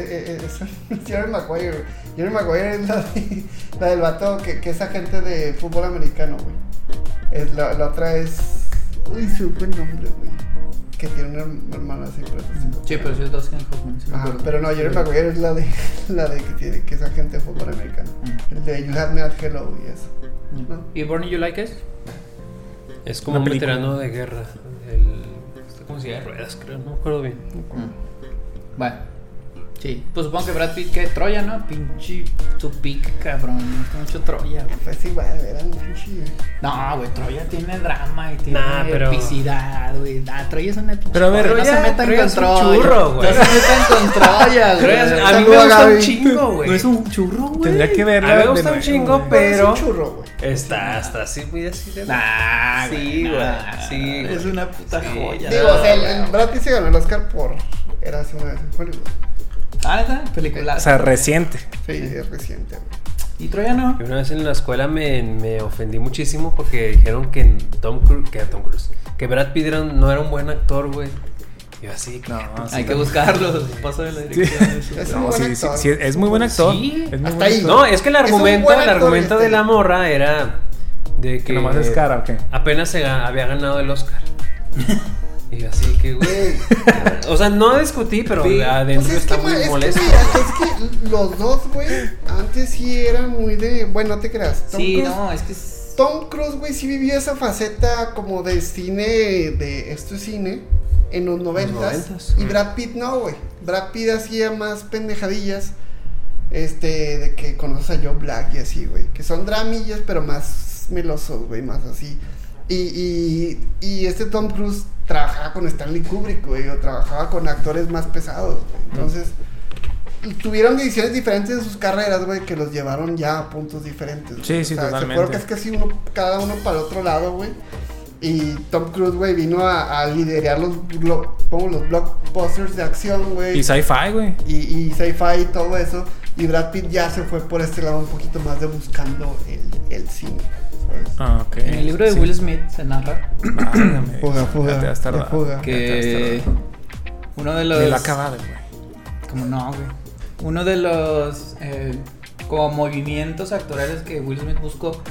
Speaker 3: eh, es, <laughs> Jerry Maguire. güey. Jerry Maguire es la, de- la del vato que, que es agente de fútbol americano, güey. Es la, la otra es. Uy, se me fue el nombre, güey. Que tiene una her- hermana así, pero así.
Speaker 2: Sí, pero sí es Dustin Hoffman, sí me
Speaker 3: Ajá,
Speaker 2: acuerdo.
Speaker 3: pero no, Jerry Maguire es la de, <laughs> la de que tiene que es agente de fútbol americano. El de You Have Me at Hello y eso. ¿no?
Speaker 2: Mm. ¿Y Born in July qué es?
Speaker 4: Es como
Speaker 1: Una
Speaker 4: un
Speaker 1: película.
Speaker 4: veterano de guerra. El, está como si de ruedas, creo. No me acuerdo bien.
Speaker 2: Mm. Bueno. Sí, pues supongo que Brad Pitt, que Troya, ¿no? Pinche tu pick, cabrón. Me gusta mucho Troya, güey.
Speaker 3: Pues sí, güey, era un pinche.
Speaker 2: No, güey, Troya tiene drama y tiene
Speaker 4: Nah, pero-
Speaker 2: epicidad, güey. Nah, Troya es una pinche.
Speaker 1: Pero a ver,
Speaker 2: no se
Speaker 4: Troya-
Speaker 2: metan
Speaker 4: Troya
Speaker 2: con
Speaker 4: es un
Speaker 2: Troya.
Speaker 4: churro, güey.
Speaker 2: No se metan con Troya, güey.
Speaker 4: Troya es- a mí
Speaker 3: Saluda
Speaker 4: me
Speaker 3: a
Speaker 4: gusta un
Speaker 3: Gaby.
Speaker 4: chingo, güey.
Speaker 1: No es un churro, güey. Tendría que verla.
Speaker 4: A mí me
Speaker 1: de
Speaker 4: gusta un
Speaker 1: nuevo,
Speaker 4: chingo,
Speaker 1: güey.
Speaker 4: pero.
Speaker 3: Es un churro, güey.
Speaker 4: Está, está así, muy así de.
Speaker 2: Nah,
Speaker 4: Sí,
Speaker 2: güey,
Speaker 4: güey,
Speaker 2: nah.
Speaker 4: sí,
Speaker 2: Es
Speaker 4: güey.
Speaker 2: una puta
Speaker 4: Sí.
Speaker 2: joya.
Speaker 3: Digo, o sea, el, el Brad Pitt se ganó el Oscar por. Era hace una vez en Hollywood.
Speaker 2: Ah, ¿neta? Película.
Speaker 1: O sea, reciente.
Speaker 3: Sí, es reciente, güey.
Speaker 2: ¿Y Troya no?
Speaker 4: Y una vez en la escuela me, me ofendí muchísimo porque dijeron que Tom Cruise, que Tom Cruise, que Brad Pitt era un- no era un buen actor, güey. Y Yo así,
Speaker 1: No,
Speaker 2: Hay que buscarlo. Pásame la dirección.
Speaker 3: Es un
Speaker 1: No,
Speaker 3: buen
Speaker 1: sí, sí,
Speaker 3: actor.
Speaker 1: sí, es muy buen actor.
Speaker 4: Sí,
Speaker 1: es muy
Speaker 3: hasta
Speaker 1: buen
Speaker 3: ahí.
Speaker 1: actor.
Speaker 4: No, es que el
Speaker 3: Es un
Speaker 4: argumento,
Speaker 3: buen
Speaker 4: el
Speaker 3: actor,
Speaker 4: argumento
Speaker 3: este.
Speaker 4: de la morra era de que,
Speaker 1: Que nomás es cara, ¿o qué?
Speaker 4: apenas se ga- había ganado el <laughs> Oscar. y yo así que, <laughs> güey.
Speaker 3: Güey,
Speaker 4: O sea, no discutí, pero
Speaker 2: Sí.
Speaker 4: adentro
Speaker 3: pues es
Speaker 4: está
Speaker 3: que,
Speaker 4: muy
Speaker 3: güey, es que,
Speaker 4: molesto.
Speaker 3: güey, es que los dos, güey, antes sí eran muy de. Bueno, no te creas. Tom
Speaker 2: Sí,
Speaker 3: Cruise-
Speaker 2: no, es que es.
Speaker 3: Tom Cruise, güey, sí vivió esa faceta como de cine, de esto es cine, en los noventas.
Speaker 4: noventas.
Speaker 3: Y Brad Pitt no, güey. Brad Pitt hacía más pendejadillas, este, de que conoces a Joe Black y así, güey. Que son dramillas, pero más melosos, güey, más así. Y, y, y este Tom Cruise trabajaba con Stanley Kubrick, güey, o trabajaba con actores más pesados, güey. Entonces tuvieron decisiones diferentes en sus carreras, güey, que los llevaron ya a puntos diferentes. güey.
Speaker 1: Sí, sí,
Speaker 3: Se
Speaker 1: totalmente.
Speaker 3: fueron casi, casi uno, cada uno para el otro lado, güey. Y Tom Cruise, güey, vino a, a liderar los, blo- como los blockbusters de acción, güey.
Speaker 1: Y sci-fi, güey.
Speaker 3: Y, y sci-fi y todo eso. Y Brad Pitt ya se fue por este lado un poquito más de buscando el, el cine. ¿sabes?
Speaker 1: Ah, ok.
Speaker 2: En el libro de
Speaker 1: Sí.
Speaker 2: Will Smith se narra
Speaker 1: Válgame,
Speaker 3: Fuga, fuga,
Speaker 1: Ya te has tardado.
Speaker 3: ya fuga.
Speaker 2: que. Uno de los.
Speaker 1: Ni la acabada, güey.
Speaker 2: Como no, güey. Uno de los eh, como movimientos actorales que Will Smith buscó,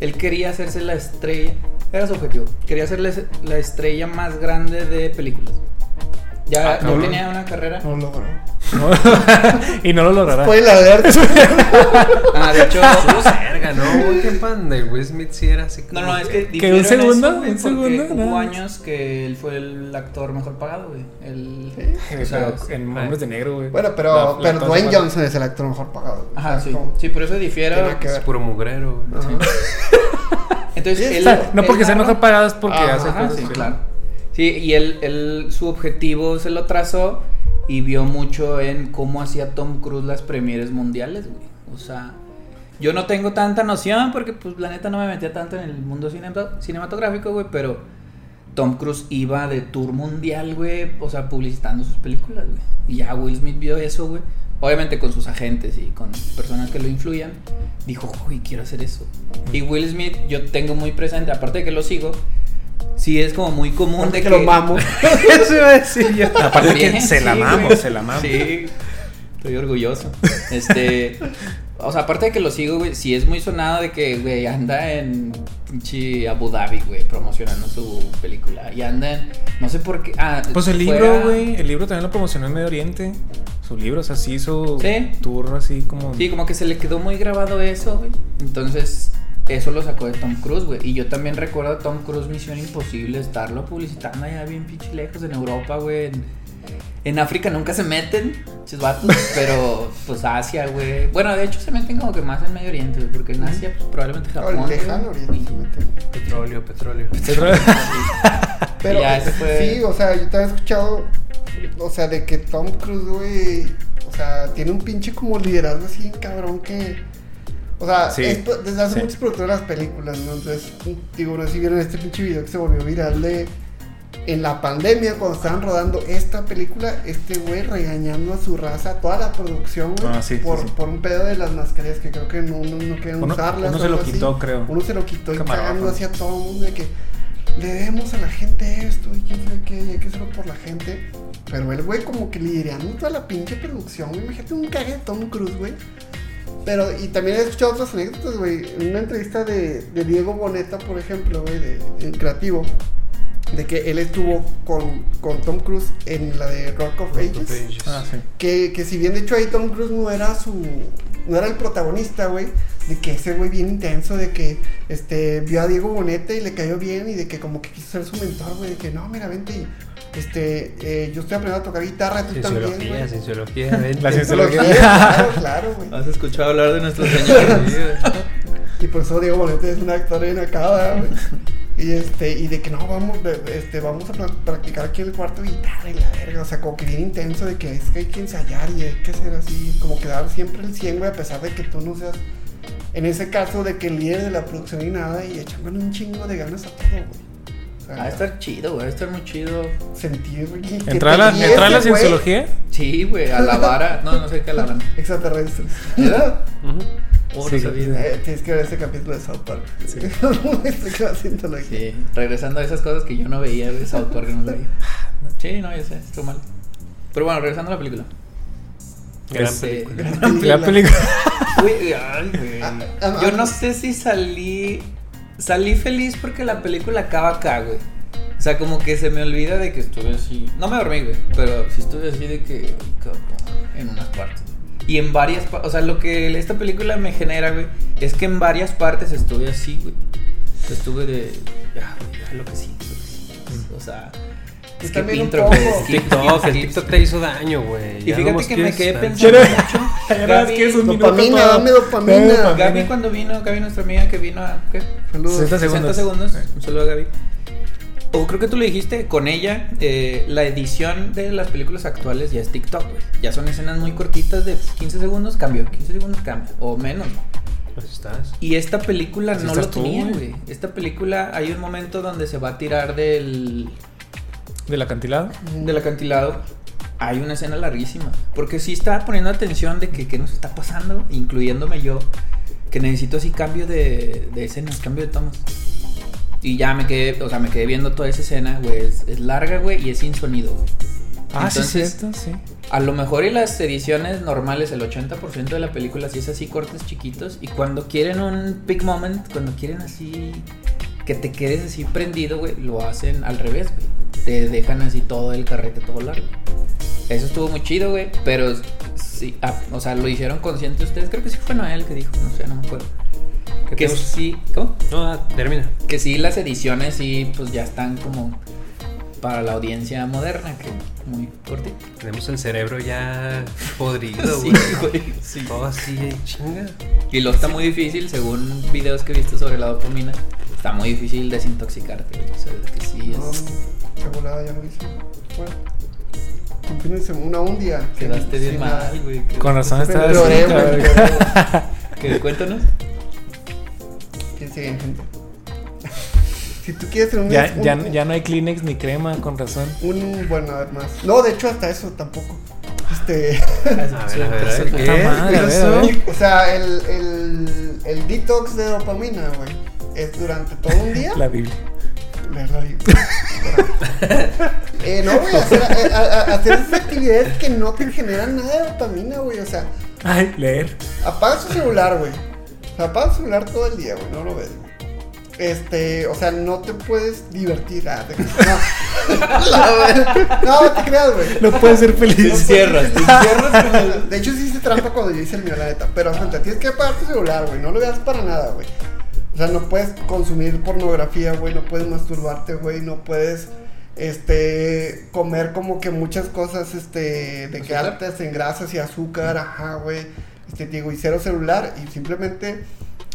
Speaker 2: él quería hacerse la estrella, era su objetivo, quería hacerse la estrella más grande de películas. Ya,
Speaker 1: Ah,
Speaker 2: ya
Speaker 1: cabrón.
Speaker 2: tenía una carrera.
Speaker 3: No logró.
Speaker 1: No. <laughs> y no lo logrará.
Speaker 3: Spoiler alert.
Speaker 2: Ah,
Speaker 1: <laughs>
Speaker 2: de <laughs> hecho,
Speaker 4: Estuvo cerca, ¿no? Güey, qué pan de Will Smith sí era así
Speaker 2: no,
Speaker 4: como
Speaker 2: no, es que
Speaker 1: ¿Que un
Speaker 2: dijeron
Speaker 1: segundo?
Speaker 2: eso, güey,
Speaker 1: ¿Un
Speaker 2: porque
Speaker 1: segundo?
Speaker 2: Hubo
Speaker 1: Nada.
Speaker 2: años que él fue el actor mejor pagado, güey. El,
Speaker 1: Güey,
Speaker 2: o sea,
Speaker 1: pero en Hombres de Negro, güey.
Speaker 3: bueno,
Speaker 1: La-
Speaker 3: pero,
Speaker 1: la
Speaker 3: pero
Speaker 1: cosa
Speaker 3: Dwayne
Speaker 1: para-
Speaker 3: Johnson es el actor mejor pagado. güey.
Speaker 2: Ajá,
Speaker 3: O sea,
Speaker 2: sí.
Speaker 3: como-
Speaker 2: Sí, por eso difiere.
Speaker 3: tiene que
Speaker 4: Es
Speaker 3: ver.
Speaker 4: puro mugrero, güey.
Speaker 3: Ajá. <laughs>
Speaker 2: Entonces,
Speaker 1: O
Speaker 2: él,
Speaker 1: sea, no
Speaker 2: él
Speaker 1: porque sea
Speaker 2: narra-
Speaker 1: mejor pagado, es porque
Speaker 3: Ah,
Speaker 1: hace
Speaker 2: Ajá,
Speaker 1: cosas.
Speaker 2: sí,
Speaker 1: que-
Speaker 2: claro. Sí, y él, él, su objetivo se lo trazó y vio mucho en cómo hacía Tom Cruise las premieres mundiales, güey. O sea, yo no tengo tanta noción porque, pues, la neta no me metía tanto en el mundo cinema- cinematográfico, güey, pero Tom Cruise iba de tour mundial, güey, o sea, publicitando sus películas, güey. Y ya Will Smith vio eso, güey. Obviamente con sus agentes y con personas que lo influyan. Dijo, uy, quiero hacer eso. Y Will Smith, yo tengo muy presente, aparte de que lo sigo, sí es como muy común de
Speaker 3: Porque
Speaker 2: que... <laughs>
Speaker 3: lo mamo.
Speaker 4: Eso iba a decir yo.
Speaker 1: Aparte que
Speaker 2: Bien,
Speaker 1: se la
Speaker 2: sí,
Speaker 1: mamo,
Speaker 2: güey.
Speaker 1: se la mamo.
Speaker 2: Sí, estoy orgulloso. Este, o sea, aparte de que lo sigo, güey, sí es muy sonado de que, güey, anda en pinche Abu Dhabi, güey, promocionando su película. Y anda en, no sé por qué. Ah,
Speaker 1: Pues el
Speaker 2: fue
Speaker 1: libro,
Speaker 2: a-
Speaker 1: güey. El libro también lo promocionó en Medio Oriente. Su libro, o sea, sí hizo
Speaker 2: Sí.
Speaker 1: tour así como. <laughs>
Speaker 2: Sí, como que se le quedó muy grabado eso, güey. Entonces, eso lo sacó de Tom Cruise, güey. Y yo también recuerdo a Tom Cruise Misión Imposible estarlo publicitando allá bien pinche lejos en Europa, güey. En, en África nunca se meten, chis vatos, pero pues Asia, güey. Bueno, de hecho se meten como que más en Medio Oriente, güey, porque en Asia pues, probablemente Japón.
Speaker 3: Al
Speaker 2: güey.
Speaker 3: lejano oriente. se meten.
Speaker 4: Petróleo, petróleo.
Speaker 3: Pero
Speaker 2: ya se fue.
Speaker 3: sí, o sea, yo también he escuchado, o sea, de que Tom Cruise, güey, o sea, tiene un pinche como liderazgo así, cabrón, que... O sea,
Speaker 1: Sí,
Speaker 3: esto- desde hace
Speaker 1: sí.
Speaker 3: muchos productores de las películas, ¿no? Entonces, digo, no sé si vieron este pinche video que se volvió viral de en la pandemia, cuando estaban rodando esta película, este güey regañando a su raza, a toda la producción, güey,
Speaker 1: Ah, sí, sí,
Speaker 3: por,
Speaker 1: sí.
Speaker 3: por un pedo de las mascarillas que creo que no, no, no querían
Speaker 1: Uno-
Speaker 3: usarlas.
Speaker 1: uno
Speaker 3: o
Speaker 1: se
Speaker 3: algo
Speaker 1: lo quitó, creo.
Speaker 3: Uno se lo quitó y
Speaker 1: Camarógrafo.
Speaker 3: cagando hacia todo el mundo de que le debemos a la gente esto y que sabe qué, y hay que hacerlo por la gente. Pero el güey como que liderando toda la pinche producción, güey. imagínate un cague de Tom Cruise, güey. Pero, y también he escuchado otras anécdotas, güey. En una entrevista de, de Diego Boneta, por ejemplo, güey, de, en Creativo, de que él estuvo con, con Tom Cruise en la de Rock of Ages.
Speaker 1: Ah, sí.
Speaker 3: Que, que si bien de hecho ahí Tom Cruise no era su. no era el protagonista, güey. De que ese güey bien intenso, de que este vio a Diego Bonete y le cayó bien y de que como que quiso ser su mentor, güey. De que no, mira, vente y este, eh, yo estoy aprendiendo a tocar guitarra, tú también,
Speaker 4: Cienciología,
Speaker 3: güey.
Speaker 4: cienciología, vente.
Speaker 1: La cienciología.
Speaker 3: Cienciología, Claro, claro, güey.
Speaker 2: ¿Has escuchado hablar de nuestro señor? Sí, güey.
Speaker 3: Y por eso Diego Bonete es un actor bien acá, ¿verdad, güey. Y este, y de que no, vamos, de- este, vamos a pra- practicar aquí el cuarto de guitarra y la verga. O sea, como que bien intenso de que es que hay que ensayar y hay que hacer así, como que dar siempre el 100, güey, a pesar de que tú no seas, en ese caso, de que el líder de la producción y nada, y echándole un chingo de ganas a todo, güey. O sea,
Speaker 1: Ah,
Speaker 2: Va a estar chido, güey. Va a estar muy chido.
Speaker 3: sentir güey, que te
Speaker 1: ¿Entrar a la,
Speaker 3: guíe
Speaker 1: entrar a la
Speaker 3: ese güey,
Speaker 1: cienciología?
Speaker 2: Sí, güey. A la vara. No, no sé qué la vara.
Speaker 3: Extraterrestres.
Speaker 2: ¿Verdad?
Speaker 4: Ujú.
Speaker 2: Oh,
Speaker 1: Sí,
Speaker 2: no sabía.
Speaker 3: Eh, tienes que ver ese capítulo de South Park. <laughs> Este
Speaker 1: Sí.
Speaker 3: Explica la cientología.
Speaker 2: Sí. Regresando a esas cosas que yo no veía, güey. Ese autor que no veía. Sí, no, ya sé. Estuvo mal. Pero bueno, regresando a la película.
Speaker 4: Gran
Speaker 2: Este, <laughs>
Speaker 4: película.
Speaker 1: La película.
Speaker 2: Güey, ay, güey.
Speaker 3: Ah, ah,
Speaker 2: Yo
Speaker 3: ah.
Speaker 2: no sé si salí. Salí feliz porque la película acaba acá, güey. O sea, como que se me olvida de que estuve así. No me dormí, güey. Pero sí estuve así de que. ay, cabrón, En unas partes. Y en varias partes. O sea, lo que esta película me genera, güey. Es que en varias partes estuve así, güey. Estuve de. Ya, güey, ya lo que sí. Lo que sí. O sea.
Speaker 3: Yo
Speaker 2: skip
Speaker 3: Pues también un
Speaker 2: intro,
Speaker 3: poco.
Speaker 2: güey, skip,
Speaker 4: TikTok,
Speaker 2: skip,
Speaker 4: el
Speaker 2: skip,
Speaker 4: TikTok te hizo daño, güey.
Speaker 2: Y
Speaker 4: Ya
Speaker 2: fíjate
Speaker 4: vamos
Speaker 2: que me
Speaker 4: kids,
Speaker 2: quedé
Speaker 4: man.
Speaker 2: pensando mucho.
Speaker 1: Ya nada más
Speaker 2: Gaby,
Speaker 1: quieres un minuto
Speaker 3: Dopamina,
Speaker 1: para-
Speaker 3: dame dopamina.
Speaker 1: Dame dopamina.
Speaker 2: Gaby cuando vino, Gaby nuestra amiga que vino a ¿qué?
Speaker 3: Saludos.
Speaker 1: 60
Speaker 2: 60
Speaker 1: segundos.
Speaker 2: segundos.
Speaker 1: Sí.
Speaker 2: Un saludo a Gaby. O creo que tú lo dijiste, con ella, eh, la edición de las películas actuales ya es TikTok, güey. Ya son escenas muy cortitas de 15 segundos, cambio, 15 segundos, cambio, o menos.
Speaker 4: Pues estás.
Speaker 2: Y esta película
Speaker 1: Así
Speaker 2: no lo
Speaker 1: estás tú,
Speaker 2: tenía,
Speaker 1: güey.
Speaker 2: güey. Esta película hay un momento donde se va a tirar del,
Speaker 1: ¿Del acantilado?
Speaker 2: del acantilado hay una escena larguísima. Porque sí estaba poniendo atención de que qué nos está pasando, incluyéndome yo, que necesito así cambio de, de escenas, cambio de tomas. Y ya me quedé, o sea, me quedé viendo toda esa escena, güey. Es, es larga, güey, y es sin sonido, güey.
Speaker 1: Ah, sí,
Speaker 2: Entonces-
Speaker 1: cierto, sí.
Speaker 2: A lo mejor y las ediciones normales, el 80% de la película sí es así, cortes chiquitos. Y cuando quieren un big moment, cuando quieren así que te quedes así prendido, güey, lo hacen al revés, güey. Te dejan así todo el carrete, todo largo. Eso estuvo muy chido, güey. Pero sí, ah, o sea, lo hicieron consciente ustedes. Creo que sí fue Noel que dijo, no sé, no me acuerdo.
Speaker 4: ¿Qué
Speaker 2: Que
Speaker 4: te gusta?
Speaker 2: sí, ¿cómo?
Speaker 4: No, ah, termina.
Speaker 2: Que sí, las ediciones sí, pues ya están como para la audiencia moderna, que muy cortita.
Speaker 4: Tenemos el cerebro ya podrido,
Speaker 2: Sí,
Speaker 4: güey.
Speaker 2: güey, sí.
Speaker 4: Todo así de chinga.
Speaker 2: Y luego está muy difícil, según videos que he visto sobre la dopamina, está muy difícil desintoxicarte. güey. O sea, es que sí
Speaker 3: No,
Speaker 2: es.
Speaker 3: qué volada, ya lo hice. Bueno, confínense una un día.
Speaker 2: Quedaste
Speaker 3: sin-
Speaker 2: bien
Speaker 3: sin nada.
Speaker 2: mal, güey. que-
Speaker 1: Con razón estaba
Speaker 3: Pero lloré,
Speaker 1: así,
Speaker 3: güey,
Speaker 1: cabrón. <laughs>
Speaker 3: lloré.
Speaker 2: que- cuéntanos.
Speaker 3: ¿Quién sigue, gente? Si tú quieres tener un,
Speaker 1: Ya,
Speaker 3: un-
Speaker 1: ya, ya no hay Kleenex ni crema, con razón.
Speaker 3: un- bueno, a ver más. No, de hecho hasta eso tampoco. Este,
Speaker 4: A ver, a ver, a ver. ¿qué
Speaker 1: Puta
Speaker 4: es?
Speaker 1: madre, a
Speaker 3: <laughs>
Speaker 1: ver, a ver.
Speaker 3: o sea, el, el, el detox de dopamina, güey, es durante todo un día.
Speaker 1: La Biblia.
Speaker 3: Leer la Biblia. <laughs> Eh, no, güey, hacer, a- a- a- hacer esas actividades que no te generan nada de dopamina, güey, o sea,
Speaker 1: Ay, leer.
Speaker 3: Apaga su celular, güey. O sea, apaga su celular todo el día, güey. No lo ves, güey. Este, o sea, no te puedes divertir. Ah, te- no. no, te creas, güey.
Speaker 1: No puedes ser
Speaker 3: No
Speaker 1: feliz.
Speaker 3: puedes-
Speaker 2: encierras, te
Speaker 3: De hecho, sí hice trampa cuando yo hice el mío, la neta. Pero, cuenta, tienes que apagar tu celular, güey. No lo veas para nada, güey. O sea, no puedes consumir pornografía, güey. No puedes masturbarte, güey. No puedes, este, comer como que muchas cosas, este, de que
Speaker 2: ¿Azúcar?
Speaker 3: altas en grasas y azúcar, ajá, güey. Este, digo, y cero celular. Y simplemente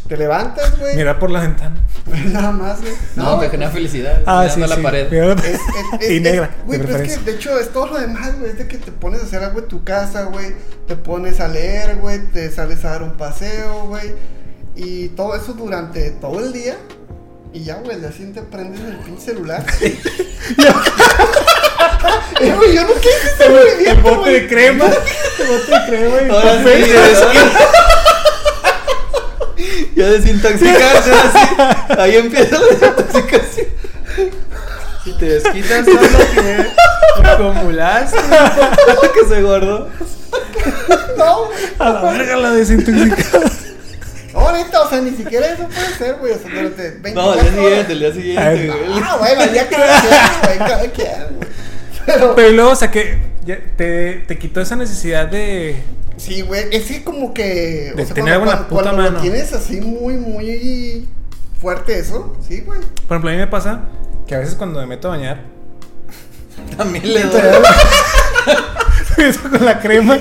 Speaker 3: te levantas, güey.
Speaker 1: Mira por la ventana.
Speaker 3: <laughs> Nada más, güey.
Speaker 2: No, me
Speaker 5: pues,
Speaker 3: güey.
Speaker 2: genera felicidad.
Speaker 1: Ah,
Speaker 2: mirando
Speaker 1: sí,
Speaker 2: a la
Speaker 1: sí.
Speaker 2: pared.
Speaker 1: Mira la
Speaker 3: Es-
Speaker 1: pared.
Speaker 3: es-
Speaker 1: <laughs>
Speaker 3: es-
Speaker 1: Y
Speaker 3: es-
Speaker 1: negra,
Speaker 3: Güey,
Speaker 1: de
Speaker 3: pero es que
Speaker 1: preferencia.
Speaker 3: de hecho es todo lo demás, güey. Es de que te pones a hacer algo en tu casa, güey. Te pones a leer, güey. Te sales a dar un paseo, güey. Y todo eso durante todo el día. Y ya, güey, la siguiente prendes el pinche
Speaker 1: <laughs>
Speaker 3: celular. <laughs> Eh, güey, yo no sé si se me
Speaker 1: El
Speaker 3: olvidó,
Speaker 1: bote
Speaker 3: güey.
Speaker 1: de crema. <laughs> El bote de crema y
Speaker 5: Ahora sí,
Speaker 1: papel.
Speaker 2: <laughs>
Speaker 5: Ya desintoxicarse, ahora sí. Ahí empieza la desintoxicación. Si te desquitas todo lo que
Speaker 2: <laughs>
Speaker 5: acumulaste, todo lo que se guardó.
Speaker 3: No, güey.
Speaker 1: A la verga la desintoxicación.
Speaker 3: Ahorita, o sea, ni siquiera eso puede ser, güey. O sea, durante 20
Speaker 5: No, al día siguiente, el día siguiente,
Speaker 1: Ay,
Speaker 5: güey.
Speaker 3: Ah, bueno, ya cada quien, güey, cada
Speaker 1: <laughs>
Speaker 3: quien, güey.
Speaker 1: <laughs>
Speaker 3: Pero,
Speaker 1: Pero luego saqué. ya te, te quitó esa necesidad de.
Speaker 3: sí, güey, es que como que...
Speaker 1: De tener
Speaker 3: cuando,
Speaker 1: una puta
Speaker 3: cuando lo
Speaker 1: mano.
Speaker 3: tienes así muy, muy fuerte eso, sí, güey.
Speaker 1: Por ejemplo, a mí me pasa que a veces cuando me meto a bañar, <laughs>
Speaker 5: También le doy.
Speaker 3: Literal.
Speaker 1: eso con la crema,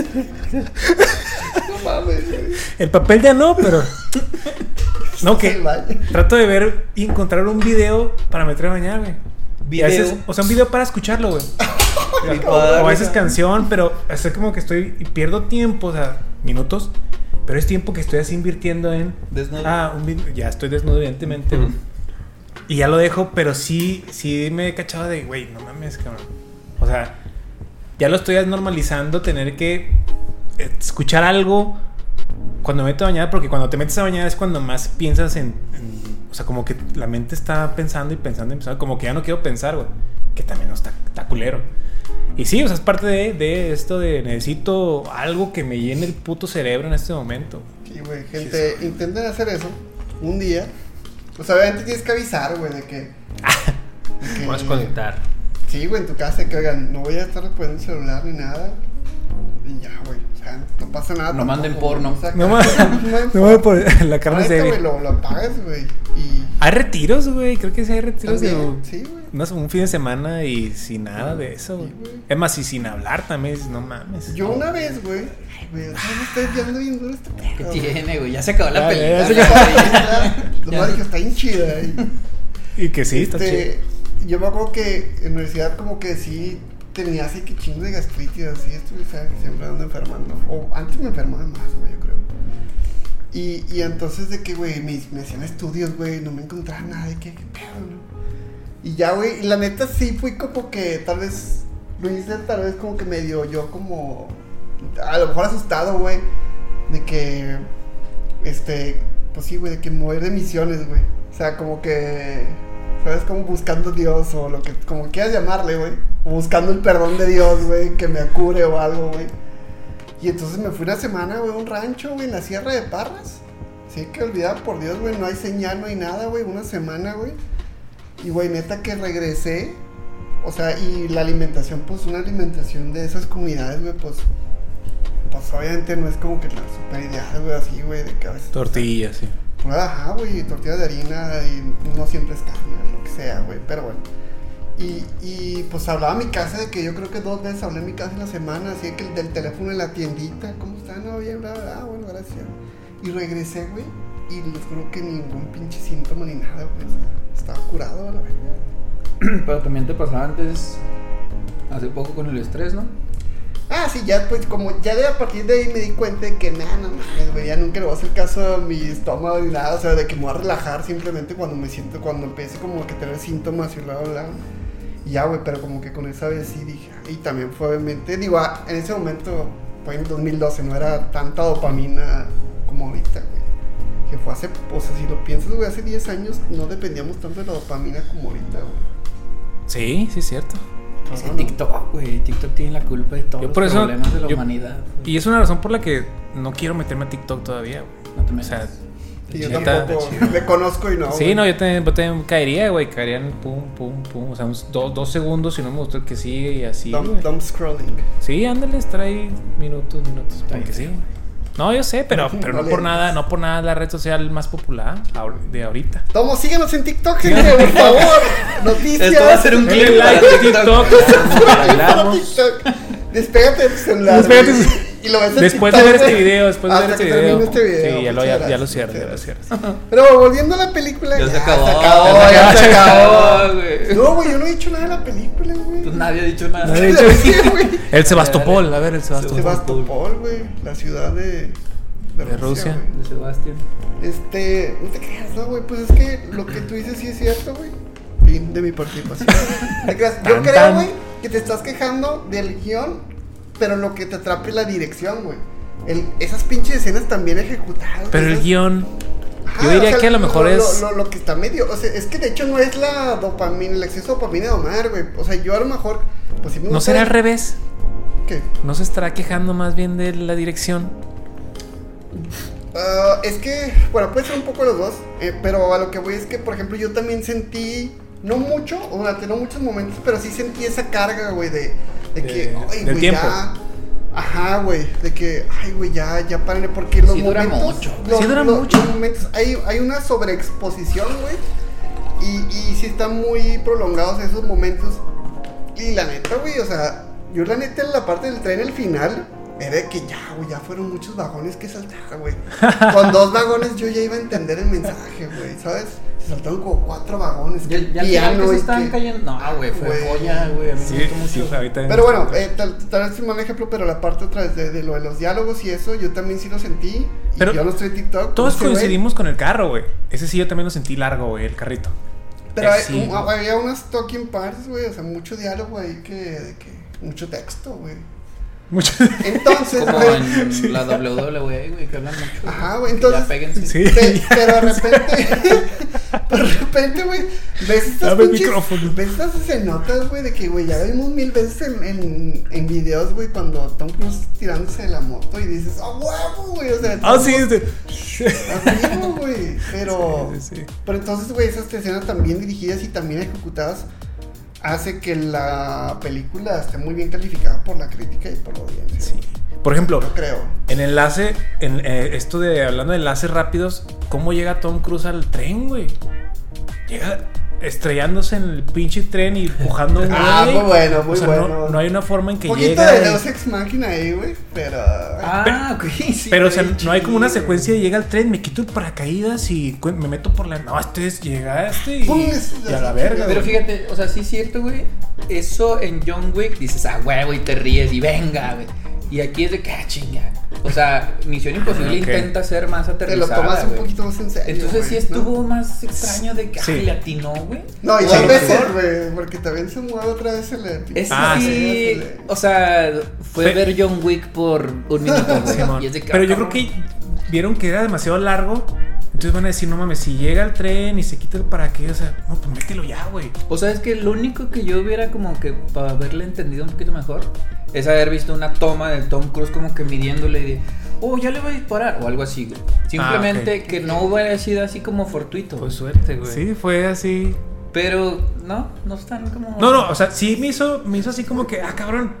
Speaker 3: No mames, güey.
Speaker 1: el papel ya no, pero. No,
Speaker 3: <laughs> Es el
Speaker 1: que
Speaker 3: baño.
Speaker 1: trato de ver y encontrar un video para meter a bañar, güey. Y a
Speaker 5: Video.
Speaker 1: veces- o sea, un video para escucharlo, güey.
Speaker 5: Y
Speaker 1: O,
Speaker 5: para dar
Speaker 1: o a veces
Speaker 5: risa.
Speaker 1: canción, pero es como que estoy y pierdo tiempo, o sea, minutos, pero es tiempo que estoy así invirtiendo en
Speaker 5: Desnudo.
Speaker 1: Ah, un vid- ya estoy desnudo evidentemente.
Speaker 4: Ujú.
Speaker 1: Y ya lo dejo, pero sí sí me he cachado de, güey, no mames, cabrón. O sea, ya lo estoy normalizando tener que escuchar algo cuando me meto a bañar, porque cuando te metes a bañar es cuando más piensas en, en- o sea, como que la mente está pensando y pensando y pensando, como que ya no quiero pensar, güey, que también no está, está culero. Y sí, o sea, es parte de, de esto de necesito algo que me llene el puto cerebro en este momento.
Speaker 3: Sí, güey, gente, intenten hacer eso un día. Pues obviamente tienes que avisar, güey, de que. de que-
Speaker 4: Puedes conectar.
Speaker 3: Sí, güey, en tu casa, que oigan, no voy a estar respondiendo el celular ni nada. Y ya, güey, o sea, no pasa nada.
Speaker 5: No manden porno.
Speaker 3: o sea, <laughs>
Speaker 1: No
Speaker 3: cada-
Speaker 1: me, <laughs> no me por la carne
Speaker 3: Ahorita, güey,
Speaker 1: seria.
Speaker 3: lo, lo apagas, güey. Y.
Speaker 1: Hay retiros, güey. Creo que sí hay retiros de
Speaker 3: también, Sí, güey.
Speaker 1: unas- un fin de semana y sin nada de eso, güey.
Speaker 3: Sí, güey.
Speaker 1: Es más, y sin hablar también, dices, no mames.
Speaker 3: Yo una vez, güey. Ay, güey, o sea, me estoy viendo bien duro este
Speaker 5: ¿Qué
Speaker 3: pedo, güey.
Speaker 5: tiene, güey? Ya se acabó la
Speaker 1: Ya,
Speaker 5: película.
Speaker 1: ya
Speaker 5: <laughs>
Speaker 1: se
Speaker 3: <laughs> Lo más dije, está bien chida. eh. y-
Speaker 1: Y que sí, está
Speaker 3: Este,
Speaker 1: chido.
Speaker 3: yo me acuerdo que en la universidad como que sí tenía así que chingo de gastritis, así estuve o sea, siempre ando enfermando. O antes me enfermaba más, güey, yo creo. Y, y entonces de que, güey, me, me hacían estudios, güey, no me encontraba nada, de que, qué pedo, ¿no? Y ya, güey, y la neta sí fui como que tal vez, lo hice tal vez como que medio yo como, a lo mejor asustado, güey, de que, este, pues sí, güey, de que mover de misiones, güey. O sea, como que, ¿sabes? Como buscando Dios o lo que, como quieras llamarle, güey. O buscando el perdón de Dios, güey, que me cure o algo, güey. Y entonces me fui una semana, güey, a un rancho, güey, en la Sierra de Parras. Sí, que olvidaba por Dios, güey, no hay señal, no hay nada, güey, una semana, güey. Y, güey, neta que regresé. O sea, y la alimentación, pues una alimentación de esas comunidades, güey, pues. Pues obviamente no es como que la super ideal, güey, así, güey, de cabeza.
Speaker 1: Tortillas, sí.
Speaker 3: Pura, Pues, ajá, güey, tortillas de harina y no siempre es carne, lo que sea, güey, pero bueno. Y, y pues hablaba a mi casa de que yo creo que dos veces hablé a mi casa en la semana, así que el del teléfono en la tiendita, ¿cómo están? No, bien, bla, bla, ah, bueno, gracias. Y regresé, güey, y les juro que ningún pinche síntoma ni nada, güey, estaba curado, la verdad.
Speaker 5: Pero también te pasaba antes, hace poco con el estrés, ¿no?
Speaker 3: Ah, sí, ya pues como ya de a partir de ahí me di cuenta de que nada, no mames, güey, ya nunca le voy a hacer caso a mi estómago ni nada, o sea, de que me voy a relajar simplemente cuando me siento, cuando empiece como que tener síntomas y bla, bla, bla. Y ya, güey, pero como que con esa vez sí dije, y también fue obviamente, digo, ah, en ese momento, fue en 2012, no era tanta dopamina como ahorita, güey. Que fue hace, o sea, si lo piensas, güey, hace 10 años no dependíamos tanto de la dopamina como ahorita, güey.
Speaker 1: Sí, sí, es cierto.
Speaker 5: Es que
Speaker 3: Cabrón, ¿no?
Speaker 5: TikTok, güey. TikTok tiene la culpa de todos
Speaker 1: Yo por
Speaker 5: los
Speaker 1: eso-
Speaker 5: problemas de la
Speaker 1: yo-
Speaker 5: humanidad. güey.
Speaker 1: Y es una razón por la que no quiero meterme a TikTok todavía, güey.
Speaker 5: No te
Speaker 1: O sea,
Speaker 5: metas.
Speaker 3: Sí, yo
Speaker 1: Neta,
Speaker 3: tampoco,
Speaker 1: está chido.
Speaker 3: le conozco y no.
Speaker 1: sí,
Speaker 3: güey.
Speaker 1: no, yo también, yo también caería, güey. Caería en pum, pum, pum. O sea, unos dos, dos segundos si no me gustó el que sigue y así.
Speaker 3: Dumb,
Speaker 1: güey.
Speaker 3: dumb scrolling.
Speaker 1: Sí, ándale, estar ahí minutos, minutos.
Speaker 5: Está
Speaker 1: Porque sí,
Speaker 5: bien.
Speaker 1: güey. No, yo sé,
Speaker 3: <laughs>
Speaker 1: pero, pero no
Speaker 3: Vale.
Speaker 1: por nada, no por nada es la red social más popular ahor- de ahorita.
Speaker 3: Tomo, síguenos en TikTok, gente, por favor. Noticias.
Speaker 5: Esto va a ser un clip
Speaker 1: Denle like
Speaker 5: para
Speaker 1: a TikTok. Bailamos.
Speaker 3: TikTok. Despégate de tu celular.
Speaker 1: Despégate
Speaker 3: güey, y lo ves en
Speaker 1: Después de
Speaker 3: TikTok,
Speaker 1: ver este
Speaker 3: güey,
Speaker 1: video, después de ver
Speaker 3: hasta
Speaker 1: este
Speaker 3: que termine
Speaker 1: video.
Speaker 3: este video.
Speaker 1: Sí, ya lo, ya,
Speaker 3: Muchas
Speaker 1: ya lo
Speaker 3: gracias,
Speaker 1: cierras, ya lo
Speaker 3: muchas
Speaker 1: cierras.
Speaker 3: Pero volviendo a la película.
Speaker 5: Ya se
Speaker 1: <laughs>
Speaker 5: acabó.
Speaker 3: Se acabó,
Speaker 5: Ya
Speaker 3: ya se acabó.
Speaker 5: güey.
Speaker 3: No, güey, yo no he dicho nada de la película, güey.
Speaker 5: Pues nadie ha dicho nada.
Speaker 1: Nadie ha dicho-
Speaker 3: <laughs> Sí, güey.
Speaker 1: El Sebastopol, a ver, el Sebastopol.
Speaker 5: Sebastopol.
Speaker 3: Sebastopol, güey. La ciudad de. de,
Speaker 1: De Rusia.
Speaker 3: güey.
Speaker 2: de Sebastián.
Speaker 3: Este, no te creas, no, güey. Pues es que lo que tú dices sí es cierto, güey. Fin de
Speaker 1: <laughs>
Speaker 3: mi participación. No te creas. Yo
Speaker 1: Tan,
Speaker 3: creo,
Speaker 1: tan.
Speaker 3: güey, que te estás quejando del guión, pero lo que te atrapa es la dirección, güey. El- esas pinches escenas también ejecutadas.
Speaker 1: Pero el
Speaker 3: esas-
Speaker 1: guión.
Speaker 3: Ajá,
Speaker 1: Yo diría que a lo mejor es-
Speaker 3: Lo, lo que está medio. O sea, es que de hecho no es la dopamina, el exceso de dopamina de Omar, güey. O sea, yo a lo mejor. Pues sí me
Speaker 1: ¿No
Speaker 3: gusta-
Speaker 1: será al revés?
Speaker 3: ¿Qué?
Speaker 1: ¿No se estará quejando más bien de la dirección?
Speaker 3: Ah, es que, bueno, puede ser un poco los dos, eh, pero a lo que voy es que, por ejemplo, yo también sentí, no mucho, o durante no muchos momentos, pero sí sentí esa carga, güey, de, de
Speaker 1: De-
Speaker 3: que, ay,
Speaker 1: del
Speaker 3: güey,
Speaker 1: tiempo.
Speaker 3: ya. Ajá, güey, de que, ay, güey, ya, ya párenle, porque los
Speaker 2: Sí dura
Speaker 3: momentos.
Speaker 2: mucho,
Speaker 1: güey.
Speaker 3: Los,
Speaker 1: Sí dura
Speaker 3: los-
Speaker 1: mucho.
Speaker 3: los momentos, hay, hay una sobreexposición, güey, y, y sí están muy prolongados esos momentos. Y la neta, güey, o sea, yo la neta en la parte del tren, el final, era de que ya, güey, ya fueron muchos vagones que
Speaker 1: <laughs>
Speaker 3: saltar, güey. Con dos vagones yo ya iba a entender el mensaje, güey, ¿sabes? Se saltaron como cuatro vagones. que
Speaker 2: Ya,
Speaker 3: el
Speaker 2: ya al final
Speaker 3: piano
Speaker 2: que se
Speaker 3: y
Speaker 2: estaban
Speaker 3: que-
Speaker 2: cayendo. No, güey, fue
Speaker 3: Güey.
Speaker 2: joya, güey. A mí me gustó mucho.
Speaker 1: ahorita.
Speaker 3: Pero bueno, eh, tal, tal vez es un mal ejemplo, pero la parte otra vez de, de lo de los diálogos y eso, yo también sí lo sentí. Y
Speaker 1: Pero
Speaker 3: yo no estoy en TikTok.
Speaker 1: Todos
Speaker 3: no sé, güey.
Speaker 1: coincidimos con el carro, güey. Ese sí yo también lo sentí largo, güey, el carrito. <laughs>
Speaker 3: Pero
Speaker 1: Eh,
Speaker 3: hay-
Speaker 1: sí.
Speaker 3: un- ah, había unas talking parts, güey, o sea, mucho diálogo ahí que, de que mucho texto,
Speaker 1: <laughs>
Speaker 3: güey.
Speaker 1: Mucho.
Speaker 3: Entonces,
Speaker 2: Como
Speaker 3: güey,
Speaker 2: en la WWE, güey, que hablan mucho.
Speaker 3: Ajá, güey,
Speaker 2: Que
Speaker 3: entonces-
Speaker 2: Ya péguense.
Speaker 1: Sí. <laughs>
Speaker 3: Pe- pero de repente, <laughs> pero de repente, güey, ves estas
Speaker 1: Dame el
Speaker 3: pinches-
Speaker 1: micrófono.
Speaker 3: ves estas escenotas, güey, de que, güey, ya vimos mil veces en, en, en videos, güey, cuando Tom Cruise tirándose de la moto y dices, ¡ah, huevo, güey! O sea,
Speaker 1: Ah, sí, este. <laughs>
Speaker 3: a huevo, güey, pero,
Speaker 1: Sí, sí, sí.
Speaker 3: pero entonces, güey, esas escenas también dirigidas y también ejecutadas hace que la película esté muy bien calificada por la crítica y por la audiencia.
Speaker 1: Sí. Por ejemplo,
Speaker 3: Yo creo.
Speaker 1: en enlace, en eh, esto de hablando de enlaces rápidos, ¿cómo llega Tom Cruise al tren, güey? Llega estrellándose en el pinche tren y empujando un
Speaker 3: <laughs> Ah,
Speaker 1: güey.
Speaker 3: muy bueno, muy
Speaker 1: O sea, no-
Speaker 3: bueno.
Speaker 1: No, hay una forma en que
Speaker 3: Un poquito
Speaker 1: llega.
Speaker 3: de
Speaker 1: güey.
Speaker 3: Deus Ex Machina ahí, güey, pero...
Speaker 2: Ah, güey, sí.
Speaker 1: Pero, o
Speaker 2: güey.
Speaker 1: sea, no hay como una
Speaker 3: chido.
Speaker 1: secuencia de llega al tren, me quito el paracaídas y cu- me meto por la. No, este es, llegaste y,
Speaker 3: Pum, Pues, es-
Speaker 1: y a la verga.
Speaker 2: Pero
Speaker 1: güey.
Speaker 2: fíjate, o sea, sí es cierto, güey. Eso en John Wick dices, ah, huevo, y te ríes y venga, güey. Y aquí es de que, ah, chinga. O sea, Misión Imposible
Speaker 1: ok.
Speaker 2: intenta ser más
Speaker 3: Te lo
Speaker 2: aterrizada.
Speaker 3: tomas un
Speaker 2: güey.
Speaker 3: poquito más en serio.
Speaker 2: Entonces
Speaker 3: güey,
Speaker 2: sí
Speaker 3: ¿no?
Speaker 2: estuvo más extraño de que,
Speaker 1: Sí.
Speaker 2: ay, le atinó, güey.
Speaker 3: No, y
Speaker 2: O
Speaker 3: dos
Speaker 2: a lo
Speaker 3: veces,
Speaker 2: mejor-
Speaker 3: güey, porque también se mueve otra vez el. eh,
Speaker 2: Es
Speaker 1: Ah,
Speaker 2: sí,
Speaker 3: sí.
Speaker 2: o sea, fue
Speaker 1: Pe-
Speaker 2: ver John Wick por un minuto, güey.
Speaker 1: Simón.
Speaker 2: Y es de que,
Speaker 1: Pero
Speaker 2: ah,
Speaker 1: yo creo
Speaker 2: cabrón.
Speaker 1: que vieron que era demasiado largo. Entonces van a decir, no mames, si llega al tren y se quita el paracaídas, o sea, no, pues mételo ya, güey.
Speaker 2: O sea, es que lo único que yo hubiera como que para haberle entendido un poquito mejor es haber visto una toma de Tom Cruise como que midiéndole y de, oh, ya le voy a disparar o algo así, güey. Simplemente
Speaker 1: ok.
Speaker 2: que no hubiera sido así como fortuito.
Speaker 4: Ah, Pues suerte, güey.
Speaker 1: Sí, fue así.
Speaker 2: Pero no, no están como.
Speaker 1: No, no, o sea, sí me hizo, me hizo así como que, ah, cabrón.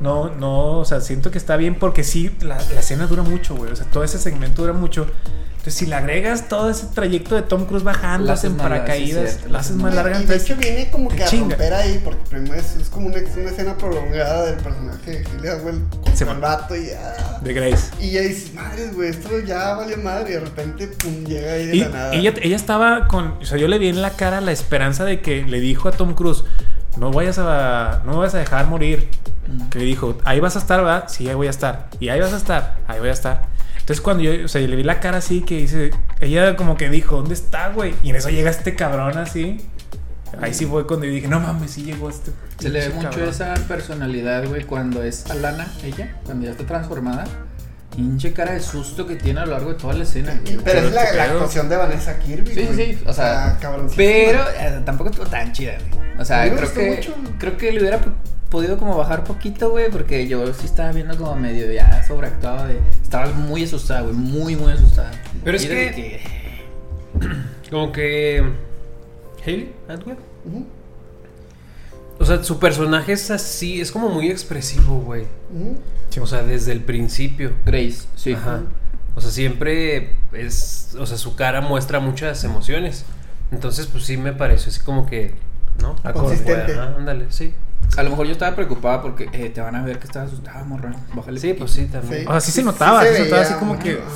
Speaker 1: No, no, o sea, siento que está bien porque sí, la, la escena dura mucho, güey. O sea, todo ese segmento dura mucho. Entonces, si le agregas todo ese trayecto de Tom Cruise bajando
Speaker 2: La haces
Speaker 1: en
Speaker 2: más larga, sí,
Speaker 1: paracaídas,
Speaker 2: cierto,
Speaker 1: la haces más larga.
Speaker 3: Y de
Speaker 1: entonces-
Speaker 3: hecho viene como
Speaker 1: te
Speaker 3: que a
Speaker 1: chinga.
Speaker 3: romper ahí, porque primero es, es como una, una escena prolongada del personaje de Gilead, güey, con
Speaker 1: Se
Speaker 3: el
Speaker 1: va.
Speaker 3: vato y ya.
Speaker 1: de Grace.
Speaker 3: Y ya dices, madre, güey, esto ya valió madre, y de repente, pum, llega ahí de
Speaker 1: Y
Speaker 3: la nada.
Speaker 1: ella, ella estaba con. O sea, yo le vi en la cara la esperanza de que le dijo a Tom Cruise: No vayas a. No me vas a dejar morir.
Speaker 2: Mm.
Speaker 1: Que le dijo: Ahí vas a estar, ¿verdad? Sí, ahí voy a estar. Y ahí vas a estar. Ahí voy a estar. Entonces, cuando yo. O sea, yo le vi la cara así que dice. Ella como que dijo: ¿Dónde está, güey? Y en eso llega este cabrón así. Ahí sí fue cuando yo dije: No mames, sí llegó este.
Speaker 2: Se le ve
Speaker 1: pinche
Speaker 2: mucho
Speaker 1: cabrón".
Speaker 2: esa personalidad, güey, cuando es Alana, ella, cuando ya está transformada. Pinche cara de susto que tiene a lo largo de toda la escena. güey.
Speaker 3: Y- pero,
Speaker 1: Pero
Speaker 3: es la,
Speaker 1: qué
Speaker 3: la
Speaker 1: pedo.
Speaker 3: actuación de Vanessa Kirby.
Speaker 2: Sí, sí,
Speaker 3: güey.
Speaker 2: sí. O sea,
Speaker 3: Ah, cabroncísima.
Speaker 2: pero eh, tampoco estuvo tan chida, güey. O
Speaker 3: A
Speaker 2: sea,
Speaker 3: mí me
Speaker 2: creo
Speaker 3: gustó
Speaker 2: que,
Speaker 3: mucho.
Speaker 2: creo que le hubiera p- podido como bajar poquito, güey, porque yo sí estaba viendo como medio ya sobreactuado de... Estaba muy asustada, güey, muy, muy asustada.
Speaker 4: Pero es
Speaker 2: Y de
Speaker 4: que- Como que. Haley Atwell.
Speaker 3: Ujú,
Speaker 4: O sea, su personaje es así, es como muy expresivo, güey.
Speaker 3: ujú.
Speaker 4: O sea, desde el principio.
Speaker 2: Grace, sí.
Speaker 4: Ajá. O sea, siempre es. O sea, su cara muestra muchas emociones. Entonces, pues sí me pareció así como que. ¿No?
Speaker 1: Acorde.
Speaker 3: Consistente.
Speaker 4: Ajá, ándale, sí.
Speaker 2: A lo mejor yo estaba preocupada porque eh, te van a ver que estás asustada, morra. Bájale.
Speaker 4: Sí, pues sí, también.
Speaker 3: Sí.
Speaker 1: O sea, sí se notaba, sí se notaba
Speaker 3: veía
Speaker 1: así como
Speaker 3: mucho,
Speaker 1: que-
Speaker 3: ajá.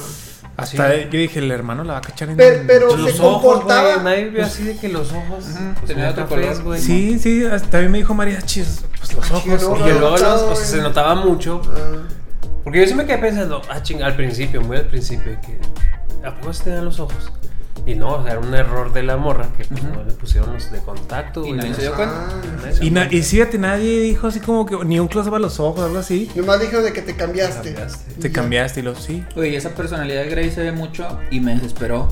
Speaker 1: Hasta
Speaker 4: Sí.
Speaker 1: yo dije: El hermano la va a cachar en.
Speaker 3: Pero- pero-
Speaker 4: Los
Speaker 3: se
Speaker 4: ojos,
Speaker 3: comportaba.
Speaker 4: güey, Nadie vio así de que los ojos.
Speaker 2: Ajá,
Speaker 4: pues,
Speaker 2: tenía
Speaker 4: son
Speaker 2: otro
Speaker 4: cafés,
Speaker 2: color.
Speaker 4: güey.
Speaker 1: Sí, sí, hasta a mí me dijo María, chis, pues los
Speaker 3: Ah,
Speaker 1: ojos.
Speaker 3: chido,
Speaker 4: Y
Speaker 3: güey.
Speaker 4: luego, los- o sea,
Speaker 3: Ay.
Speaker 4: se notaba mucho
Speaker 3: Ah.
Speaker 4: Porque yo sí me quedé pensando, ah, ching, al principio, muy al principio, que ¿a poco se te dan los ojos? Y no, o sea, era un error de la morra que pues, no le pusieron los de contacto.
Speaker 2: Y
Speaker 4: güey,
Speaker 2: nadie
Speaker 4: no
Speaker 2: se
Speaker 4: sé.
Speaker 2: dio cuenta.
Speaker 3: Ah,
Speaker 1: Y, na- y fíjate, nadie dijo así como que ni un close a los ojos, algo así.
Speaker 3: nomás dijeron de que te cambiaste.
Speaker 4: Cambiaste.
Speaker 1: Te cambiaste y lo sí.
Speaker 2: Oye, y esa personalidad de Grey se ve mucho y me desesperó.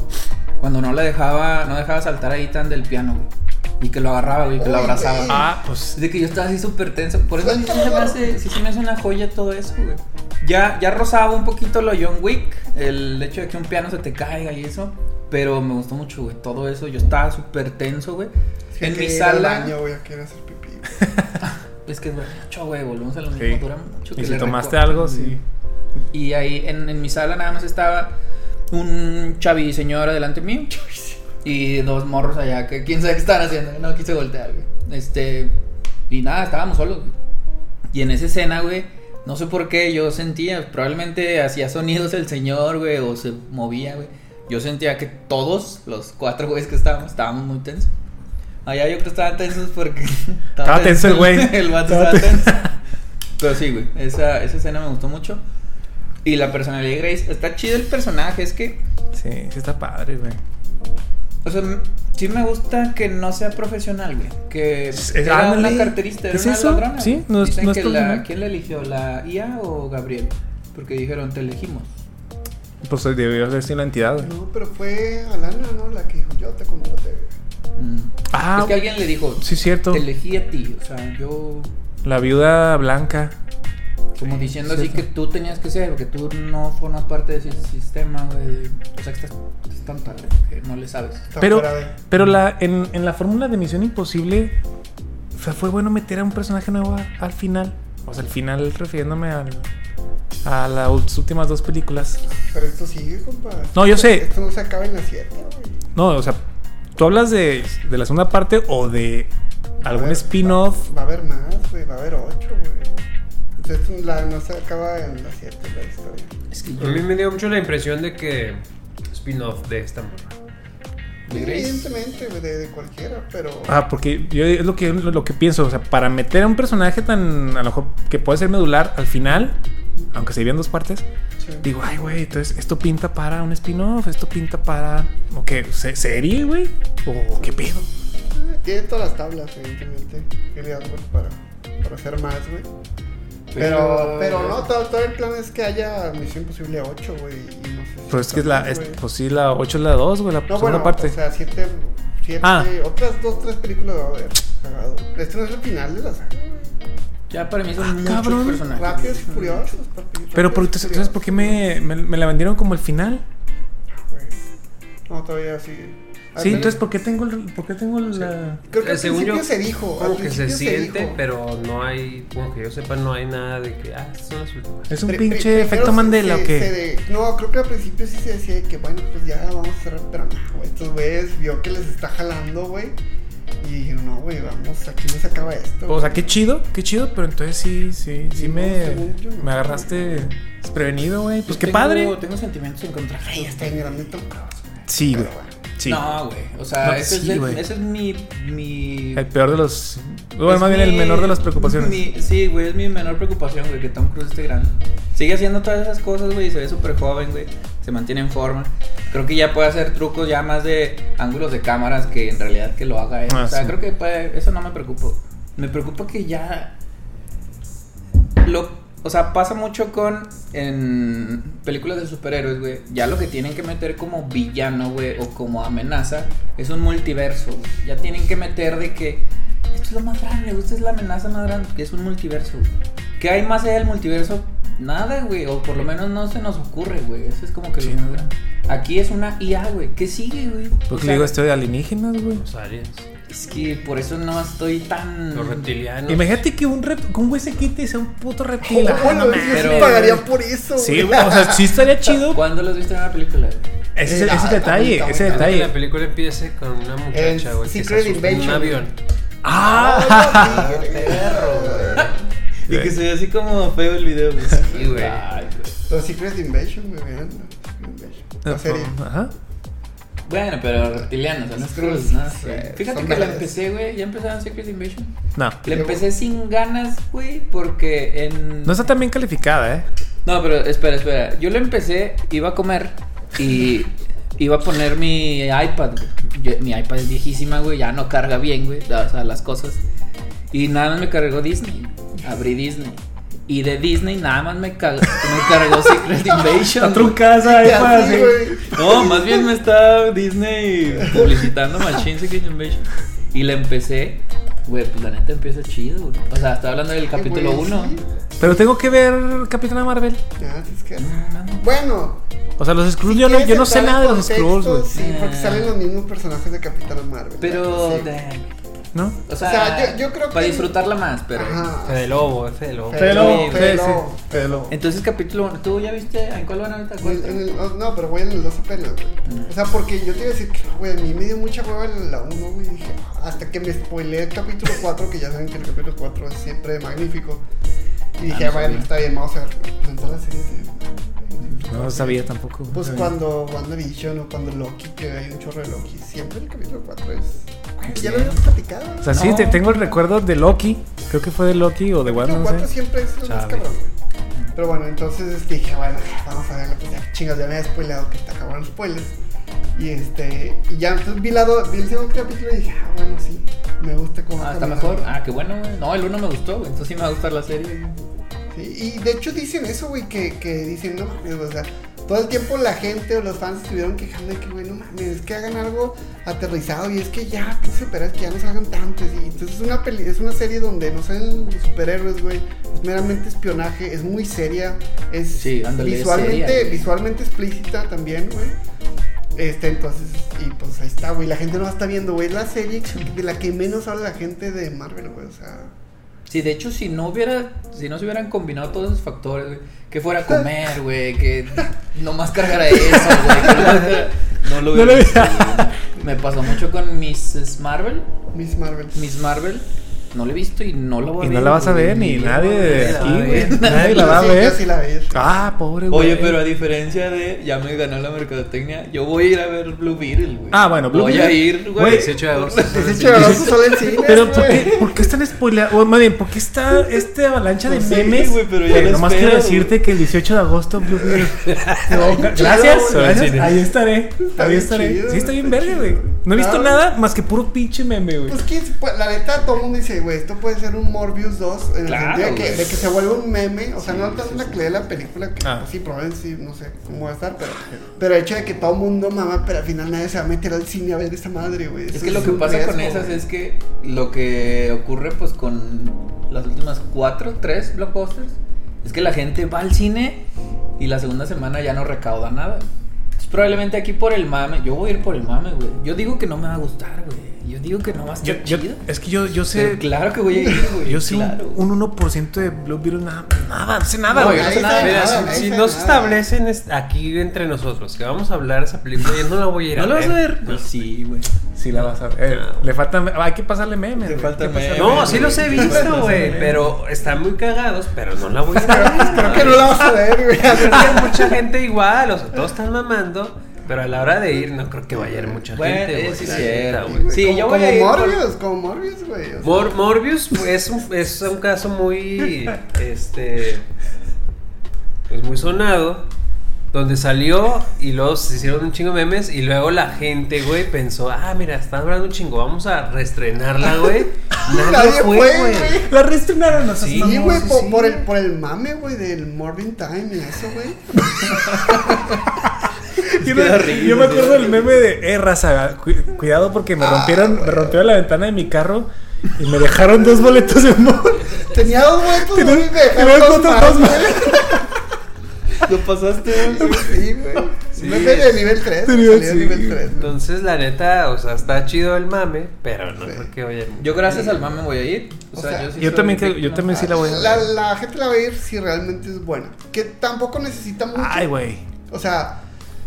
Speaker 2: Cuando no la dejaba, no dejaba saltar a Ethan del piano, güey. Y que lo agarraba, güey, que lo
Speaker 3: Uy,
Speaker 2: abrazaba.
Speaker 3: güey.
Speaker 1: Ah, pues.
Speaker 2: De que yo estaba así súper tenso. Por eso a mí sí se me
Speaker 3: Suéltalo.
Speaker 2: hace, sí se me hace una joya todo eso, güey. Ya, ya rozaba un poquito lo John Wick, el hecho de que un piano se te caiga y eso. Pero me gustó mucho, güey, todo eso. Yo estaba súper tenso, güey.
Speaker 3: Sí,
Speaker 2: En mi
Speaker 3: quería ir al
Speaker 2: sala.
Speaker 3: baño, voy a querer hacer pipí.
Speaker 2: Es que dura mucho, güey, volvemos a lo mismo.
Speaker 1: Sí.
Speaker 2: Dura mucho
Speaker 1: Y
Speaker 2: que
Speaker 1: si
Speaker 2: le
Speaker 1: tomaste
Speaker 2: recuerdo. Mm.
Speaker 1: algo, sí.
Speaker 2: Y ahí en, en mi sala nada más estaba un chavi señor delante mío y dos morros allá que quién sabe qué están haciendo. No quise voltear, güey. Este, y nada, estábamos solos, güey. Y en esa escena, güey, no sé por qué yo sentía, probablemente hacía sonidos el señor, güey, o se movía, güey. Yo sentía que todos los cuatro güeyes que estábamos, estábamos muy tensos. Allá yo creo que estaban tensos porque. <laughs>
Speaker 1: Estaba tenso el güey.
Speaker 2: El vato
Speaker 1: Estaba
Speaker 2: estaba tenso. Pero sí, güey, esa, esa escena me gustó mucho. Y la personalidad de Grace, está chido el personaje, es que,
Speaker 1: Sí, sí está padre, güey.
Speaker 2: o sea, m- sí me gusta que no sea profesional, güey. Que
Speaker 1: Es-
Speaker 2: era
Speaker 1: ándale.
Speaker 2: una carterista, era
Speaker 1: ¿Es
Speaker 2: una
Speaker 1: eso?
Speaker 2: ladrona.
Speaker 1: Sí,
Speaker 2: güey.
Speaker 1: no es-
Speaker 2: Dicen
Speaker 1: no es
Speaker 2: que la-
Speaker 1: profesional.
Speaker 2: ¿Quién la eligió, la IA o Gabriel? Porque dijeron, te elegimos.
Speaker 1: Pues debió ser sin la entidad, güey.
Speaker 3: No, pero fue Alana, ¿no? La que dijo, yo te contraté.
Speaker 2: Mm.
Speaker 1: Ah,
Speaker 2: es que alguien le dijo,
Speaker 1: sí, cierto.
Speaker 2: te elegí a ti, o sea, yo...
Speaker 1: La viuda blanca.
Speaker 2: Como
Speaker 1: Sí,
Speaker 2: diciendo
Speaker 1: sí,
Speaker 2: así
Speaker 1: sí.
Speaker 2: que tú tenías que ser, porque tú no formas parte de ese sistema, güey. O sea, que estás, estás tan tarde, que no le sabes.
Speaker 3: Está
Speaker 1: Pero,
Speaker 3: fuera de-
Speaker 1: pero la, en, en la fórmula de Misión Imposible, o sea, fue bueno meter a un personaje nuevo a- al final. O sea, al final refiriéndome al- a las últimas dos películas.
Speaker 3: Pero esto sigue, compa.
Speaker 1: No, yo sé.
Speaker 3: Esto no se acaba en la 7, güey.
Speaker 1: No, o sea, tú hablas de, de la segunda parte o de
Speaker 3: Va a haber-
Speaker 1: algún spin-off.
Speaker 3: Va, va a haber más, güey. Va a haber 8, güey. Entonces, la, no se acaba en la 7 la historia.
Speaker 2: Es que
Speaker 4: A mí me dio mucho la impresión de que spin-off de esta morra.
Speaker 2: ¿De Grace?
Speaker 3: Evidentemente, güey, de, de cualquiera, pero.
Speaker 1: Ah, porque yo es lo que, lo, lo que pienso. O sea, para meter a un personaje tan, a lo mejor, que puede ser medular al final, aunque se en dos partes,
Speaker 3: sí.
Speaker 1: digo, ay, güey, entonces esto pinta para un spin-off, esto pinta para. ¿O qué? ¿Se- ¿Serie, güey? ¿O qué pedo?
Speaker 3: Eh, Tiene todas las tablas, evidentemente. Que le dan, güey, para, para hacer más, güey. Pero, pero no, todo, todo el plan es que haya Misión Imposible 8, güey. Y no sé si
Speaker 1: Pero es que es la.
Speaker 3: tanto,
Speaker 1: es-
Speaker 3: güey.
Speaker 1: pues sí, la 8 es la 2, güey, la
Speaker 3: No,
Speaker 1: segunda
Speaker 3: bueno,
Speaker 1: parte.
Speaker 3: o sea, siete, siete
Speaker 1: Ah.
Speaker 3: otras dos, tres películas va a haber. Cagado. Este no es el final de la saga.
Speaker 2: Ya para mí son
Speaker 1: Ah,
Speaker 2: muchos
Speaker 1: cabrón.
Speaker 2: personajes.
Speaker 3: Rápidos y
Speaker 2: Son
Speaker 3: furiosos,
Speaker 2: muchos.
Speaker 3: papi,
Speaker 1: Pero
Speaker 3: Rápidos
Speaker 1: por,
Speaker 3: y
Speaker 1: entonces, entonces,
Speaker 3: Furiosos,
Speaker 1: ¿por qué me, me, me la vendieron como el final?
Speaker 3: güey. No, todavía sí. Al
Speaker 1: Sí,
Speaker 3: menos-
Speaker 1: entonces, ¿por qué tengo, el- por qué tengo la.?
Speaker 3: Creo que
Speaker 4: Eh,
Speaker 3: al
Speaker 4: según
Speaker 3: principio
Speaker 4: yo,
Speaker 3: se dijo. al
Speaker 4: Como que se
Speaker 3: principio
Speaker 4: siente,
Speaker 3: dijo.
Speaker 4: pero no hay, como que yo sepa, no hay nada de que, ah, estas son las últimas.
Speaker 1: ¿Es un
Speaker 3: Pri- pri-
Speaker 1: pinche
Speaker 3: primero
Speaker 1: efecto
Speaker 3: se-
Speaker 1: Mandela
Speaker 3: se-
Speaker 1: o qué?
Speaker 3: se de- no, creo que al principio sí se decía de que bueno, pues ya vamos a cerrar, pero no, güey, estos güeyes vio que les está jalando, güey. Y dijeron, no, güey, vamos, aquí no se acaba esto.
Speaker 1: O sea,
Speaker 3: güey".
Speaker 1: qué chido, qué chido, pero entonces sí, sí, sí
Speaker 3: No,
Speaker 1: me,
Speaker 3: según yo no.
Speaker 1: me agarraste desprevenido, güey. Pues qué
Speaker 2: Tengo-
Speaker 1: padre.
Speaker 2: Tengo sentimientos encontrados.
Speaker 3: Ay, está en grande Tom Cruise, güey.
Speaker 1: este Sí,
Speaker 3: Pero
Speaker 1: güey.
Speaker 3: bueno.
Speaker 1: Sí.
Speaker 2: No, güey. O sea,
Speaker 1: No,
Speaker 2: ese,
Speaker 1: sí,
Speaker 2: es, el-
Speaker 1: güey. Eh,
Speaker 2: ese es mi. mi
Speaker 1: El peor de los. Bueno,
Speaker 2: es
Speaker 1: más bien
Speaker 2: mi-
Speaker 1: el menor de las preocupaciones.
Speaker 2: mi- sí, güey, es mi menor preocupación, güey, que Tom Cruise esté grande. Sigue haciendo todas esas cosas, güey, y se ve súper joven, güey. Se mantiene en forma. Creo que ya puede hacer trucos ya más de ángulos de cámaras que en realidad que lo haga él.
Speaker 1: Ah,
Speaker 2: o sea,
Speaker 1: sí.
Speaker 2: creo que puede- eso no me preocupa. Me preocupa que ya lo, o sea, pasa mucho con en películas de superhéroes, güey. Ya lo que tienen que meter como villano, güey, o como amenaza, es un multiverso. güey. Ya tienen que meter de que esto es lo más grande, güey, esta es la amenaza más grande, que es un multiverso. güey. ¿Qué hay más allá del multiverso? Nada, güey, o por lo menos no se nos ocurre, güey. Eso es como que
Speaker 1: Sí.
Speaker 2: lo más grande. Aquí es una IA, güey. ¿Qué sigue, güey? O
Speaker 1: Porque
Speaker 2: sea,
Speaker 1: le digo esto de alienígenas, güey.
Speaker 4: Los aliens,
Speaker 2: Es que por eso no estoy tan.
Speaker 4: los reptilianos.
Speaker 1: Imagínate que un rep- que un güey se quite y sea un puto reptil. Ah,
Speaker 3: Oh,
Speaker 1: no
Speaker 3: <laughs> bueno, yo sí
Speaker 1: mames.
Speaker 2: pero-
Speaker 3: pagaría por eso,
Speaker 1: Sí, güey.
Speaker 3: <laughs>
Speaker 1: O sea, sí estaría chido.
Speaker 2: ¿Cuándo los viste en una película, güey?
Speaker 1: Ese es el,
Speaker 3: Ah,
Speaker 1: ese es el
Speaker 3: está
Speaker 1: detalle,
Speaker 3: bonito,
Speaker 1: ese
Speaker 3: bonito.
Speaker 4: Imagínate que
Speaker 1: detalle.
Speaker 4: la película empiece con una muchacha,
Speaker 3: En
Speaker 4: güey, que se
Speaker 3: Secret
Speaker 4: asusta en un
Speaker 3: Invasion.
Speaker 4: avión.
Speaker 1: Ah, <laughs>
Speaker 3: No, no, sí, perro, güey.
Speaker 2: Y que se ve así como feo el video, güey.
Speaker 4: Sí, güey.
Speaker 3: Los Secret Invasion, güey, vean. los Secret Invasion. <laughs> La serie.
Speaker 1: <laughs> Ajá.
Speaker 2: Bueno, pero reptilianos, son los Skrulls, ¿no?
Speaker 3: Sí,
Speaker 2: Fíjate
Speaker 3: son
Speaker 2: que la
Speaker 3: verdes.
Speaker 2: empecé, güey. Ya empezaron Secret Invasion.
Speaker 1: No.
Speaker 2: La
Speaker 3: Qué
Speaker 2: empecé sin ganas, güey, porque en.
Speaker 1: No está tan bien calificada, eh.
Speaker 2: No, pero espera, espera. Yo lo empecé, iba a comer y iba a poner mi iPad. güey. Yo- mi iPad es viejísima, güey, ya no carga bien, güey, la- o sea, las cosas. Y nada más me cargó Disney. Abrí Disney. Y de Disney nada más me, ca- me cargó Secret Invasion.
Speaker 1: Está
Speaker 2: güey.
Speaker 1: truncada esa
Speaker 3: <laughs> Y
Speaker 1: iPad,
Speaker 3: así,
Speaker 1: así.
Speaker 3: güey.
Speaker 2: No, más bien me está Disney publicitando Machine Secret Invasion. Y la empecé. Güey, pues la neta empieza chido, güey. O sea, estaba hablando del capítulo
Speaker 3: Güey,
Speaker 2: 1.
Speaker 3: sí.
Speaker 1: Pero tengo que ver Capitana Marvel.
Speaker 3: Ya, es que- Bueno,
Speaker 1: O sea, los Skrulls, Pues yo, no, yo no sé nada de los Skrulls, güey.
Speaker 3: Sí, porque
Speaker 2: Ah.
Speaker 3: salen los mismos personajes de Capitán Marvel.
Speaker 2: Pero.
Speaker 3: Sí.
Speaker 2: damn.
Speaker 1: ¿No?
Speaker 2: O sea,
Speaker 3: O sea, yo- yo creo
Speaker 2: para
Speaker 3: que-
Speaker 2: disfrutarla más, pero.
Speaker 3: Ajá.
Speaker 4: Fede Lobo, Fede Lobo.
Speaker 2: Pero-
Speaker 3: pero-
Speaker 1: Pelo.
Speaker 2: Entonces, capítulo 1. ¿Tú ya viste en cuál van ahorita? ¿Cuál?
Speaker 3: En- en el- oh, no, pero voy en el 2 apenas, güey. O sea, porque yo te iba a decir que, güey, a mí me dio mucha hueva en la 1, güey. Dije, hasta que me spoileé el capítulo 4, que ya saben que el capítulo 4 es siempre magnífico. Y dije, "Ah,
Speaker 2: no
Speaker 3: bueno,
Speaker 2: sabía.
Speaker 3: está bien, vamos a Pues, plantar la serie. de-
Speaker 1: No sabía tampoco. güey.
Speaker 3: Pues
Speaker 1: No sabía.
Speaker 3: cuando WandaVision o cuando Loki, que hay un chorro de Loki, siempre el capítulo 4 es. Güey, ya lo habíamos platicado.
Speaker 1: O sea, sí,
Speaker 2: No.
Speaker 1: te- tengo el recuerdo de Loki. Creo que fue de Loki o de
Speaker 3: El
Speaker 1: Wanda, no
Speaker 3: 4
Speaker 1: sé.
Speaker 3: siempre es lo más
Speaker 4: Chale.
Speaker 3: cabrón, güey. Pero bueno, entonces este, dije, bueno, vamos a verlo, pues ya chingas, ya me había spoileado que te acabaron los spoilers. Y este, y ya entonces vi, la do- vi el segundo capítulo y dije, ah, bueno, sí, me gusta cómo. va
Speaker 2: Ah, está
Speaker 3: caminando.
Speaker 2: mejor. Ah, qué bueno, güey. No, el 1 me gustó, güey. Entonces sí me va a gustar la serie. güey.
Speaker 3: Sí, y de hecho dicen eso, güey, que, que dicen, no mames, o sea, todo el tiempo la gente o los fans estuvieron quejando de que, güey, no mames, es que hagan algo aterrizado y es que ya, que superhéroes que ya no salgan tantos. Y entonces es una, peli, es una serie donde no salen los superhéroes, güey, es meramente espionaje, es muy seria, es
Speaker 2: Sí, ándale, es
Speaker 3: visualmente,
Speaker 2: seria, güey.
Speaker 3: visualmente explícita también, güey. Este, entonces, y pues ahí está, güey. La gente no la está viendo, güey. Es la serie de la que menos habla la gente de Marvel, güey. O sea,
Speaker 2: Sí, de hecho, si no hubiera, si no se hubieran combinado todos esos factores, güey, que fuera
Speaker 3: <laughs>
Speaker 2: a comer, güey, que nomás cargara eso, güey, que nomás cargara- no lo hubiera
Speaker 1: No lo
Speaker 2: visto, güey. Me pasó mucho con Mrs. Marvel,
Speaker 3: Miss Marvel.
Speaker 2: Miss Marvel, no la he visto y no la voy a
Speaker 1: Y
Speaker 2: ver.
Speaker 1: no la vas a
Speaker 2: güey,
Speaker 1: ver ni
Speaker 2: la
Speaker 1: nadie
Speaker 2: voy a ver,
Speaker 1: de
Speaker 2: la
Speaker 1: aquí,
Speaker 2: voy a ver.
Speaker 1: güey. Nadie la
Speaker 3: Yo
Speaker 1: va a
Speaker 3: sí,
Speaker 1: ver.
Speaker 3: Yo sí la vi.
Speaker 1: Ah, pobre güey.
Speaker 2: Oye, pero a diferencia de ya me ganó la mercadotecnia, yo voy a ir a ver Blue Beetle, güey.
Speaker 1: Ah, bueno, Blue
Speaker 2: voy
Speaker 1: Beetle.
Speaker 2: a ir,
Speaker 1: Güey,
Speaker 2: güey.
Speaker 4: 18 de agosto.
Speaker 3: Es chévere, solo en cine.
Speaker 1: Pero ¿por qué, por qué están spoileando? Más bien, ¿por qué está esta avalancha de
Speaker 2: Pues sí,
Speaker 1: memes?
Speaker 2: güey, pero ya
Speaker 1: Eh,
Speaker 2: lo
Speaker 1: nomás
Speaker 2: espero,
Speaker 1: quiero decirte que el 18 de agosto Blue
Speaker 3: <laughs>
Speaker 1: Beetle. No, gra-
Speaker 3: güey.
Speaker 1: gracias,
Speaker 4: Solo en
Speaker 1: gracias.
Speaker 4: cine.
Speaker 1: Ahí estaré.
Speaker 3: Está
Speaker 1: Ahí
Speaker 3: bien
Speaker 1: estaré.
Speaker 3: chido,
Speaker 1: sí, está bien
Speaker 3: está
Speaker 1: verga,
Speaker 3: chido.
Speaker 1: güey. No he visto
Speaker 3: Claro.
Speaker 1: nada más que puro pinche meme, güey.
Speaker 3: Pues que es- pues, la neta, todo el mundo dice, güey, esto puede ser un Morbius 2 en el
Speaker 2: Claro,
Speaker 3: sentido de que,
Speaker 2: güey.
Speaker 3: de que se vuelve un meme. O sea,
Speaker 2: Sí,
Speaker 3: no tanto
Speaker 2: sí,
Speaker 3: la
Speaker 2: sí.
Speaker 3: calidad de la película, que
Speaker 1: Ah.
Speaker 3: pues, sí, probablemente sí, no sé cómo va a estar, pero, pero el hecho de que todo el mundo mama, pero al final nadie se va a meter al cine a ver esa madre, güey.
Speaker 2: Es
Speaker 3: Eso
Speaker 2: que lo que
Speaker 3: un
Speaker 2: pasa con
Speaker 3: riesgo,
Speaker 2: esas
Speaker 3: güey.
Speaker 2: es que lo que ocurre pues con las últimas cuatro, tres blockbusters, es que la gente va al cine y la segunda semana ya no recauda nada. Entonces, probablemente aquí por el mame, yo voy a ir por el mame, güey. Yo digo que no me va a gustar, güey. Yo digo que no va a
Speaker 1: Yo-
Speaker 2: estar
Speaker 1: yo-
Speaker 2: chido.
Speaker 1: es que yo, yo sé.
Speaker 2: Pero claro que voy a ir, güey.
Speaker 1: Yo sé un-
Speaker 2: claro.
Speaker 1: un, 1% de Blue Beetle, nada, nada, no sé nada,
Speaker 2: No,
Speaker 1: güey.
Speaker 2: yo no sé
Speaker 3: Nadie
Speaker 2: nada,
Speaker 3: sabe
Speaker 2: mira,
Speaker 3: nada,
Speaker 2: si-
Speaker 3: nadie
Speaker 4: Si
Speaker 3: sabe
Speaker 4: no se
Speaker 3: nada.
Speaker 4: establecen es- aquí entre nosotros que vamos a hablar de esa película, yo no la voy a ir
Speaker 2: ¿No
Speaker 4: a
Speaker 2: lo vas
Speaker 4: ver.
Speaker 2: a ver? Pues sí, güey.
Speaker 1: Sí, la vas a ver. Eh, le faltan. Hay que pasarle memes.
Speaker 2: Le
Speaker 1: güey.
Speaker 2: falta
Speaker 1: Hay que pasarle
Speaker 2: meme,
Speaker 1: memes,
Speaker 4: Ah. No, sí
Speaker 1: güey.
Speaker 4: los he visto, güey, pero están muy cagados, pero no la voy a ir a ver.
Speaker 3: Creo que no la vas a ver, güey.
Speaker 4: Creo que hay mucha gente igual, o sea, todos están mamando, pero a la hora de ir no creo que vaya a ir mucha
Speaker 2: Bueno,
Speaker 4: gente,
Speaker 2: eh,
Speaker 4: güey,
Speaker 2: sí
Speaker 4: la
Speaker 2: es
Speaker 4: neta,
Speaker 2: cierto,
Speaker 4: güey.
Speaker 2: güey. <laughs> Sí,
Speaker 3: como,
Speaker 2: yo voy
Speaker 3: como
Speaker 2: a ir por-
Speaker 3: Morbius, como Morbius, güey. o sea,
Speaker 4: Mor- Morbius es un, es un caso muy. Este. Pues muy sonado. Donde salió y luego se hicieron un chingo de memes. Y luego la gente, güey, pensó: Ah, mira, están hablando un chingo. Vamos a
Speaker 3: <laughs>
Speaker 4: reestrenarla, güey. Nadie,
Speaker 3: Nadie
Speaker 4: fue,
Speaker 3: fue,
Speaker 4: güey.
Speaker 3: güey.
Speaker 1: La reestrenaron, nosotros
Speaker 4: Sí,
Speaker 3: Sí,
Speaker 1: no,
Speaker 3: güey,
Speaker 1: sí,
Speaker 3: por,
Speaker 1: sí.
Speaker 3: por el, por el mame, güey, del Morbin Time y eso, güey.
Speaker 1: Yo, me- yo me acuerdo del meme de, eh, raza, cu- cuidado porque
Speaker 4: Ah,
Speaker 1: me rompieron, me rompieron la ventana de mi carro y me dejaron dos boletos de humor.
Speaker 3: Tenía dos muertos,
Speaker 1: Tenía-
Speaker 3: güey, me
Speaker 1: tenía
Speaker 3: dejaron
Speaker 1: cuatro
Speaker 3: dos más,
Speaker 1: dos más.
Speaker 3: güey.
Speaker 1: <laughs>
Speaker 2: Lo pasaste,
Speaker 3: Sí, güey.
Speaker 4: Sí,
Speaker 3: Meme de
Speaker 4: es-
Speaker 3: nivel 3.
Speaker 1: de nivel-
Speaker 3: salió de
Speaker 1: sí.
Speaker 3: nivel 3.
Speaker 4: Entonces, la neta, o sea, está chido el mame. Pero no
Speaker 3: Sí.
Speaker 4: creo que vaya.
Speaker 2: Yo gracias al mame voy a ir. O
Speaker 3: O
Speaker 2: sea,
Speaker 3: sea,
Speaker 2: yo sí
Speaker 1: yo
Speaker 2: soy
Speaker 1: también creo-
Speaker 2: de-
Speaker 1: yo también sí la voy a ver.
Speaker 3: La, la gente la va a ir si realmente es buena. Que tampoco necesita mucho.
Speaker 1: Ay, güey.
Speaker 3: O sea,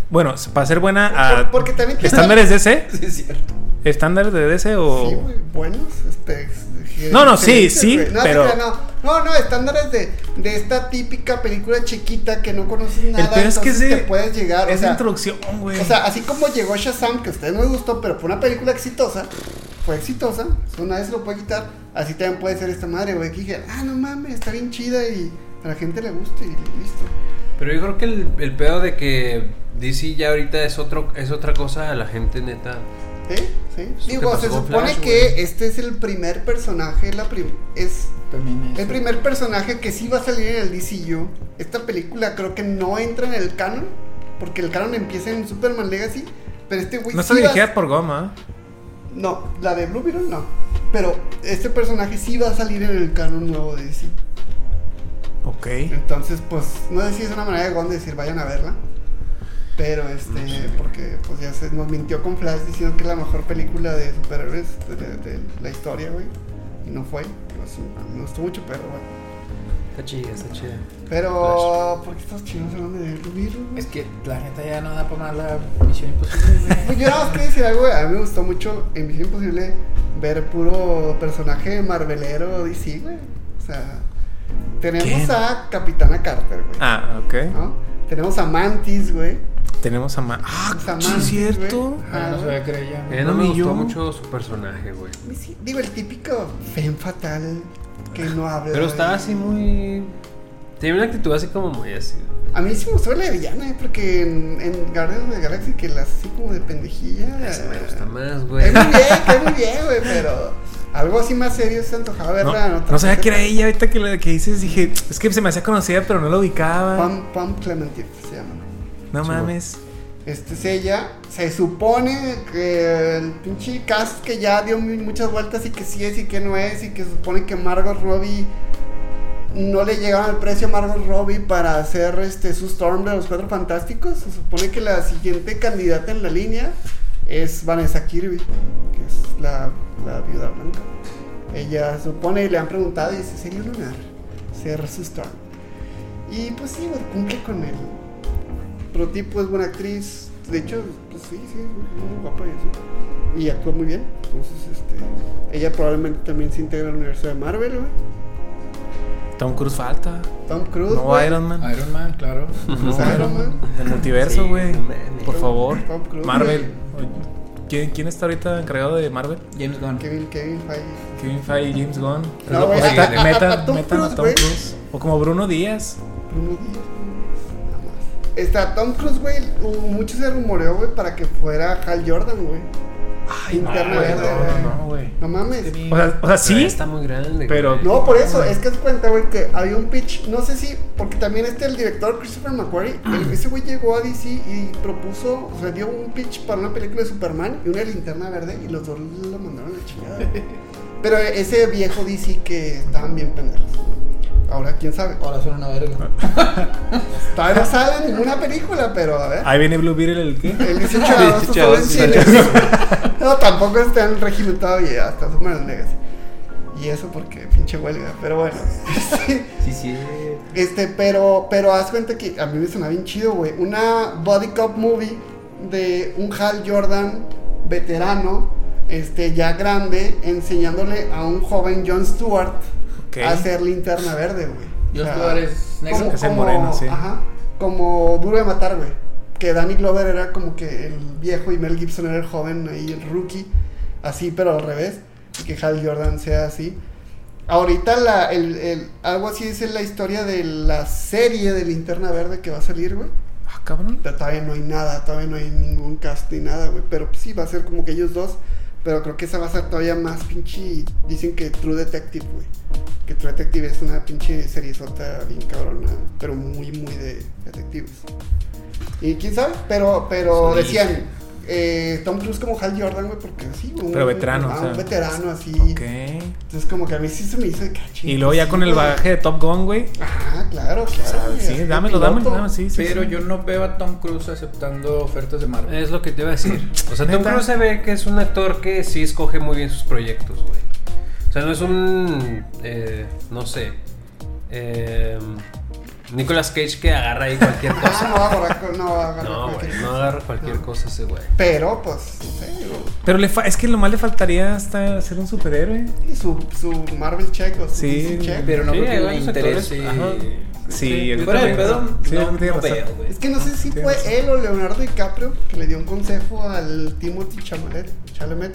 Speaker 1: Bueno, para ser buena a...
Speaker 3: Por- porque también tiene-
Speaker 1: ¿Estándares DC?
Speaker 2: Sí, es cierto.
Speaker 1: ¿Estándares de DC
Speaker 3: sí,
Speaker 1: o...?
Speaker 3: güey, buenos. Este, ex-
Speaker 1: Oh. No, no, sí,
Speaker 3: gerentes,
Speaker 1: sí,
Speaker 3: güey. No,
Speaker 1: pero-
Speaker 3: te creas, no, no, no, estándares de, de esta típica película chiquita que no conoces nada.
Speaker 1: el peor es que
Speaker 3: entonces
Speaker 1: ese-
Speaker 3: te puedes llegar. o
Speaker 1: Esa
Speaker 3: sea,
Speaker 1: introducción, güey.
Speaker 3: O sea, así como llegó Shazam, que a ustedes no les gustó, pero fue una película exitosa, fue exitosa, o sea, una vez lo puede quitar, así también puede ser esta madre, güey, que dije, ah, no mames, está bien chida y a la gente le guste y listo.
Speaker 4: Pero yo creo que el, el pedo de que DC ya ahorita es otro es otra cosa a la gente neta.
Speaker 3: ¿Eh? ¿Sí?
Speaker 4: Eso que
Speaker 3: Digo, se
Speaker 4: Pues, pasó con
Speaker 3: supone
Speaker 4: Flash,
Speaker 3: que
Speaker 4: güey.
Speaker 3: este es el primer personaje, la prim- es
Speaker 5: También es.
Speaker 3: el primer personaje que sí va a salir en el DCU. Esta película creo que no entra en el canon, porque el canon empieza en Superman Legacy, pero este güey
Speaker 1: No
Speaker 3: sí
Speaker 1: está
Speaker 3: va-
Speaker 1: dirigida por Goma. ¿eh?
Speaker 3: No, la de Blue Beetle no. Pero este personaje sí va a salir en el canon nuevo de DC.
Speaker 1: Ok.
Speaker 3: Entonces, pues, no sé si es una manera de Gon de decir vayan a verla. Pero este, porque pues ya se nos mintió con Flash diciendo que es la mejor película de superhéroes de, de- de la historia, güey. Y no fue. Pues, sí, me gustó mucho, pero bueno.
Speaker 4: Está chida, está chida.
Speaker 3: Pero, ¿por qué estás chinos hablando de Blue Beetle, güey?
Speaker 5: Es que la neta ya no da para más la misión imposible, güey.
Speaker 3: Pues yo nada más quiero decir algo, güey. a mí me gustó mucho en Misión Imposible ver puro personaje marvelero DC, güey. O sea, tenemos
Speaker 1: ¿Quién?
Speaker 3: a Capitana Carter, güey.
Speaker 1: Ah, ok.
Speaker 3: ¿no? Tenemos a Mantis, güey.
Speaker 1: Tenemos a Ma. Ah,
Speaker 3: Tenemos a
Speaker 1: sí,
Speaker 3: Mantis,
Speaker 1: cierto.
Speaker 3: güey.
Speaker 5: Ah,
Speaker 3: Ah,
Speaker 5: no se
Speaker 3: güey.
Speaker 5: voy a creer ya.
Speaker 4: Eh, no,
Speaker 1: No,
Speaker 4: me
Speaker 1: ni
Speaker 4: gustó
Speaker 1: yo.
Speaker 4: mucho su personaje, güey.
Speaker 3: Sí, Digo, el típico femme fatal que no habla.
Speaker 4: Pero estaba
Speaker 3: güey.
Speaker 4: así muy. Tenía una actitud así como muy así.
Speaker 3: A mí sí me gustó la de villana, eh, porque en, en Guardians of the Galaxy que la hace así como de pendejilla.
Speaker 4: Esa me gusta más,
Speaker 3: Güey.
Speaker 4: güey.
Speaker 3: muy bien, cae muy bien, güey, pero algo así más serio se antojaba verla. en
Speaker 1: No,
Speaker 3: otra
Speaker 1: no sabía
Speaker 3: parte.
Speaker 1: que era ella. Ahorita que, la- que dices, dije, es que se me hacía conocida, pero no la ubicaba.
Speaker 3: Pam, Pam Clementine se llama.
Speaker 1: No
Speaker 4: Sí,
Speaker 1: mames.
Speaker 3: Este es ella. Se supone que el pinche cast que ya dio mu- muchas vueltas y que sí es y que no es y que se supone que Margot Robbie no le llegaron al precio a Margot Robbie para hacer este su Storm de los Cuatro Fantásticos. Se supone que la siguiente candidata en la línea es Vanessa Kirby, que es la, la viuda blanca. Ella supone y le han preguntado y dice, sería un lunar ser su Storm. Y pues sí, güey, cumple con él. Pero tipo es buena actriz. De hecho, pues sí, sí, es muy guapa y eso. Y actúa muy bien. Entonces, este. Ella probablemente también se integra al universo de Marvel, güey.
Speaker 1: Tom Cruise falta.
Speaker 3: Tom Cruise.
Speaker 1: No
Speaker 3: güey. Pues
Speaker 1: Iron Man.
Speaker 5: Iron Man, claro.
Speaker 1: No
Speaker 3: Iron
Speaker 1: Iron
Speaker 3: Man.
Speaker 1: Man. El multiverso,
Speaker 4: Sí,
Speaker 1: güey.
Speaker 4: no mames.
Speaker 1: Por favor.
Speaker 3: Tom Cruise,
Speaker 1: Marvel. ¿Quién, quién está ahorita encargado de Marvel?
Speaker 5: James Gunn.
Speaker 3: Kevin, Kevin Feige.
Speaker 1: Kevin Feige, James Gunn.
Speaker 3: No,
Speaker 4: lo
Speaker 3: güey,
Speaker 4: posible.
Speaker 3: a- a- a-
Speaker 1: Metan,
Speaker 3: a Tom
Speaker 1: metan a
Speaker 3: Cruise,
Speaker 1: Tom
Speaker 3: güey.
Speaker 1: Cruise. O como Bruno Díaz.
Speaker 3: Bruno Díaz, güey. Nada más. Está Tom Cruise, güey. hubo- Mucho se rumoreó, güey, para que fuera Hal Jordan, güey. Linterna
Speaker 1: no, güey,
Speaker 3: verde,
Speaker 1: no,
Speaker 3: güey.
Speaker 1: no, güey.
Speaker 3: No mames.
Speaker 1: O sea, o sea,
Speaker 4: Pero
Speaker 1: sí.
Speaker 4: Está muy grande.
Speaker 1: Pero-
Speaker 4: güey.
Speaker 3: No, por eso, es que haz cuenta, güey, que había un pitch, no sé si, porque también este, el director Christopher McQuarrie, el- ese güey llegó a DC y propuso, o sea, dio un pitch para una película de Superman y una de linterna verde y los dos lo mandaron a la <laughs> chingada. güey. Pero ese viejo DC que estaban bien pendejos. Ahora, quién sabe.
Speaker 5: Ahora son una verga.
Speaker 3: Todavía no sale ninguna película, pero a ver.
Speaker 1: Ahí viene Blue Beetle, el qué?
Speaker 3: El 18 de <laughs> agosto
Speaker 4: Chavo,
Speaker 3: solo en
Speaker 4: sí.
Speaker 3: cines. <laughs> No, tampoco está en régimen todavía, hasta Superman Legacy. Y eso porque pinche huelga, pero bueno. <laughs>
Speaker 5: Sí, sí.
Speaker 3: Este, pero, pero haz cuenta que a mí me suena bien chido, güey. Una body cop movie de un Hal Jordan veterano, este, ya grande, enseñándole a un joven John Stewart
Speaker 1: <laughs> Ok.
Speaker 3: a hacer linterna verde, güey.
Speaker 5: Yo
Speaker 3: O sea,
Speaker 5: Stewart es negro.
Speaker 3: como,
Speaker 1: Es el
Speaker 3: como-
Speaker 1: moreno, sí.
Speaker 3: ajá, como duro de matar, güey. Que Danny Glover era como que el viejo y Mel Gibson era el joven ahí, el rookie. Así, pero al revés. Y que Hal Jordan sea así. Ahorita la, el, el- algo así es la historia de la serie de Linterna Verde que va a salir, güey.
Speaker 1: Ah, cabrón.
Speaker 3: Pero todavía no hay nada, todavía no hay ningún cast ni nada, güey. Pero sí, va a ser como que ellos dos. Pero creo que esa va a ser todavía más pinche. Dicen que True Detective, güey. Que True Detective es una pinche serie sota bien cabrona, pero muy, muy de detectives. Y quién sabe, pero, pero
Speaker 5: Sí.
Speaker 3: decían eh, Tom Cruise como Hal Jordan, güey, porque sí, un,
Speaker 1: Pero veterano,
Speaker 3: un, ah,
Speaker 1: o sea.
Speaker 3: un veterano así.
Speaker 1: Ok.
Speaker 3: Entonces, como que ah, a mí sí se me hizo de cachín.
Speaker 1: Y luego ya con el bagaje de Top Gun, güey.
Speaker 3: Ajá, claro, claro. güey, así
Speaker 1: Sí,
Speaker 3: de
Speaker 1: dámelo, dámelo,
Speaker 3: piloto.
Speaker 1: dámelo, sí, sí.
Speaker 5: Pero
Speaker 1: sí.
Speaker 5: yo no veo a Tom Cruise aceptando ofertas de Marvel.
Speaker 4: Es lo que te iba a decir. O sea, Tom
Speaker 1: ¿Neta?
Speaker 4: Cruise se ve que es un actor que sí escoge muy bien sus proyectos, güey. O sea, no es un. eh, no sé. eh, Nicolas Cage que agarra ahí
Speaker 3: <laughs>
Speaker 4: cualquier
Speaker 3: Ah,
Speaker 4: cosa.
Speaker 3: no va a borrar, con- no va a agarrar
Speaker 4: No,
Speaker 3: cualquier
Speaker 4: güey, no
Speaker 3: cosa.
Speaker 4: agarra cualquier cosa ese güey.
Speaker 3: Pero, pues, no sé, digo,
Speaker 1: Pero le fa- es que lo más le faltaría hasta ser un superhéroe.
Speaker 3: y su, su Marvel check o su
Speaker 1: Eh, Sí,
Speaker 3: DC check.
Speaker 5: Pero no
Speaker 4: Sí,
Speaker 5: creo
Speaker 4: hay
Speaker 5: que le
Speaker 4: varios actores,
Speaker 5: interese.
Speaker 4: ajá. Sí,
Speaker 1: Sí, yo
Speaker 5: Fuera de
Speaker 1: también.
Speaker 5: pedo,
Speaker 1: Sí,
Speaker 5: no,
Speaker 1: yo tenía
Speaker 5: no
Speaker 1: razón.
Speaker 5: veo, güey.
Speaker 3: Es que no sé si
Speaker 1: Tienes
Speaker 3: fue
Speaker 1: razón.
Speaker 3: él o Leonardo DiCaprio que le dio un consejo al Timothy Chalamet, Chalamet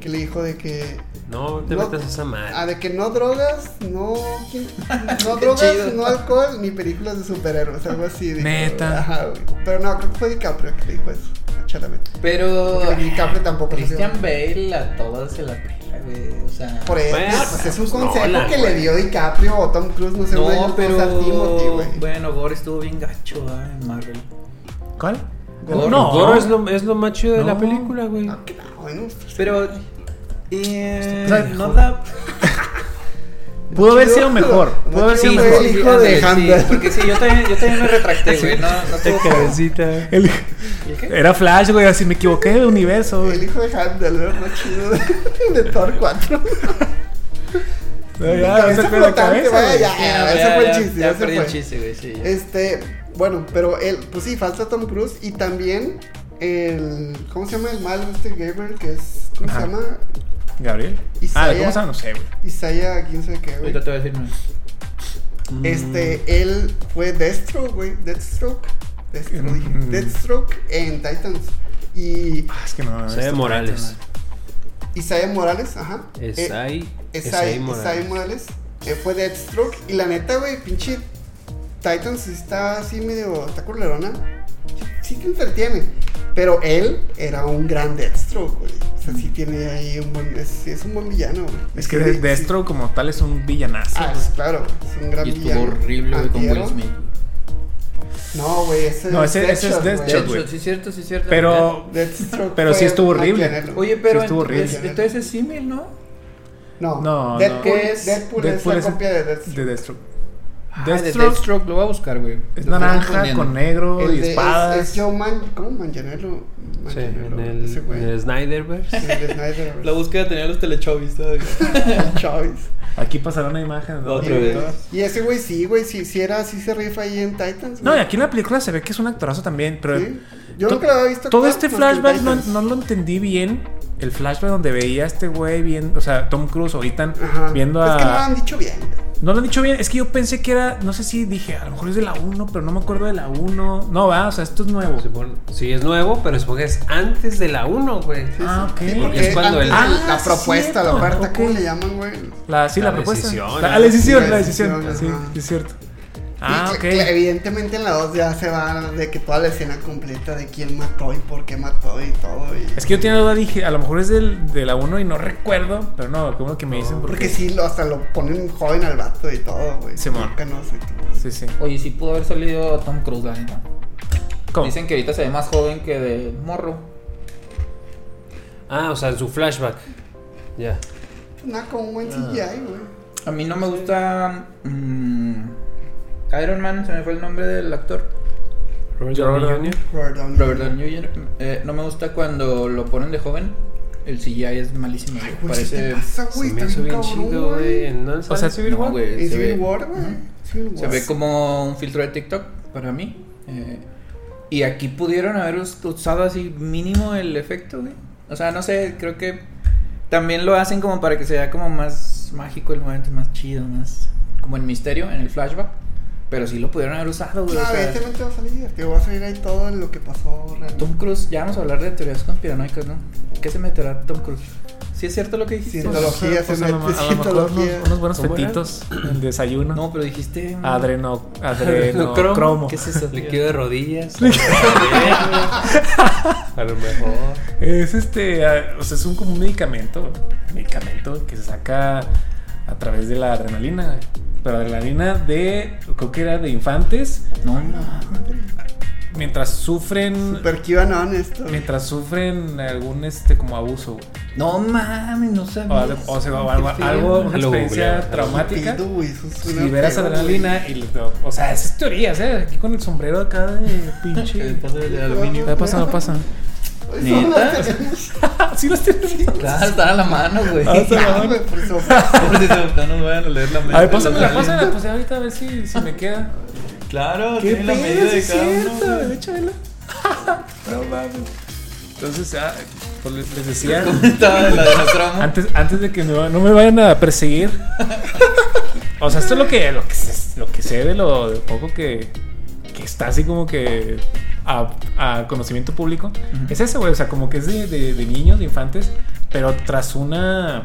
Speaker 3: que le dijo de que
Speaker 4: No te
Speaker 3: No.
Speaker 4: metas a esa madre.
Speaker 3: ah, de que no drogas, no
Speaker 2: <laughs>
Speaker 3: no drogas,
Speaker 2: chido.
Speaker 3: no alcohol ni películas de superhéroes, algo así. dijo.
Speaker 1: Neta.
Speaker 3: Ajá, güey. Pero no, creo que fue DiCaprio que le dijo eso. Chalamet.
Speaker 2: Pero.
Speaker 3: Porque DiCaprio tampoco se
Speaker 2: Christian
Speaker 3: dio.
Speaker 2: Bale a todas se la pela, güey. O sea.
Speaker 3: Por eso,
Speaker 4: Bueno,
Speaker 3: pues es un
Speaker 4: pues,
Speaker 3: consejo
Speaker 4: Nolan,
Speaker 3: que
Speaker 4: güey.
Speaker 3: le dio DiCaprio o Tom Cruise, no sé, uno de ellos
Speaker 2: No,
Speaker 3: dos a Timothy,
Speaker 2: pero.
Speaker 3: güey.
Speaker 2: Bueno, Gore estuvo bien gacho, ah, en Marvel.
Speaker 1: ¿Cuál?
Speaker 2: Gorro.
Speaker 1: No.
Speaker 4: Gorro
Speaker 2: <laughs>
Speaker 4: es lo, es lo más chido de la
Speaker 1: No.
Speaker 4: película, güey.
Speaker 3: Ah, que no, bueno, pues,
Speaker 2: Pero.
Speaker 1: Está
Speaker 2: Eh,
Speaker 1: bien,
Speaker 2: no
Speaker 1: joder.
Speaker 2: da.
Speaker 1: Pudo haber
Speaker 3: chido,
Speaker 1: sido mejor.
Speaker 3: no
Speaker 1: Pudo haber
Speaker 3: chido,
Speaker 1: sido
Speaker 3: güey,
Speaker 1: mejor.
Speaker 3: el hijo
Speaker 2: ándale,
Speaker 3: de Handel.
Speaker 2: Sí,
Speaker 3: <laughs>
Speaker 2: porque sí, yo también, yo también me retracté, güey. No, no estuvo como-
Speaker 4: Cabecita.
Speaker 1: El-
Speaker 2: ¿El qué?
Speaker 1: Era Flash, güey, así me equivoqué de universo,
Speaker 3: El
Speaker 1: güey.
Speaker 3: hijo de Handel, ¿no? Más chido de, <laughs> de Thor 4.
Speaker 1: No, ya,
Speaker 3: cabeza
Speaker 1: esa fue la
Speaker 3: flotante,
Speaker 1: cabeza,
Speaker 3: vaya,
Speaker 1: güey.
Speaker 3: ya. Ah, ese fue el chiste,
Speaker 2: Ya
Speaker 3: ese
Speaker 2: perdí
Speaker 3: fue.
Speaker 2: el chiste, güey, sí. ya.
Speaker 3: Este, bueno, pero él, pues sí, falta Tom Cruise y también el, ¿cómo se llama el mal este Gabriel? Que es, ¿cómo
Speaker 1: Ajá.
Speaker 3: se llama?
Speaker 1: Gabriel. Ah,
Speaker 3: Isaiah.
Speaker 1: ¿cómo se llama? No sé, güey.
Speaker 3: Isaiah, quién sabe qué, güey.
Speaker 2: Ahorita te voy a decir más.
Speaker 3: Este, él fue Deathstroke, güey, Deathstroke, Deathstroke, dije.
Speaker 1: Mm.
Speaker 3: Deathstroke en Titans y
Speaker 1: Ah, es que no.
Speaker 4: Isaiah
Speaker 1: esto-
Speaker 4: Morales.
Speaker 3: Isaiah Morales, ajá.
Speaker 4: Es
Speaker 3: Eh,
Speaker 4: ahí. Es
Speaker 3: Esai
Speaker 4: ahí,
Speaker 3: Morales. Morales eh, fue Deathstroke. Y la neta, güey, pinche Titans está así medio. Está culerona. Sí que entretiene. Pero él era un gran Deathstroke, güey. O sea, sí tiene ahí un buen. Es, es un buen villano, güey.
Speaker 1: Es que
Speaker 3: Sí,
Speaker 1: de-
Speaker 3: sí.
Speaker 1: Destro como tal es un villanazo.
Speaker 3: Ah,
Speaker 1: güey.
Speaker 3: es- claro, es un gran
Speaker 2: Y estuvo
Speaker 3: villano.
Speaker 2: horrible, güey, con
Speaker 3: Antihéroe.
Speaker 2: Will Smith.
Speaker 3: No, güey, ese
Speaker 1: No, ese- ese es
Speaker 3: Deathshot, güey.
Speaker 2: De
Speaker 1: Deathshot,
Speaker 2: hecho, sí, cierto, sí, cierto.
Speaker 1: Pero
Speaker 3: Deathstroke
Speaker 1: Pero sí
Speaker 3: fue
Speaker 1: estuvo horrible.
Speaker 3: antihéroe.
Speaker 2: Oye, pero
Speaker 1: Sí, estuvo
Speaker 2: ent- es-
Speaker 3: horrible.
Speaker 2: entonces es símil, ¿no?
Speaker 3: no,
Speaker 1: no, no.
Speaker 3: Deadpool,
Speaker 2: ¿Qué es?
Speaker 3: Deadpool,
Speaker 1: Deadpool
Speaker 3: es
Speaker 1: es-
Speaker 3: la copia de Deathstroke.
Speaker 1: de Destro.
Speaker 2: Ah, de
Speaker 1: Destro
Speaker 2: Deathstroke, lo voy a buscar, güey.
Speaker 1: es
Speaker 2: Lo estoy
Speaker 1: naranja
Speaker 2: confundiendo.
Speaker 1: con negro
Speaker 3: El
Speaker 1: y
Speaker 3: de- es-
Speaker 1: espadas.
Speaker 3: Es, Joe Man, ¿cómo Manganiello?
Speaker 4: Sí,
Speaker 3: Manganiello,
Speaker 4: en el,
Speaker 3: ese güey.
Speaker 4: en el Snyderverse.
Speaker 3: Sí, el
Speaker 1: <laughs>
Speaker 3: Snyder,
Speaker 5: La búsqueda tenía los telechovis todavía.
Speaker 2: <laughs>
Speaker 5: <laughs>
Speaker 3: el Choice.
Speaker 1: Aquí pasará una imagen. ¿no?
Speaker 5: Otra vez.
Speaker 3: Y ese güey sí, güey, sí, sí era, sí se rifa ahí en Titans.
Speaker 1: No, y
Speaker 3: güey.
Speaker 1: aquí en la película se ve que es un actorazo también, pero
Speaker 3: Sí. Yo
Speaker 1: to-
Speaker 3: nunca lo había visto.
Speaker 1: Todo
Speaker 3: actuar
Speaker 1: este
Speaker 3: más que en
Speaker 1: flashback no,
Speaker 3: Titans.
Speaker 1: no lo entendí bien. El flashback donde veía a este güey bien, o sea, Tom Cruise ahorita
Speaker 3: Ajá. Pues
Speaker 1: viendo
Speaker 3: Es
Speaker 1: a
Speaker 3: que no lo han dicho bien.
Speaker 1: No lo han dicho bien, es que yo pensé que era, no sé si dije, a lo mejor es de la 1, pero no me acuerdo de la 1. No, va, o sea, esto es nuevo.
Speaker 4: Supongo- Sí, es nuevo, pero supongo que es antes de la 1, güey.
Speaker 1: Ah, ok.
Speaker 3: Sí, porque
Speaker 4: Es cuando
Speaker 3: antes
Speaker 4: el-
Speaker 3: la-
Speaker 1: Ah,
Speaker 3: la
Speaker 1: sí,
Speaker 3: propuesta, la
Speaker 1: cierto.
Speaker 3: oferta, ¿cómo
Speaker 1: Ok.
Speaker 3: le llaman, güey?
Speaker 1: La, sí, la,
Speaker 4: La
Speaker 1: propuesta.
Speaker 4: decisión.
Speaker 1: la, la decisión,
Speaker 3: Sí,
Speaker 1: la
Speaker 3: la
Speaker 1: decisión.
Speaker 3: decisión, ajá.
Speaker 1: sí, sí, es cierto.
Speaker 3: Y
Speaker 1: Ah,
Speaker 3: que-
Speaker 1: ok.
Speaker 3: que evidentemente en la 2 ya se va de que toda la escena completa de quién mató y por qué mató y todo. y-
Speaker 1: Es que yo tenía duda, dije, a lo mejor es del, de la 1 y no recuerdo, pero no, como que me dicen porque,
Speaker 3: Porque sí, lo- hasta lo ponen joven al vato y todo, güey.
Speaker 1: Simón.
Speaker 3: Nunca no sé.
Speaker 1: Sí, sí.
Speaker 2: Oye, sí pudo haber salido Tom Cruise, la neta.
Speaker 1: ¿Cómo?
Speaker 2: Dicen que ahorita se ve más joven que de morro.
Speaker 4: Ah, o sea, en su flashback. Ya.
Speaker 3: Nada, como un buen CGI, güey.
Speaker 2: A mí no me gusta. mm, Iron Man, se me fue el nombre del actor.
Speaker 4: Robert
Speaker 1: Robert
Speaker 4: Downey Jr.
Speaker 3: Robert Downey.
Speaker 2: Robert Downey Jr. Eh, no me gusta cuando lo ponen de joven. El CGI es malísimo.
Speaker 3: Ay,
Speaker 2: güey,
Speaker 3: güey, ¿qué
Speaker 2: Parece.
Speaker 3: te pasa,
Speaker 4: Se
Speaker 3: güey?
Speaker 4: me
Speaker 3: Está
Speaker 4: hizo bien
Speaker 3: cabrón,
Speaker 4: chido, güey. ¿No
Speaker 1: O
Speaker 4: sale
Speaker 1: sea,
Speaker 4: en Civil
Speaker 2: no,
Speaker 4: War?
Speaker 2: güey,
Speaker 3: ¿En
Speaker 2: se
Speaker 3: Civil
Speaker 2: ve-
Speaker 3: War, güey?
Speaker 2: Ujú.
Speaker 3: Civil War.
Speaker 2: Se ve como un filtro de TikTok para mí. eh, y aquí pudieron haber us- usado así mínimo el efecto, güey. O sea, no sé, creo que también lo hacen como para que sea como más mágico el momento, más chido, más como el misterio en el flashback. Pero sí lo pudieron haber usado,
Speaker 3: No,
Speaker 2: güey. o sea,
Speaker 3: evidentemente va a salir divertido. Va a salir ahí todo lo que pasó realmente.
Speaker 2: Tom Cruise, ya vamos a hablar de teorías conspiranoicas, ¿no? ¿Qué se meterá Tom Cruise? ¿Sí es cierto lo que dijiste?
Speaker 3: Cientología,
Speaker 1: O sea, Pues, a lo, a lo mejor unos,
Speaker 3: cientología.
Speaker 1: unos buenos
Speaker 4: ¿Cómo era?
Speaker 1: fetitos, el desayuno.
Speaker 2: No, pero dijiste. eh,
Speaker 1: Adreno,
Speaker 2: <laughs>
Speaker 1: adreno,
Speaker 4: Cromo.
Speaker 1: cromo.
Speaker 2: ¿Qué es eso?
Speaker 4: Le quedo de rodillas. A lo mejor.
Speaker 1: Es este, ah, o sea, es un como un medicamento, medicamento que se saca a través de la adrenalina, pero adrenalina de, creo que era de infantes,
Speaker 2: No, no.
Speaker 1: mientras sufren,
Speaker 3: Super QAnon esto. güey.
Speaker 1: mientras sufren algún este como abuso, güey.
Speaker 2: No mames, no
Speaker 1: o,
Speaker 2: sabía.
Speaker 1: algo- o sea, o
Speaker 2: Qué
Speaker 1: algo,
Speaker 2: feo.
Speaker 1: algo, una
Speaker 4: Lo
Speaker 1: experiencia
Speaker 4: googleo.
Speaker 1: traumática.
Speaker 3: Pido, güey, eso suena
Speaker 1: Liberas
Speaker 3: feo,
Speaker 1: adrenalina y, le- o sea, esas teorías, ¿eh? Aquí con el sombrero acá de <laughs> pinche.
Speaker 3: aluminio.
Speaker 5: <laughs>
Speaker 1: No pasa, no pasa.
Speaker 3: güey. Eso no
Speaker 2: ¿Neta?
Speaker 3: tenemos.
Speaker 1: <laughs> Sí, las tienes.
Speaker 2: Claro, están a la mano, güey.
Speaker 1: Ah, está-
Speaker 3: Ah, güey, por eso.
Speaker 4: <laughs>
Speaker 5: Por si se no nos vayan a leer la mente.
Speaker 1: A ver, pásamela, pásamela, pues ahorita a ver si, si me queda.
Speaker 5: Claro, tiene la medida de
Speaker 1: sí
Speaker 5: cada
Speaker 1: es
Speaker 5: uno.
Speaker 1: cierto,
Speaker 5: güey.
Speaker 1: échamela. <laughs> No mames. Entonces, ah, pues les, les <laughs> decía,
Speaker 5: Estaba de la de los cromos.
Speaker 1: antes, antes de que me, va- no me vayan a perseguir. O sea, esto es lo que, lo que, sé- lo que sé de lo de poco que, que está así como que a, a conocimiento público. Es eso, güey. O sea, como que es de, de- de niños, de infantes, pero tras una,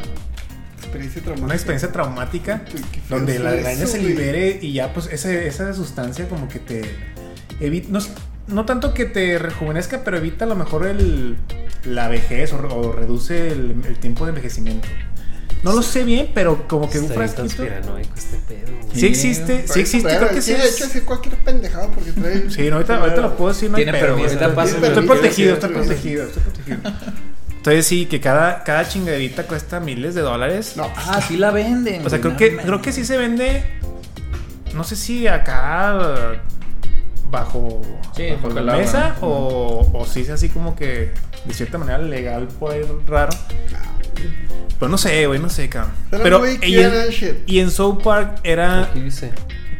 Speaker 3: Experiencia traumática.
Speaker 1: una experiencia traumática
Speaker 3: Uy, qué feo
Speaker 1: donde
Speaker 3: fue
Speaker 1: la
Speaker 3: eso,
Speaker 1: adrenalina se
Speaker 3: güey.
Speaker 1: libere y ya pues ese- esa sustancia como que te evita, no, s- no tanto que te rejuvenezca, pero evita a lo mejor el, la vejez o, re- o reduce el, el tiempo de envejecimiento. No lo sé bien, pero como que un
Speaker 4: Está bien
Speaker 1: frasquito...
Speaker 4: conspiranoico este pedo, güey.
Speaker 1: Sí existe, sí existe,
Speaker 3: Pero,
Speaker 1: creo que
Speaker 3: sí,
Speaker 1: sí.
Speaker 3: de hecho,
Speaker 1: es-
Speaker 3: hace cualquier pendejado porque
Speaker 1: <laughs>
Speaker 3: trae.
Speaker 1: Sí, no, ahorita, ahorita lo puedo decir, no hay
Speaker 5: Tiene
Speaker 1: pedo,
Speaker 5: permiso.
Speaker 1: güey.
Speaker 4: Ahorita pasa,
Speaker 1: Estoy
Speaker 4: pero-
Speaker 1: protegido, estoy
Speaker 3: pero-
Speaker 1: protegido, estoy protegido. Entonces sí, que cada, cada chingadita cuesta miles de dólares.
Speaker 3: No,
Speaker 5: Ah, sí la venden.
Speaker 1: O sea,
Speaker 5: güey,
Speaker 1: creo
Speaker 5: no
Speaker 1: que,
Speaker 5: mames.
Speaker 1: creo que sí se vende. No sé si acá bajo,
Speaker 5: Sí,
Speaker 1: bajo
Speaker 5: bajo
Speaker 1: la
Speaker 5: el agua,
Speaker 1: mesa
Speaker 5: ¿no?
Speaker 1: o, o sí es así como que de cierta manera legal por ahí raro. Pero no sé, güey, no sé, cabrón.
Speaker 3: Pero
Speaker 1: Pero
Speaker 3: güey,
Speaker 1: y, en,
Speaker 3: quieren shit.
Speaker 1: y en South Park era
Speaker 4: Aquí dice.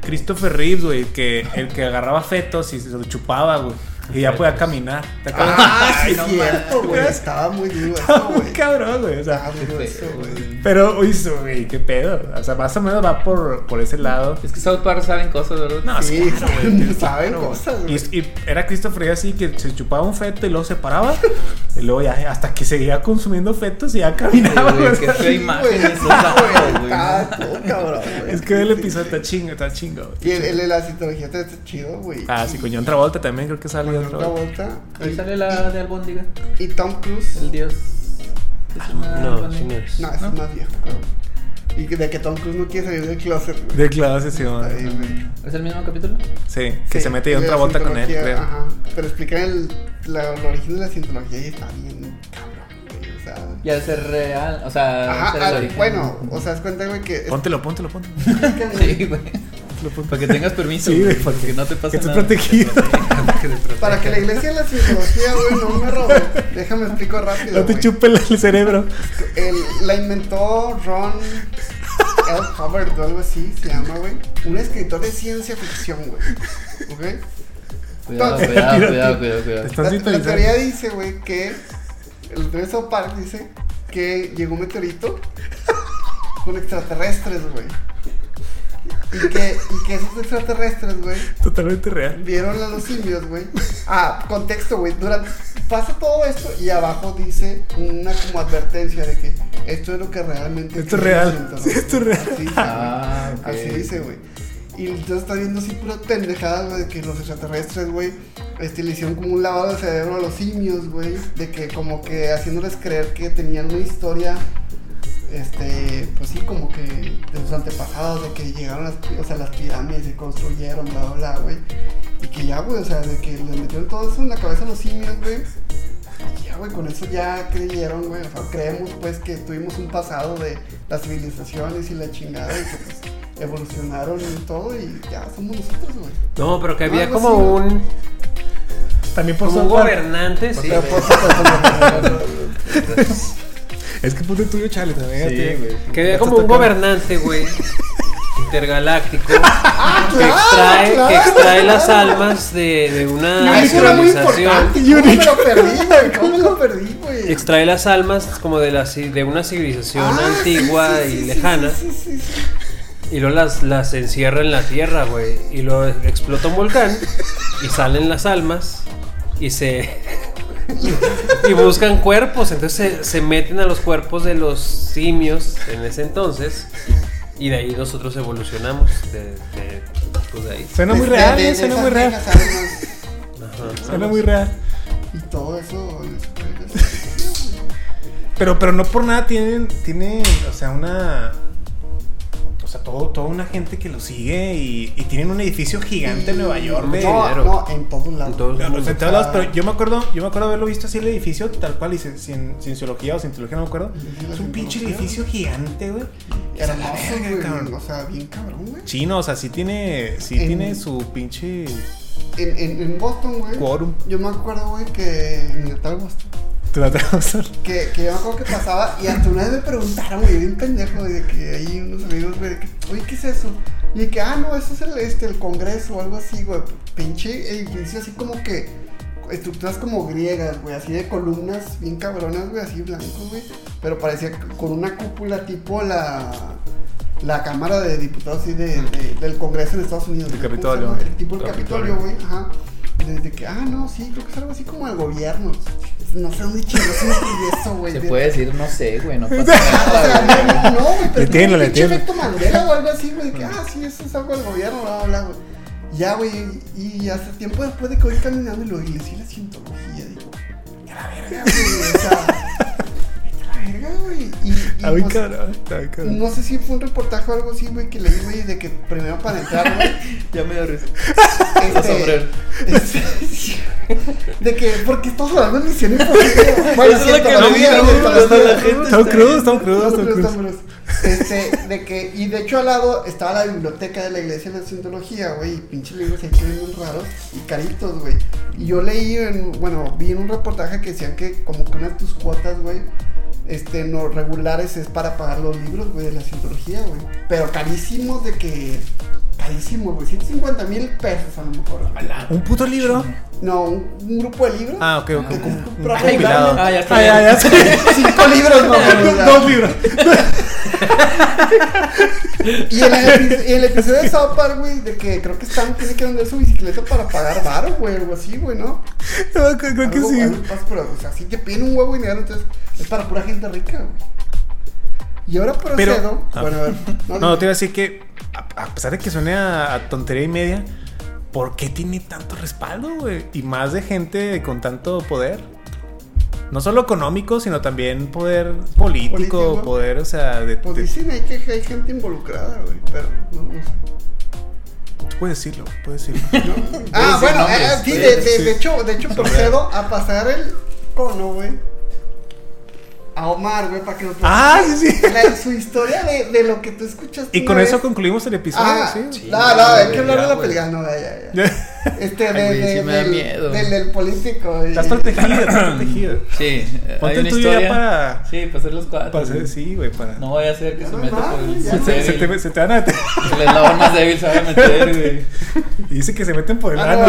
Speaker 1: Christopher Reeves, güey, que el que agarraba fetos y se lo chupaba, güey. Y ya podía caminar. ¿Te acuerdas?
Speaker 3: Ah, sí,
Speaker 5: Ay,
Speaker 3: es
Speaker 5: no
Speaker 3: cierto,
Speaker 5: mames.
Speaker 3: güey. Estaba
Speaker 1: <laughs>
Speaker 3: muy grueso,
Speaker 1: Muy
Speaker 3: Ah, güey.
Speaker 1: cabrón, güey. O sea,
Speaker 3: Estaba muy grueso, güey.
Speaker 1: pero, uy, su- güey, qué pedo. O sea, más o menos va por, por ese lado.
Speaker 5: Es que South Park saben cosas, ¿verdad?
Speaker 1: No,
Speaker 3: Sí, <laughs>
Speaker 1: sí, claro, güey.
Speaker 3: no saben
Speaker 1: claro.
Speaker 3: cosas, güey.
Speaker 1: Y, y era Christopher Reeve así que se chupaba un feto y luego se paraba. y luego ya, hasta que seguía consumiendo fetos y ya caminaba,
Speaker 5: Oye, güey,
Speaker 1: güey.
Speaker 5: qué
Speaker 1: <laughs>
Speaker 5: fea
Speaker 3: Sí,
Speaker 5: imagen
Speaker 3: <laughs> güey,
Speaker 5: esos datos,
Speaker 3: güey,
Speaker 5: güey.
Speaker 3: Está todo cabrón, güey.
Speaker 1: Es que el
Speaker 3: Sí.
Speaker 1: episodio está chingo, está chingo. güey.
Speaker 3: Y el, el de la citología está está chido, güey.
Speaker 1: Ah, sí, con John Travolta también creo que sale
Speaker 3: Con
Speaker 1: John
Speaker 3: otra
Speaker 1: Travolta.
Speaker 3: vuelta.
Speaker 5: Ahí sale la de Albóndiga,
Speaker 3: Y Tom Cruise.
Speaker 5: el dios. Es
Speaker 2: Ah,
Speaker 5: una
Speaker 4: No, sí no
Speaker 5: albóndiga.
Speaker 4: es.
Speaker 3: No, ese es más viejo, creo. Y que- de que Tom Cruise no quiere salir del closet, güey.
Speaker 1: De clase, sí,
Speaker 3: Está
Speaker 1: güey.
Speaker 3: ahí, güey.
Speaker 5: ¿Es el mismo capítulo?
Speaker 1: Sí, que
Speaker 3: Sí,
Speaker 1: se mete John
Speaker 3: la
Speaker 1: Travolta con él,
Speaker 3: cientología,
Speaker 1: creo.
Speaker 3: Ajá. Pero explicar el, la, la origen de la cientología y está bien cabrón, güey. O sea.
Speaker 5: Ya de ser real, o sea, ser
Speaker 3: Ajá,
Speaker 5: el
Speaker 3: ah,
Speaker 5: origen.
Speaker 3: bueno, o sea, es cuenta, güey, que.
Speaker 1: Póntelo, póntelo,
Speaker 3: <laughs>
Speaker 1: póntelo.
Speaker 5: <laughs> Sí, güey.
Speaker 1: póntelo, póntelo.
Speaker 5: Para que tengas permiso,
Speaker 1: Sí,
Speaker 5: güey,
Speaker 1: güey, para
Speaker 5: que
Speaker 1: que-
Speaker 5: no te pase
Speaker 1: que estés
Speaker 5: nada.
Speaker 1: protegido.
Speaker 5: <laughs>
Speaker 3: Para que la iglesia de la cientología, güey, no me robe. Déjame explico rápido.
Speaker 1: No te
Speaker 3: güey.
Speaker 1: chupe
Speaker 3: <laughs>
Speaker 1: el el cerebro.
Speaker 3: El- la inventó Ron L. Hubbard o algo así, se llama, güey. Un escritor de ciencia ficción, güey. ¿Ok?
Speaker 1: <laughs>
Speaker 5: Cuidado,
Speaker 3: Entonces,
Speaker 5: cuidado,
Speaker 1: tírate.
Speaker 5: cuidado, cuidado,
Speaker 1: Te
Speaker 5: cuidado.
Speaker 1: están
Speaker 3: La, la
Speaker 1: sintonizando.
Speaker 3: teoría dice, güey, que el Beso Park dice que llegó un meteorito con extraterrestres, güey. Y que, y que esos extraterrestres, güey,
Speaker 1: Totalmente real.
Speaker 3: vieron a los simios, güey. Ah, contexto, güey. Durante, pasa todo esto y abajo dice una como advertencia de que esto es lo que realmente.
Speaker 1: Esto es
Speaker 3: creen los
Speaker 1: real.
Speaker 3: científicos,
Speaker 1: Sí, <laughs> esto es
Speaker 3: güey.
Speaker 1: real.
Speaker 3: Así,
Speaker 5: Ah, ok.
Speaker 3: güey. Así dice, güey. Y entonces está viendo así puras pendejadas, güey, de que los extraterrestres, güey, este, le hicieron como un lavado de cerebro a los simios, güey. De que como que haciéndoles creer que tenían una historia, este, pues sí, como que de sus antepasados, de que llegaron las, pi- o sea, las pirámides, se construyeron, bla, bla, bla, güey. Y que ya, güey, o sea, de que les metieron todo eso en la cabeza a los simios, güey. Y Ya, güey, con eso ya creyeron, güey. O sea, creemos, pues, que tuvimos un pasado de las civilizaciones y la chingada, y que pues, evolucionaron y todo, y ya somos nosotros, güey.
Speaker 4: No, pero que había
Speaker 3: Algo
Speaker 4: como
Speaker 3: así,
Speaker 4: un,
Speaker 1: También por
Speaker 4: como un
Speaker 1: South Park.
Speaker 4: gobernante, sí.
Speaker 3: Pero, pues, pues,
Speaker 1: Es que ponte tuyo, chale, también.
Speaker 5: Sí,
Speaker 1: tío.
Speaker 5: güey.
Speaker 4: Que había
Speaker 1: Esto
Speaker 4: como un
Speaker 1: está acá.
Speaker 4: gobernante, güey.
Speaker 3: <laughs>
Speaker 4: Intergaláctico. que,
Speaker 3: Ah, claro,
Speaker 4: extrae,
Speaker 3: claro,
Speaker 4: que extrae las almas de, de una
Speaker 3: Ay, eso era muy
Speaker 4: civilización.
Speaker 3: importante. ¿Cómo me lo perdí, güey? ¿Cómo me lo perdí, güey?
Speaker 4: Extrae las almas como de, la, ci- de una civilización
Speaker 3: Ah, sí,
Speaker 4: antigua
Speaker 3: sí,
Speaker 4: y
Speaker 3: sí, sí,
Speaker 4: lejana.
Speaker 3: sí, sí, sí, sí.
Speaker 4: Y luego las, las encierra en la tierra, güey. Y luego explota un volcán y salen las almas y se. <laughs> y buscan cuerpos. Entonces se, se meten a los cuerpos de los simios en ese entonces. Y de ahí nosotros evolucionamos. De, de- pues de ahí.
Speaker 1: Suena muy
Speaker 3: De-
Speaker 1: real,
Speaker 3: Este, de-
Speaker 1: eh,
Speaker 3: de
Speaker 1: suena
Speaker 3: esas
Speaker 1: muy real.
Speaker 3: viejas almas
Speaker 4: Ajá.
Speaker 1: Suena muy real.
Speaker 3: Y todo eso. este,
Speaker 1: Pero, pero no por nada tienen, tiene, o sea, una. O sea, todo, toda una gente que lo sigue y, y tienen un edificio gigante en Nueva York. De,
Speaker 4: No,
Speaker 3: No,
Speaker 4: dinero.
Speaker 3: no, en todos lados.
Speaker 4: En todos
Speaker 1: Claro, o sea, en todos lados,
Speaker 3: Ah.
Speaker 1: pero yo me acuerdo, yo me acuerdo haberlo visto así el edificio, tal cual, y cien- cien- cienciología o cientología, no me acuerdo.
Speaker 3: Sí, la
Speaker 1: Es un pinche
Speaker 3: cientología.
Speaker 1: edificio gigante, güey. Era la
Speaker 3: Hermoso,
Speaker 1: verga,
Speaker 3: güey.
Speaker 1: cabrón.
Speaker 3: O sea, bien cabrón, güey.
Speaker 1: Chino, o sea, sí tiene, sí
Speaker 3: En-
Speaker 1: tiene su pinche
Speaker 3: En, en, en Boston, güey.
Speaker 1: quórum.
Speaker 3: Yo me acuerdo, güey, que. En mi natal Boston.
Speaker 1: Te la tengo que hacer.
Speaker 3: Que, que yo me acuerdo que pasaba y hasta una vez me preguntaron, güey, bien pendejo, güey, de que hay unos amigos, güey, de que, oye, ¿qué es eso? Y de que, ah, no, eso es el, este, el Congreso o algo así, güey. Pinche edificio así como que estructuras como griegas, güey, así de columnas bien cabronas, güey, así blancos, güey. Pero parecía c- con una cúpula tipo la. La Cámara de Diputados, así de, de- del Congreso en Estados Unidos.
Speaker 1: El
Speaker 3: güey, ¿cómo se
Speaker 1: Capitolio.
Speaker 3: llama? El tipo el
Speaker 1: Capitolio.
Speaker 3: Capitolio, güey, ajá. Desde que, ah, no, sí, creo que es algo así como el gobierno. No sé dónde chingados se me escribió eso, güey.
Speaker 2: Se
Speaker 3: de-
Speaker 2: puede decir, no sé,
Speaker 1: <laughs>
Speaker 2: güey, no pasa nada.
Speaker 3: <laughs> O sea, no, güey,
Speaker 2: <laughs>
Speaker 3: pero
Speaker 1: Le tiene,
Speaker 3: tiene un
Speaker 1: le
Speaker 3: pinche
Speaker 1: tiene.
Speaker 3: efecto Mandela o algo así, güey. de Que, ah, sí, eso es algo del gobierno, bla, bla, güey. Ya, güey, y hasta tiempo después de que voy caminando y lo y le sí la cientología, digo, que la verga, güey, o sea, que la verga, güey. Y, y,
Speaker 1: Ay,
Speaker 3: pues,
Speaker 1: cabrón, ay, cabrón.
Speaker 3: no sé si fue un reportaje o algo así, güey, que leí, güey, de que primero para
Speaker 2: <laughs>
Speaker 3: entrar, güey,
Speaker 2: Ya me dio risa. Los
Speaker 3: este,
Speaker 2: sombreros.
Speaker 3: este, <laughs> de que, porque estamos hablando de misión imposible, bueno,
Speaker 2: Eso es lo que
Speaker 3: cientología,
Speaker 2: no me
Speaker 3: güey,
Speaker 2: gusta,
Speaker 3: cientología.
Speaker 2: cuando la gente
Speaker 1: Estamos
Speaker 2: está-
Speaker 1: crudos, estamos crudos, estamos
Speaker 3: Estamos crudos,
Speaker 1: crudos.
Speaker 3: estamos crudos. Este, de que, y de hecho al lado estaba la biblioteca de la iglesia de la cientología, güey, y pinche libros ahí que ven bien raros y caritos, güey. Y yo leí en, bueno, vi en un reportaje que decían que como que una de tus cuotas, güey, este, no regulares es para pagar los libros, güey, de la cientología, güey. Pero carísimos de que, carísimos, güey, 150 mil pesos a lo mejor.
Speaker 1: ¿Un puto libro?
Speaker 3: No, un, un grupo de libros.
Speaker 1: Ah, ok, ok.
Speaker 3: Que
Speaker 1: un-
Speaker 3: tú
Speaker 1: un
Speaker 3: compras-
Speaker 1: compilado.
Speaker 2: Ah, ya está.
Speaker 1: Ah, ya, ya sé.
Speaker 3: Cinco <laughs> libros, no, güey, ya.
Speaker 1: Dos libros.
Speaker 3: Y en el, epi- en el episodio de South Park, güey, de que creo que Sam tiene que vender su bicicleta para pagar varo, güey, algo así, güey, ¿no?
Speaker 1: No, creo creo que
Speaker 3: Algo-
Speaker 1: sí.
Speaker 3: algo pasa, pero, o sea, sí te piden un huevo de dinero, entonces es para pura gente rica, güey. Y ahora procedo.
Speaker 1: Pero-
Speaker 3: Bueno, a
Speaker 1: <laughs>
Speaker 3: ver.
Speaker 1: No, te iba a decir que, a, a pesar de que suene a, a tontería y media, ¿por qué tiene tanto respaldo, güey? Y más de gente con tanto poder. No solo económico, sino también poder político,
Speaker 3: Político.
Speaker 1: poder, o sea, de,
Speaker 3: Pues
Speaker 1: de-
Speaker 3: dicen ahí que hay gente involucrada, güey, pero no, no sé.
Speaker 1: tú puedes decirlo, puedes <laughs> decirlo.
Speaker 3: Ah,
Speaker 2: Dicen
Speaker 3: bueno,
Speaker 2: nombres,
Speaker 3: eh, sí,
Speaker 2: sí,
Speaker 3: de, de-
Speaker 1: sí.
Speaker 3: de hecho, de hecho procedo a pasar el cono, güey. A Omar, güey, para que nos
Speaker 1: Ah, sí, sí.
Speaker 3: la- su historia de, de lo que tú escuchaste.
Speaker 1: y con
Speaker 3: una
Speaker 1: eso
Speaker 3: vez.
Speaker 1: concluimos el episodio,
Speaker 3: Ah,
Speaker 1: ¿sí?
Speaker 3: no, no, hay
Speaker 2: güey,
Speaker 3: que hablar de
Speaker 2: ya,
Speaker 3: la
Speaker 2: güey.
Speaker 3: pelea, no, ya, ya, ya.
Speaker 1: Ya.
Speaker 3: Este,
Speaker 2: Ay,
Speaker 3: de,
Speaker 2: güey, sí
Speaker 3: de-
Speaker 2: me da
Speaker 3: del,
Speaker 2: miedo.
Speaker 3: del, del político. y-
Speaker 1: Estás protegida, estás protegida.
Speaker 2: Sí, eh,
Speaker 1: Ponte
Speaker 2: hay
Speaker 1: el
Speaker 2: una
Speaker 1: tuyo ya
Speaker 2: historia.
Speaker 1: para-
Speaker 2: Sí, para hacer los cuatro.
Speaker 1: Para ser-
Speaker 2: güey.
Speaker 1: sí, güey, para...
Speaker 2: No voy a hacer que
Speaker 3: Ya
Speaker 2: se
Speaker 3: no
Speaker 2: meta
Speaker 3: mames,
Speaker 2: con el
Speaker 3: ya
Speaker 2: más
Speaker 3: no.
Speaker 1: Se, se
Speaker 2: débil.
Speaker 1: te, se te van a...
Speaker 2: El eslabón más débil se va a meter, <laughs> güey.
Speaker 1: <laughs> y dice que se meten por el
Speaker 3: Ah,
Speaker 1: ano.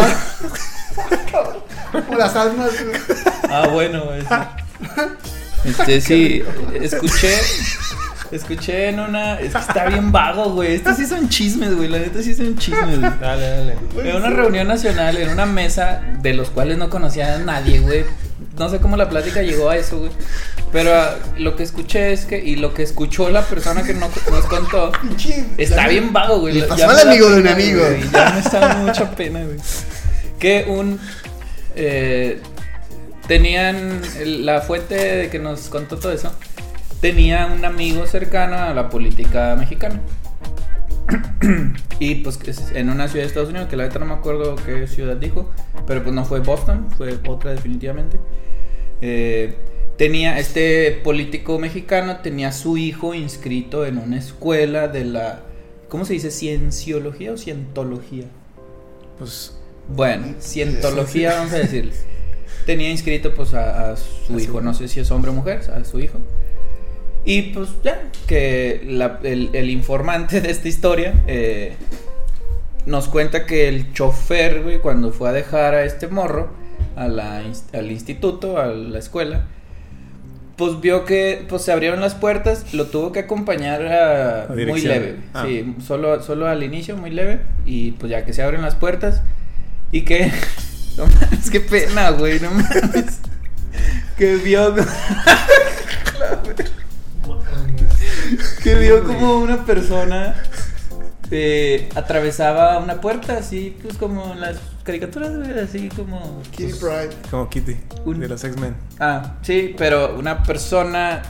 Speaker 3: no. <laughs> Por las almas. güey.
Speaker 2: Ah, bueno, güey. sí. Este, sí, escuché. Escuché en una. Es que está bien vago, güey. Estos sí son chismes, güey. La neta sí son chismes, güey.
Speaker 4: Dale, dale.
Speaker 2: En una reunión nacional, en una mesa de los cuales no conocía a nadie, güey. No sé cómo la plática llegó a eso, güey. Pero ah, lo que escuché es que, y lo que escuchó la persona que no- nos contó,
Speaker 3: Pinche-
Speaker 2: está bien vago, güey.
Speaker 3: Le
Speaker 2: Ya
Speaker 3: pasó
Speaker 2: me
Speaker 3: al
Speaker 2: da
Speaker 3: amigo de un
Speaker 2: pena,
Speaker 3: amigo.
Speaker 2: güey. Ya me está dando mucha pena, güey. Que un. eh, tenían el- la fuente de que nos contó todo eso. Tenía un amigo cercano a la política mexicana. Y pues que es en una ciudad de Estados Unidos, que la neta no me acuerdo qué ciudad dijo, pero pues no fue Boston, fue otra definitivamente. Eh, tenía este político mexicano, tenía su hijo inscrito en una escuela de la, ¿cómo se dice? ¿Cienciología o cientología?
Speaker 1: Pues,
Speaker 2: Bueno, cientología, vamos a decirle. <laughs> Tenía inscrito pues a, a su hijo, no sé si es hombre o mujer, a su hijo. Y pues ya, que la- el, el informante de esta historia eh, nos cuenta que el chofer, güey, cuando fue a dejar a este morro a la ins- al instituto, a la escuela, pues vio que pues se abrieron las puertas, lo tuvo que acompañar a-
Speaker 1: A
Speaker 2: muy
Speaker 1: dirección.
Speaker 2: leve,
Speaker 1: Ah.
Speaker 2: sí, solo, solo al inicio, muy leve, y pues ya que se abren las puertas, y que. <laughs> No mames, qué pena, güey, no mames. Que vio. <laughs> que vio como una persona eh, atravesaba una puerta, así, pues como en las caricaturas, güey, así como. pues,
Speaker 3: Kitty Pride.
Speaker 1: como Kitty,
Speaker 2: Un-
Speaker 1: de los X-Men.
Speaker 2: Ah, sí, pero una persona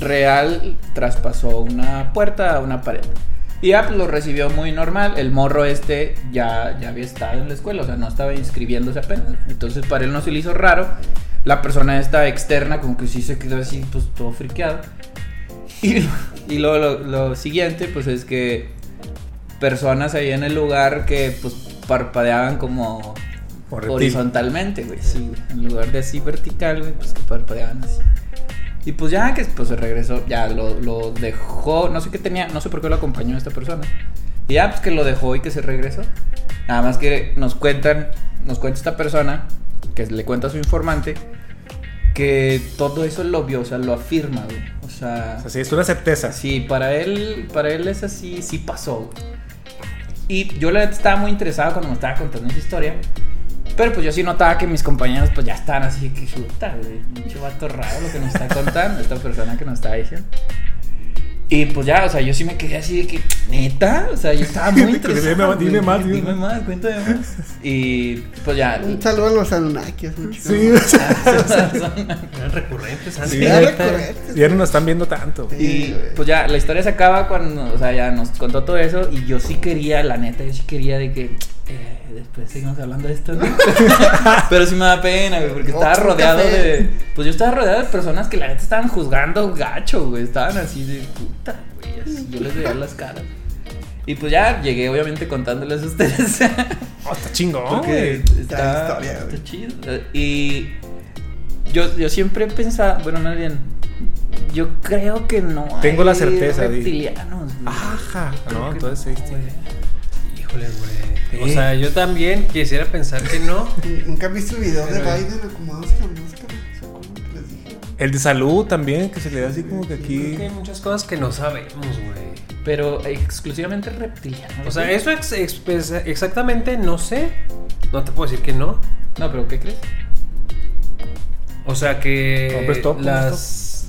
Speaker 2: real traspasó una puerta a una pared. Y ya pues, lo recibió muy normal. El morro este ya, ya había estado en la escuela, o sea, no estaba inscribiéndose apenas. Entonces para él no se le hizo raro. La persona esta externa como que sí se quedó así, pues todo friqueado. Y, lo- y luego lo, lo siguiente, pues es que personas ahí en el lugar que pues parpadeaban como
Speaker 1: Como reptil.
Speaker 2: horizontalmente, güey. Sí, güey. en lugar de así vertical, güey, pues que parpadeaban así. Y pues ya que pues se regresó, ya lo, lo dejó, no sé qué tenía, no sé por qué lo acompañó esta persona. Y ya pues que lo dejó y que se regresó. Nada más que nos cuentan, nos cuenta esta persona, que le cuenta a su informante, que todo eso lo vio, o sea, lo afirma, güey. O sea,
Speaker 1: O sea, sí, es una certeza.
Speaker 2: Sí, para él, para él es así, sí pasó. güey. Y yo la neta estaba muy interesado cuando me estaba contando esa historia. Pero pues yo sí notaba que mis compañeros pues ya están así que puta, güey, pinche vato raro lo que nos está contando esta persona que nos está diciendo. Y pues ya, o sea, yo sí me quedé así de que, neta, o sea, yo
Speaker 1: <laughs>
Speaker 2: estaba muy interesado.
Speaker 1: Dime más,
Speaker 2: güey,
Speaker 1: dime más, dime
Speaker 2: dime más, cuéntame más. Y pues
Speaker 3: <laughs>
Speaker 2: ya, <laughs>
Speaker 3: Un saludo a los Anunnakis. mucho.
Speaker 1: Sí, o sea,
Speaker 4: Eran recurrentes
Speaker 1: Sí,
Speaker 3: Ya
Speaker 1: ahorita-
Speaker 3: recurrentes.
Speaker 1: ya no nos están viendo tanto.
Speaker 3: Sí.
Speaker 2: Y pues ya, la historia se acaba cuando, o sea, ya nos contó todo eso y yo sí quería, la neta, yo sí quería de que eh, después seguimos hablando de esto. güey. Pero sí me da pena, güey, porque estaba
Speaker 3: Otro
Speaker 2: rodeado
Speaker 3: café.
Speaker 2: de... Pues yo estaba rodeado de personas que la neta estaban juzgando gacho, güey, estaban así de puta, güey, así, yo les veía las caras. Y pues ya llegué, obviamente, contándoles a ustedes. <laughs>
Speaker 1: Oh, está chingón,
Speaker 2: Porque
Speaker 1: güey.
Speaker 2: está,
Speaker 3: Está historia, güey.
Speaker 2: está chido. Y yo, yo siempre he pensado, bueno, más bien, yo creo que no.
Speaker 1: Tengo la
Speaker 2: hay
Speaker 1: certeza, di.
Speaker 2: reptilianos, güey.
Speaker 1: Ajá.
Speaker 2: Creo
Speaker 1: No,
Speaker 2: que
Speaker 1: entonces
Speaker 2: no,
Speaker 1: sí, sí.
Speaker 2: güey.
Speaker 4: Híjole, güey. O sea, yo también quisiera pensar que no.
Speaker 3: Nunca viste el video de
Speaker 4: Pero-
Speaker 3: Biden acomodados con máscara. ¿Se acuerdan que les dije?
Speaker 1: El de salud también, que se le da así como que aquí.
Speaker 4: Creo que hay muchas cosas que no sabemos, güey.
Speaker 2: Pero exclusivamente reptilianos.
Speaker 4: O sea,
Speaker 2: güey.
Speaker 4: eso ex- ex- pues, exactamente no sé. No te puedo decir que no.
Speaker 2: No, pero ¿qué crees?
Speaker 4: O sea que
Speaker 1: Hombres top, hombres
Speaker 4: las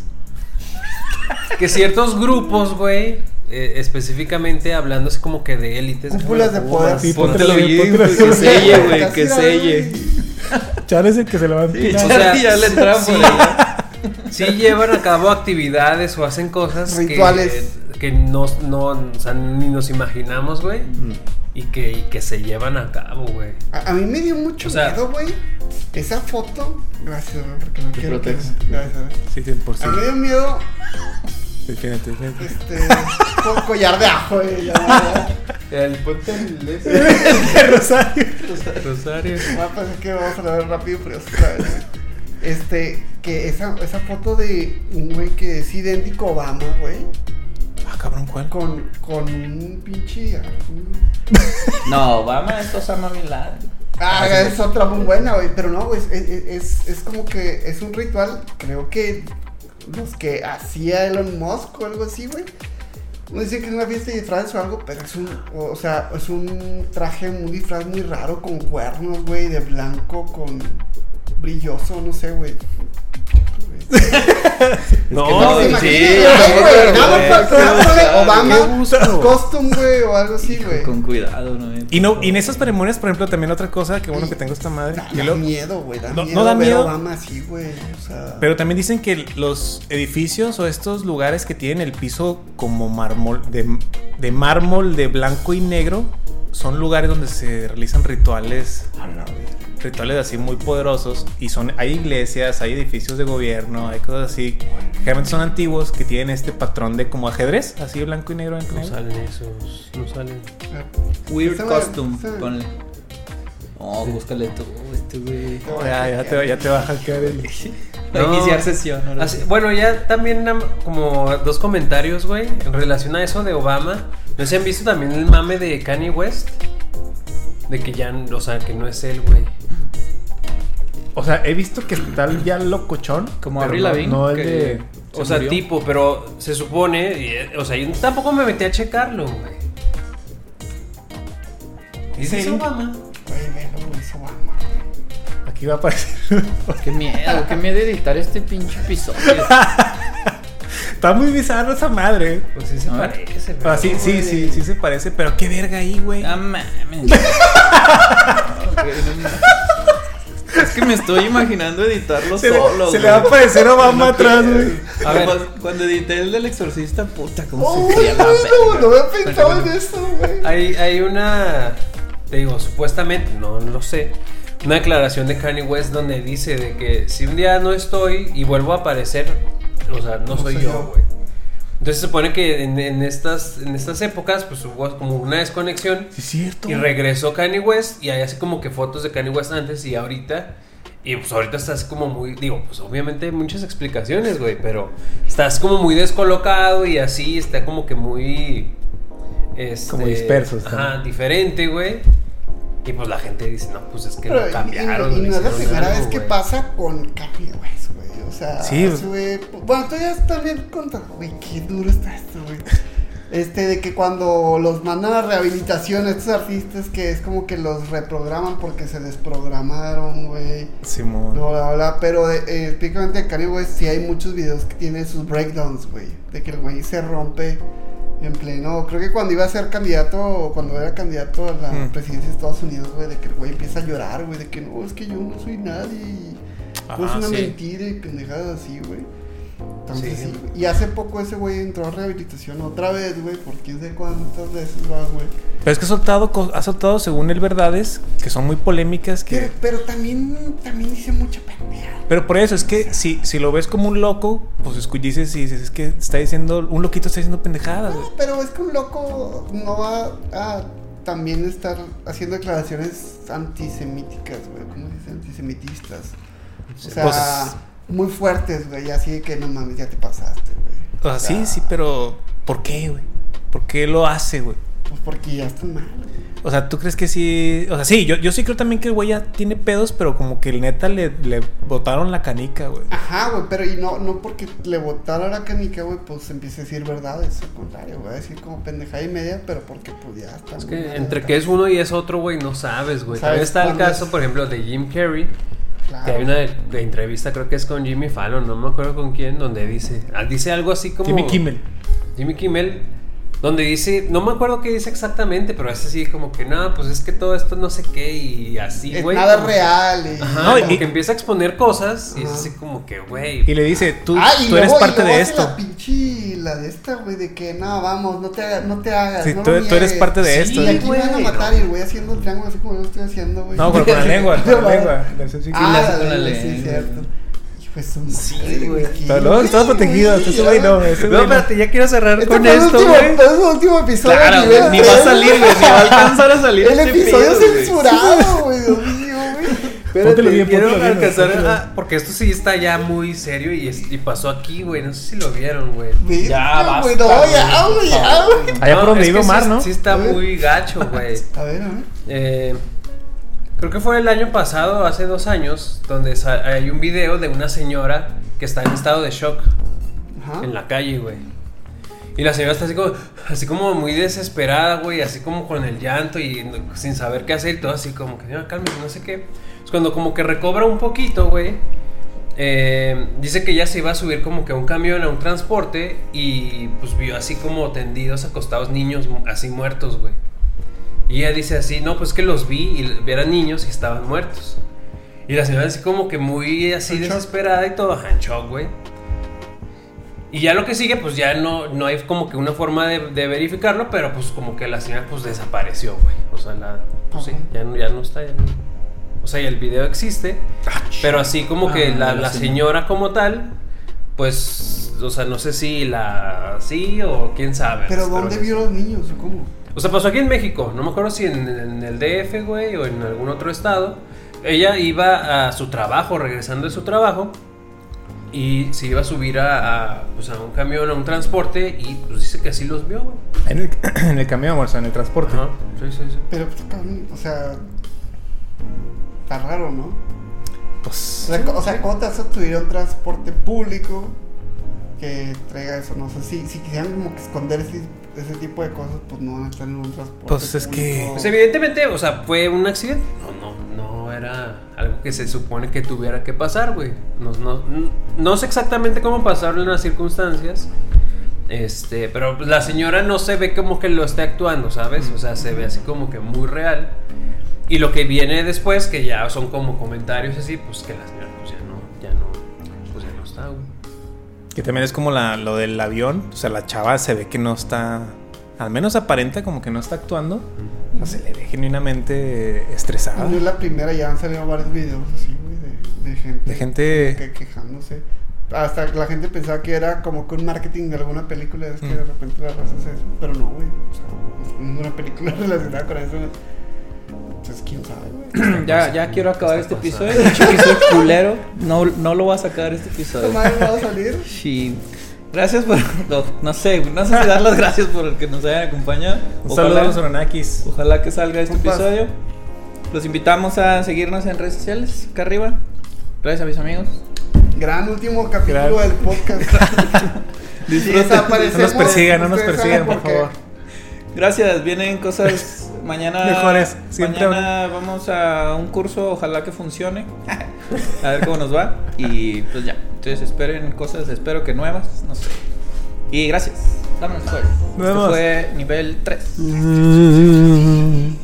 Speaker 4: <laughs> que ciertos grupos, güey, eh, específicamente hablándose como que de élites.
Speaker 3: Cúpulas de
Speaker 4: güey,
Speaker 3: poder.
Speaker 1: Sí,
Speaker 4: Póntelo bien,
Speaker 1: póntelo
Speaker 4: güey,
Speaker 1: bien.
Speaker 4: que selle, güey,
Speaker 3: Casi
Speaker 4: que
Speaker 3: la-
Speaker 4: selle.
Speaker 1: Char es el que se le va a
Speaker 2: Sí,
Speaker 1: empinar.
Speaker 4: o sea,
Speaker 2: ya le entramos.
Speaker 4: sí. Sí llevan a cabo actividades o hacen cosas que-
Speaker 3: Rituales.
Speaker 4: que, no, no, o sea, ni nos imaginamos, güey, y que, y que se llevan a cabo, güey.
Speaker 3: A, a mí me dio mucho
Speaker 4: O sea-
Speaker 3: miedo, güey. Esa foto. Gracias, güey, porque no quiero. que-
Speaker 2: proteges.
Speaker 3: Gracias. güey.
Speaker 1: Sí, 100%.
Speaker 3: A mí me dio miedo.
Speaker 1: Defínete, defínete.
Speaker 3: Este. con collar de ajo, güey. ya, ya.
Speaker 4: El puente
Speaker 1: <laughs> El Rosario.
Speaker 4: Rosario.
Speaker 3: Voy a pensar que vamos a ver rápido, pero es otra vez, güey. Este. Que esa, esa foto de un güey que es idéntico a Obama, güey.
Speaker 1: Ah, cabrón, ¿cuál?
Speaker 3: Con, con un pinche.
Speaker 2: No, Obama es Osama Bin Laden.
Speaker 3: Ah, es otra muy buena, güey. Pero no, güey. Es, es- es como que es un ritual. Creo que los que hacía Elon Musk o algo así, güey. No dice que es una fiesta de disfraces o algo, pero es un. O sea, es un traje, un disfraz muy raro con cuernos, güey. De blanco, con. Brilloso, no sé, güey.
Speaker 1: No,
Speaker 3: se
Speaker 1: sí,
Speaker 3: imagina,
Speaker 2: sí,
Speaker 3: güey,
Speaker 2: no,
Speaker 3: güey, nada más
Speaker 2: güey,
Speaker 3: para- nada más
Speaker 2: claro,
Speaker 3: de
Speaker 1: qué
Speaker 3: Obama,
Speaker 1: gusto.
Speaker 3: costume, güey, o algo así, güey.
Speaker 2: Con cuidado, ¿no? eh?
Speaker 1: Y, no, y en esas ceremonias, por ejemplo, también otra cosa que bueno que tengo esta madre.
Speaker 3: Da,
Speaker 1: y
Speaker 3: da
Speaker 1: luego-
Speaker 3: miedo, güey. Da
Speaker 1: No- no
Speaker 3: miedo
Speaker 1: da
Speaker 3: ver a
Speaker 1: miedo.
Speaker 3: Obama así, güey. O sea.
Speaker 1: pero también dicen que los edificios o estos lugares que tienen el piso como mármol, de, de mármol de blanco y negro, son lugares donde se realizan rituales, rituales así muy poderosos. Y son, hay iglesias, hay edificios de gobierno, hay cosas así. Generalmente son antiguos que tienen este patrón de como ajedrez, así blanco y negro, blanco y
Speaker 4: No
Speaker 1: negro.
Speaker 4: salen esos, no salen.
Speaker 2: Weird
Speaker 3: Esa-
Speaker 2: costume,
Speaker 3: esa-
Speaker 2: ponle. Oh, búscale tú, este güey.
Speaker 1: Ya, ya te, ya te va a hackear el.
Speaker 2: Para
Speaker 4: No.
Speaker 2: iniciar sesión. ahora
Speaker 4: Así-
Speaker 2: sí.
Speaker 4: bueno, ya también nam- como dos comentarios, güey, en relación a eso de Obama. ¿No se han visto también el mame de Kanye West? De que ya, o sea, que no es él, güey.
Speaker 1: O sea, he visto que está ya locochón.
Speaker 2: Como
Speaker 1: pero
Speaker 2: Avril
Speaker 1: no-
Speaker 2: Lavigne,
Speaker 1: No el
Speaker 2: que-
Speaker 1: de.
Speaker 4: O
Speaker 2: Se
Speaker 4: sea,
Speaker 2: murió.
Speaker 4: tipo, pero se supone, y, eh, o sea, yo tampoco me metí a checarlo, güey. Dice
Speaker 1: Sí.
Speaker 4: Obama.
Speaker 3: Güey, velo, güey, es Obama.
Speaker 1: Aquí va a aparecer. <laughs>
Speaker 2: Qué miedo, qué miedo editar este pinche episodio.
Speaker 1: está muy bizarro esa madre.
Speaker 4: Pues sí se
Speaker 2: Ah.
Speaker 4: parece, güey.
Speaker 1: Ah, sí, sí, sí, sí se parece, pero qué verga ahí, güey.
Speaker 2: Ah, mames. es que me estoy imaginando editarlo
Speaker 1: Se, le-
Speaker 2: solo.
Speaker 1: se
Speaker 2: güey.
Speaker 1: le va a aparecer Obama atrás, güey.
Speaker 2: A ver, cuando- cuando edité el del exorcista, puta, cómo
Speaker 1: Oh,
Speaker 2: se creía la verga.
Speaker 3: no, no había pensado en eso, güey.
Speaker 4: Hay, hay una, te digo, supuestamente, no lo sé, una declaración de Kanye West donde dice de que si un día no estoy y vuelvo a aparecer, o sea, no, soy,
Speaker 3: soy yo.
Speaker 4: yo, güey. Entonces se supone que en, en estas, en estas épocas, pues hubo como una desconexión
Speaker 1: Sí, es cierto.
Speaker 4: y regresó Kanye West y hay así como que fotos de Kanye West antes y ahorita. Y pues ahorita estás como muy, digo, pues obviamente muchas explicaciones, güey, pero estás como muy descolocado y así, está como que muy... este,
Speaker 1: Como disperso está.
Speaker 4: Ajá, diferente, güey. Y pues la gente dice, no, pues es que
Speaker 3: Pero,
Speaker 4: lo
Speaker 3: y-
Speaker 4: cambiaron.
Speaker 3: y, y
Speaker 4: le
Speaker 3: no es la
Speaker 4: hicieron
Speaker 3: primera
Speaker 4: algo,
Speaker 3: vez que
Speaker 4: güey.
Speaker 3: pasa con Kanye West, güey. O sea,
Speaker 1: Sí.
Speaker 3: sí. bueno, tú ya estás bien contando, güey, qué duro está esto, güey. Este, de que cuando los mandan a rehabilitación a estos artistas, que es como que los reprograman porque se desprogramaron, güey.
Speaker 1: Simón.
Speaker 3: No, la verdad, pero de, eh, específicamente de Kanye West sí hay muchos videos que tiene sus breakdowns, güey. De que el güey se rompe en pleno. Creo que cuando iba a ser candidato, o cuando era candidato a la
Speaker 1: Mm.
Speaker 3: presidencia de Estados Unidos, güey, de que el güey empieza a llorar, güey, de que no, es que yo no soy nadie. y todo
Speaker 1: Ajá,
Speaker 3: es una
Speaker 1: sí.
Speaker 3: mentira y pendejadas así, güey. Entonces,
Speaker 1: Sí.
Speaker 3: sí, güey. Y hace poco ese güey entró a rehabilitación otra vez, güey, por quién sé cuántas veces va, güey.
Speaker 1: Pero es que ha soltado, co- ha soltado, según él, verdades que son muy polémicas. Que,
Speaker 3: Pero, pero también, también dice mucha pendeja.
Speaker 1: Pero por eso, es que si, si lo ves como un loco, pues escu- dices y dices, es que está diciendo, un loquito está diciendo pendejadas, güey.
Speaker 3: No, pero es que un loco no va a también estar haciendo declaraciones antisemíticas, güey. ¿Cómo se dice? Antisemitistas. O sea,
Speaker 1: Pues,
Speaker 3: muy fuertes, güey. Así de que no mames, ya te pasaste, güey.
Speaker 1: O sea, Ah, sí, sí, pero ¿por qué, güey? ¿Por qué lo hace, güey?
Speaker 3: Pues porque ya están mal.
Speaker 1: O sea, ¿tú crees que sí? O sea, sí, yo, yo sí creo también que el güey ya tiene pedos, pero como que el neta le, le botaron la canica, güey.
Speaker 3: Ajá, güey, pero y no, no porque le botara la canica, güey, pues empieza a decir verdades. Al contrario, güey, a decir como pendejada y media, pero porque pues ya está.
Speaker 4: Es
Speaker 3: muy
Speaker 4: que
Speaker 3: mal,
Speaker 4: entre
Speaker 3: está-
Speaker 4: que es uno y es otro, güey, no sabes, güey.
Speaker 3: ¿Sabes
Speaker 4: También está el
Speaker 3: cuándo
Speaker 4: caso,
Speaker 3: es?
Speaker 4: por ejemplo, de Jim Carrey.
Speaker 3: Claro.
Speaker 4: Que hay una de, de entrevista, creo que es con Jimmy Fallon, no me acuerdo con quién, donde dice, ah, dice algo así como...
Speaker 1: Jimmy Kimmel.
Speaker 4: Jimmy Kimmel, donde dice, no me acuerdo qué dice exactamente, pero es así como que, no, pues es que todo esto no sé qué y así,
Speaker 3: Es
Speaker 4: güey.
Speaker 3: nada
Speaker 4: como-
Speaker 3: real. Y...
Speaker 4: Ajá,
Speaker 1: No,
Speaker 4: como
Speaker 1: y-
Speaker 4: que empieza a exponer cosas y es
Speaker 3: Ajá.
Speaker 4: así como que, güey.
Speaker 1: Y le dice, tú,
Speaker 3: Ah, y
Speaker 1: tú eres
Speaker 3: luego- y
Speaker 1: parte
Speaker 3: luego
Speaker 1: de
Speaker 3: hace
Speaker 1: esto.
Speaker 3: La pinche, la de esta, güey, de que no, vamos, no te, haga- no te hagas.
Speaker 1: Sí,
Speaker 3: no
Speaker 1: tú,
Speaker 3: lo
Speaker 1: tú eres
Speaker 3: niegues".
Speaker 1: parte de
Speaker 4: Sí,
Speaker 1: esto.
Speaker 3: Y
Speaker 1: güey.
Speaker 3: aquí me van a
Speaker 4: güey,
Speaker 3: matar
Speaker 4: no.
Speaker 3: y el güey haciendo el triángulo así como yo lo estoy haciendo, güey.
Speaker 1: <laughs> No, pero
Speaker 3: <laughs>
Speaker 1: con la lengua, con la lengua. Le hace así
Speaker 3: Ah,
Speaker 1: como-
Speaker 3: la
Speaker 5: Con la
Speaker 3: lengua, sí,
Speaker 5: lengua.
Speaker 3: cierto. Y pues un
Speaker 4: Sí, güey.
Speaker 1: Pero luego estaba protegido, ese güey no, ese
Speaker 4: No,
Speaker 1: güey no.
Speaker 4: espérate, ya quiero cerrar
Speaker 3: Este
Speaker 4: con
Speaker 3: fue el
Speaker 4: esto,
Speaker 3: último,
Speaker 4: güey.
Speaker 3: este es el último episodio.
Speaker 4: Claro,
Speaker 3: nivel
Speaker 4: güey, ni va a
Speaker 3: tres,
Speaker 4: salir, güey,
Speaker 1: <laughs>
Speaker 4: ni va a alcanzar a salir
Speaker 3: El
Speaker 4: este
Speaker 3: episodio
Speaker 4: pedo, güey.
Speaker 3: censurado, güey, Dios mío, güey.
Speaker 1: Póntelo
Speaker 4: Espérate,
Speaker 1: bien,
Speaker 4: quiero
Speaker 1: póntelo bien,
Speaker 4: alcanzar
Speaker 1: póntelo bien.
Speaker 4: a- Porque esto sí está ya muy serio y, es- y pasó aquí, güey. No sé si lo vieron, güey.
Speaker 3: Verga, güey,
Speaker 4: basta,
Speaker 3: no,
Speaker 4: güey.
Speaker 3: ya, güey, ya, güey.
Speaker 1: Allá por donde
Speaker 4: es
Speaker 1: iba
Speaker 4: que sí-
Speaker 1: Omar, ¿no?
Speaker 4: Sí está
Speaker 3: A ver.
Speaker 4: muy gacho, güey.
Speaker 3: A ver, a ver.
Speaker 4: Eh, creo que fue el año pasado, hace dos años, donde sa- hay un video de una señora que está en estado de shock
Speaker 3: Ajá.
Speaker 4: en la calle, güey. Y la señora está así como, así como muy desesperada, güey, así como con el llanto y no- sin saber qué hacer y todo así como que, no, cálmese, no sé qué. Es cuando como que recobra un poquito, güey. eh, dice que ya se iba a subir como que a un camión, a un transporte y pues vio así como tendidos, acostados niños mu- así muertos, güey. Y ella dice así, no, pues que los vi y eran niños y estaban muertos. Y la señora así como que muy así
Speaker 3: En shock.
Speaker 4: desesperada y todo, ajá, en shock, güey. Y ya lo que sigue, pues ya no, no hay como que una forma de, de verificarlo, pero pues como que la señora pues desapareció, güey. O sea, la, pues, sí,
Speaker 3: Ajá.
Speaker 4: ya, no, ya no está. ya no. O sea, y el video existe, pero así como que
Speaker 5: Ah,
Speaker 4: la,
Speaker 5: la
Speaker 4: la
Speaker 5: señora.
Speaker 4: señora como tal, pues, o sea, no sé si la sí o quién sabe.
Speaker 3: Pero ¿dónde
Speaker 4: sí.
Speaker 3: vio los niños o cómo?
Speaker 4: O sea, pasó aquí en México. No me acuerdo si en, en el DF, güey, o en algún otro estado. Ella iba a su trabajo, regresando de su trabajo. Y se iba a subir a, a, pues, a un camión, a un transporte. Y pues dice que así los vio, güey.
Speaker 1: En el, <clears throat> en el camión, o sea, en el transporte.
Speaker 4: Ajá, Sí, sí, sí.
Speaker 3: Pero, pues, cabrón, o sea, está raro, ¿no? O
Speaker 1: Pues,
Speaker 3: sea, co- o sea, ¿cómo te vas a subir a un transporte público que traiga eso? No sé, si, si quisieran como que esconder ese, ese tipo de cosas, pues no van a estar en un transporte
Speaker 1: Pues, es que-
Speaker 3: público.
Speaker 4: Pues evidentemente, o sea, fue un accidente. No, no, no era algo que se supone que tuviera que pasar, güey. No, no, no sé exactamente cómo pasaron las circunstancias. Este, pero la señora no se ve como que lo esté actuando, ¿sabes? O sea, se ve así como que muy real. Y lo que viene después, que ya son como comentarios así, pues que la señora pues ya no, ya no, pues ya no está, güey.
Speaker 1: que también es como la, lo del avión. O sea, la chava se ve que no está. Al menos aparenta como que no está actuando. No se le ve genuinamente estresada.
Speaker 3: No es la primera, ya han salido varios videos así, güey, de, de gente.
Speaker 1: De gente-
Speaker 3: como que quejándose. Hasta la gente pensaba que era como que un marketing de alguna película, es que
Speaker 1: Mm.
Speaker 3: de repente la raza hace eso. Pero no, güey. O sea, no es ninguna película <laughs> relacionada con eso. Entonces, quién sabe,
Speaker 1: <coughs>
Speaker 3: güey.
Speaker 2: Ya, ya quiero acabar este
Speaker 4: Está
Speaker 2: episodio. Dicho que soy culero. No, no lo voy a sacar este episodio.
Speaker 3: Tomás no va a salir.
Speaker 2: Sí. Gracias por. No, no sé, no sé si dar las gracias por el que nos hayan acompañado.
Speaker 1: Un saludo a los
Speaker 2: Ojalá,
Speaker 1: Oronakis.
Speaker 2: ojalá que salga este
Speaker 3: Compas.
Speaker 2: episodio. Los invitamos a seguirnos en redes sociales, acá arriba. Gracias a mis amigos.
Speaker 3: Gran último capítulo
Speaker 1: Gran-
Speaker 3: del
Speaker 1: <laughs>
Speaker 3: podcast. Si desaparecemos,
Speaker 1: No nos persigan, no nos
Speaker 3: ustedes
Speaker 1: persigan,
Speaker 3: saben
Speaker 1: por favor.
Speaker 2: Gracias,
Speaker 1: <laughs>
Speaker 2: vienen cosas mañana.
Speaker 1: Mejores, siempre
Speaker 2: Mañana vamos a un curso, ojalá que funcione. <laughs> A ver cómo nos va. Y pues ya. Entonces esperen cosas, espero que nuevas, no sé. Y gracias. Vámonos, pues.
Speaker 1: Nos vemos.
Speaker 2: Esto fue nivel 3.
Speaker 3: por qué.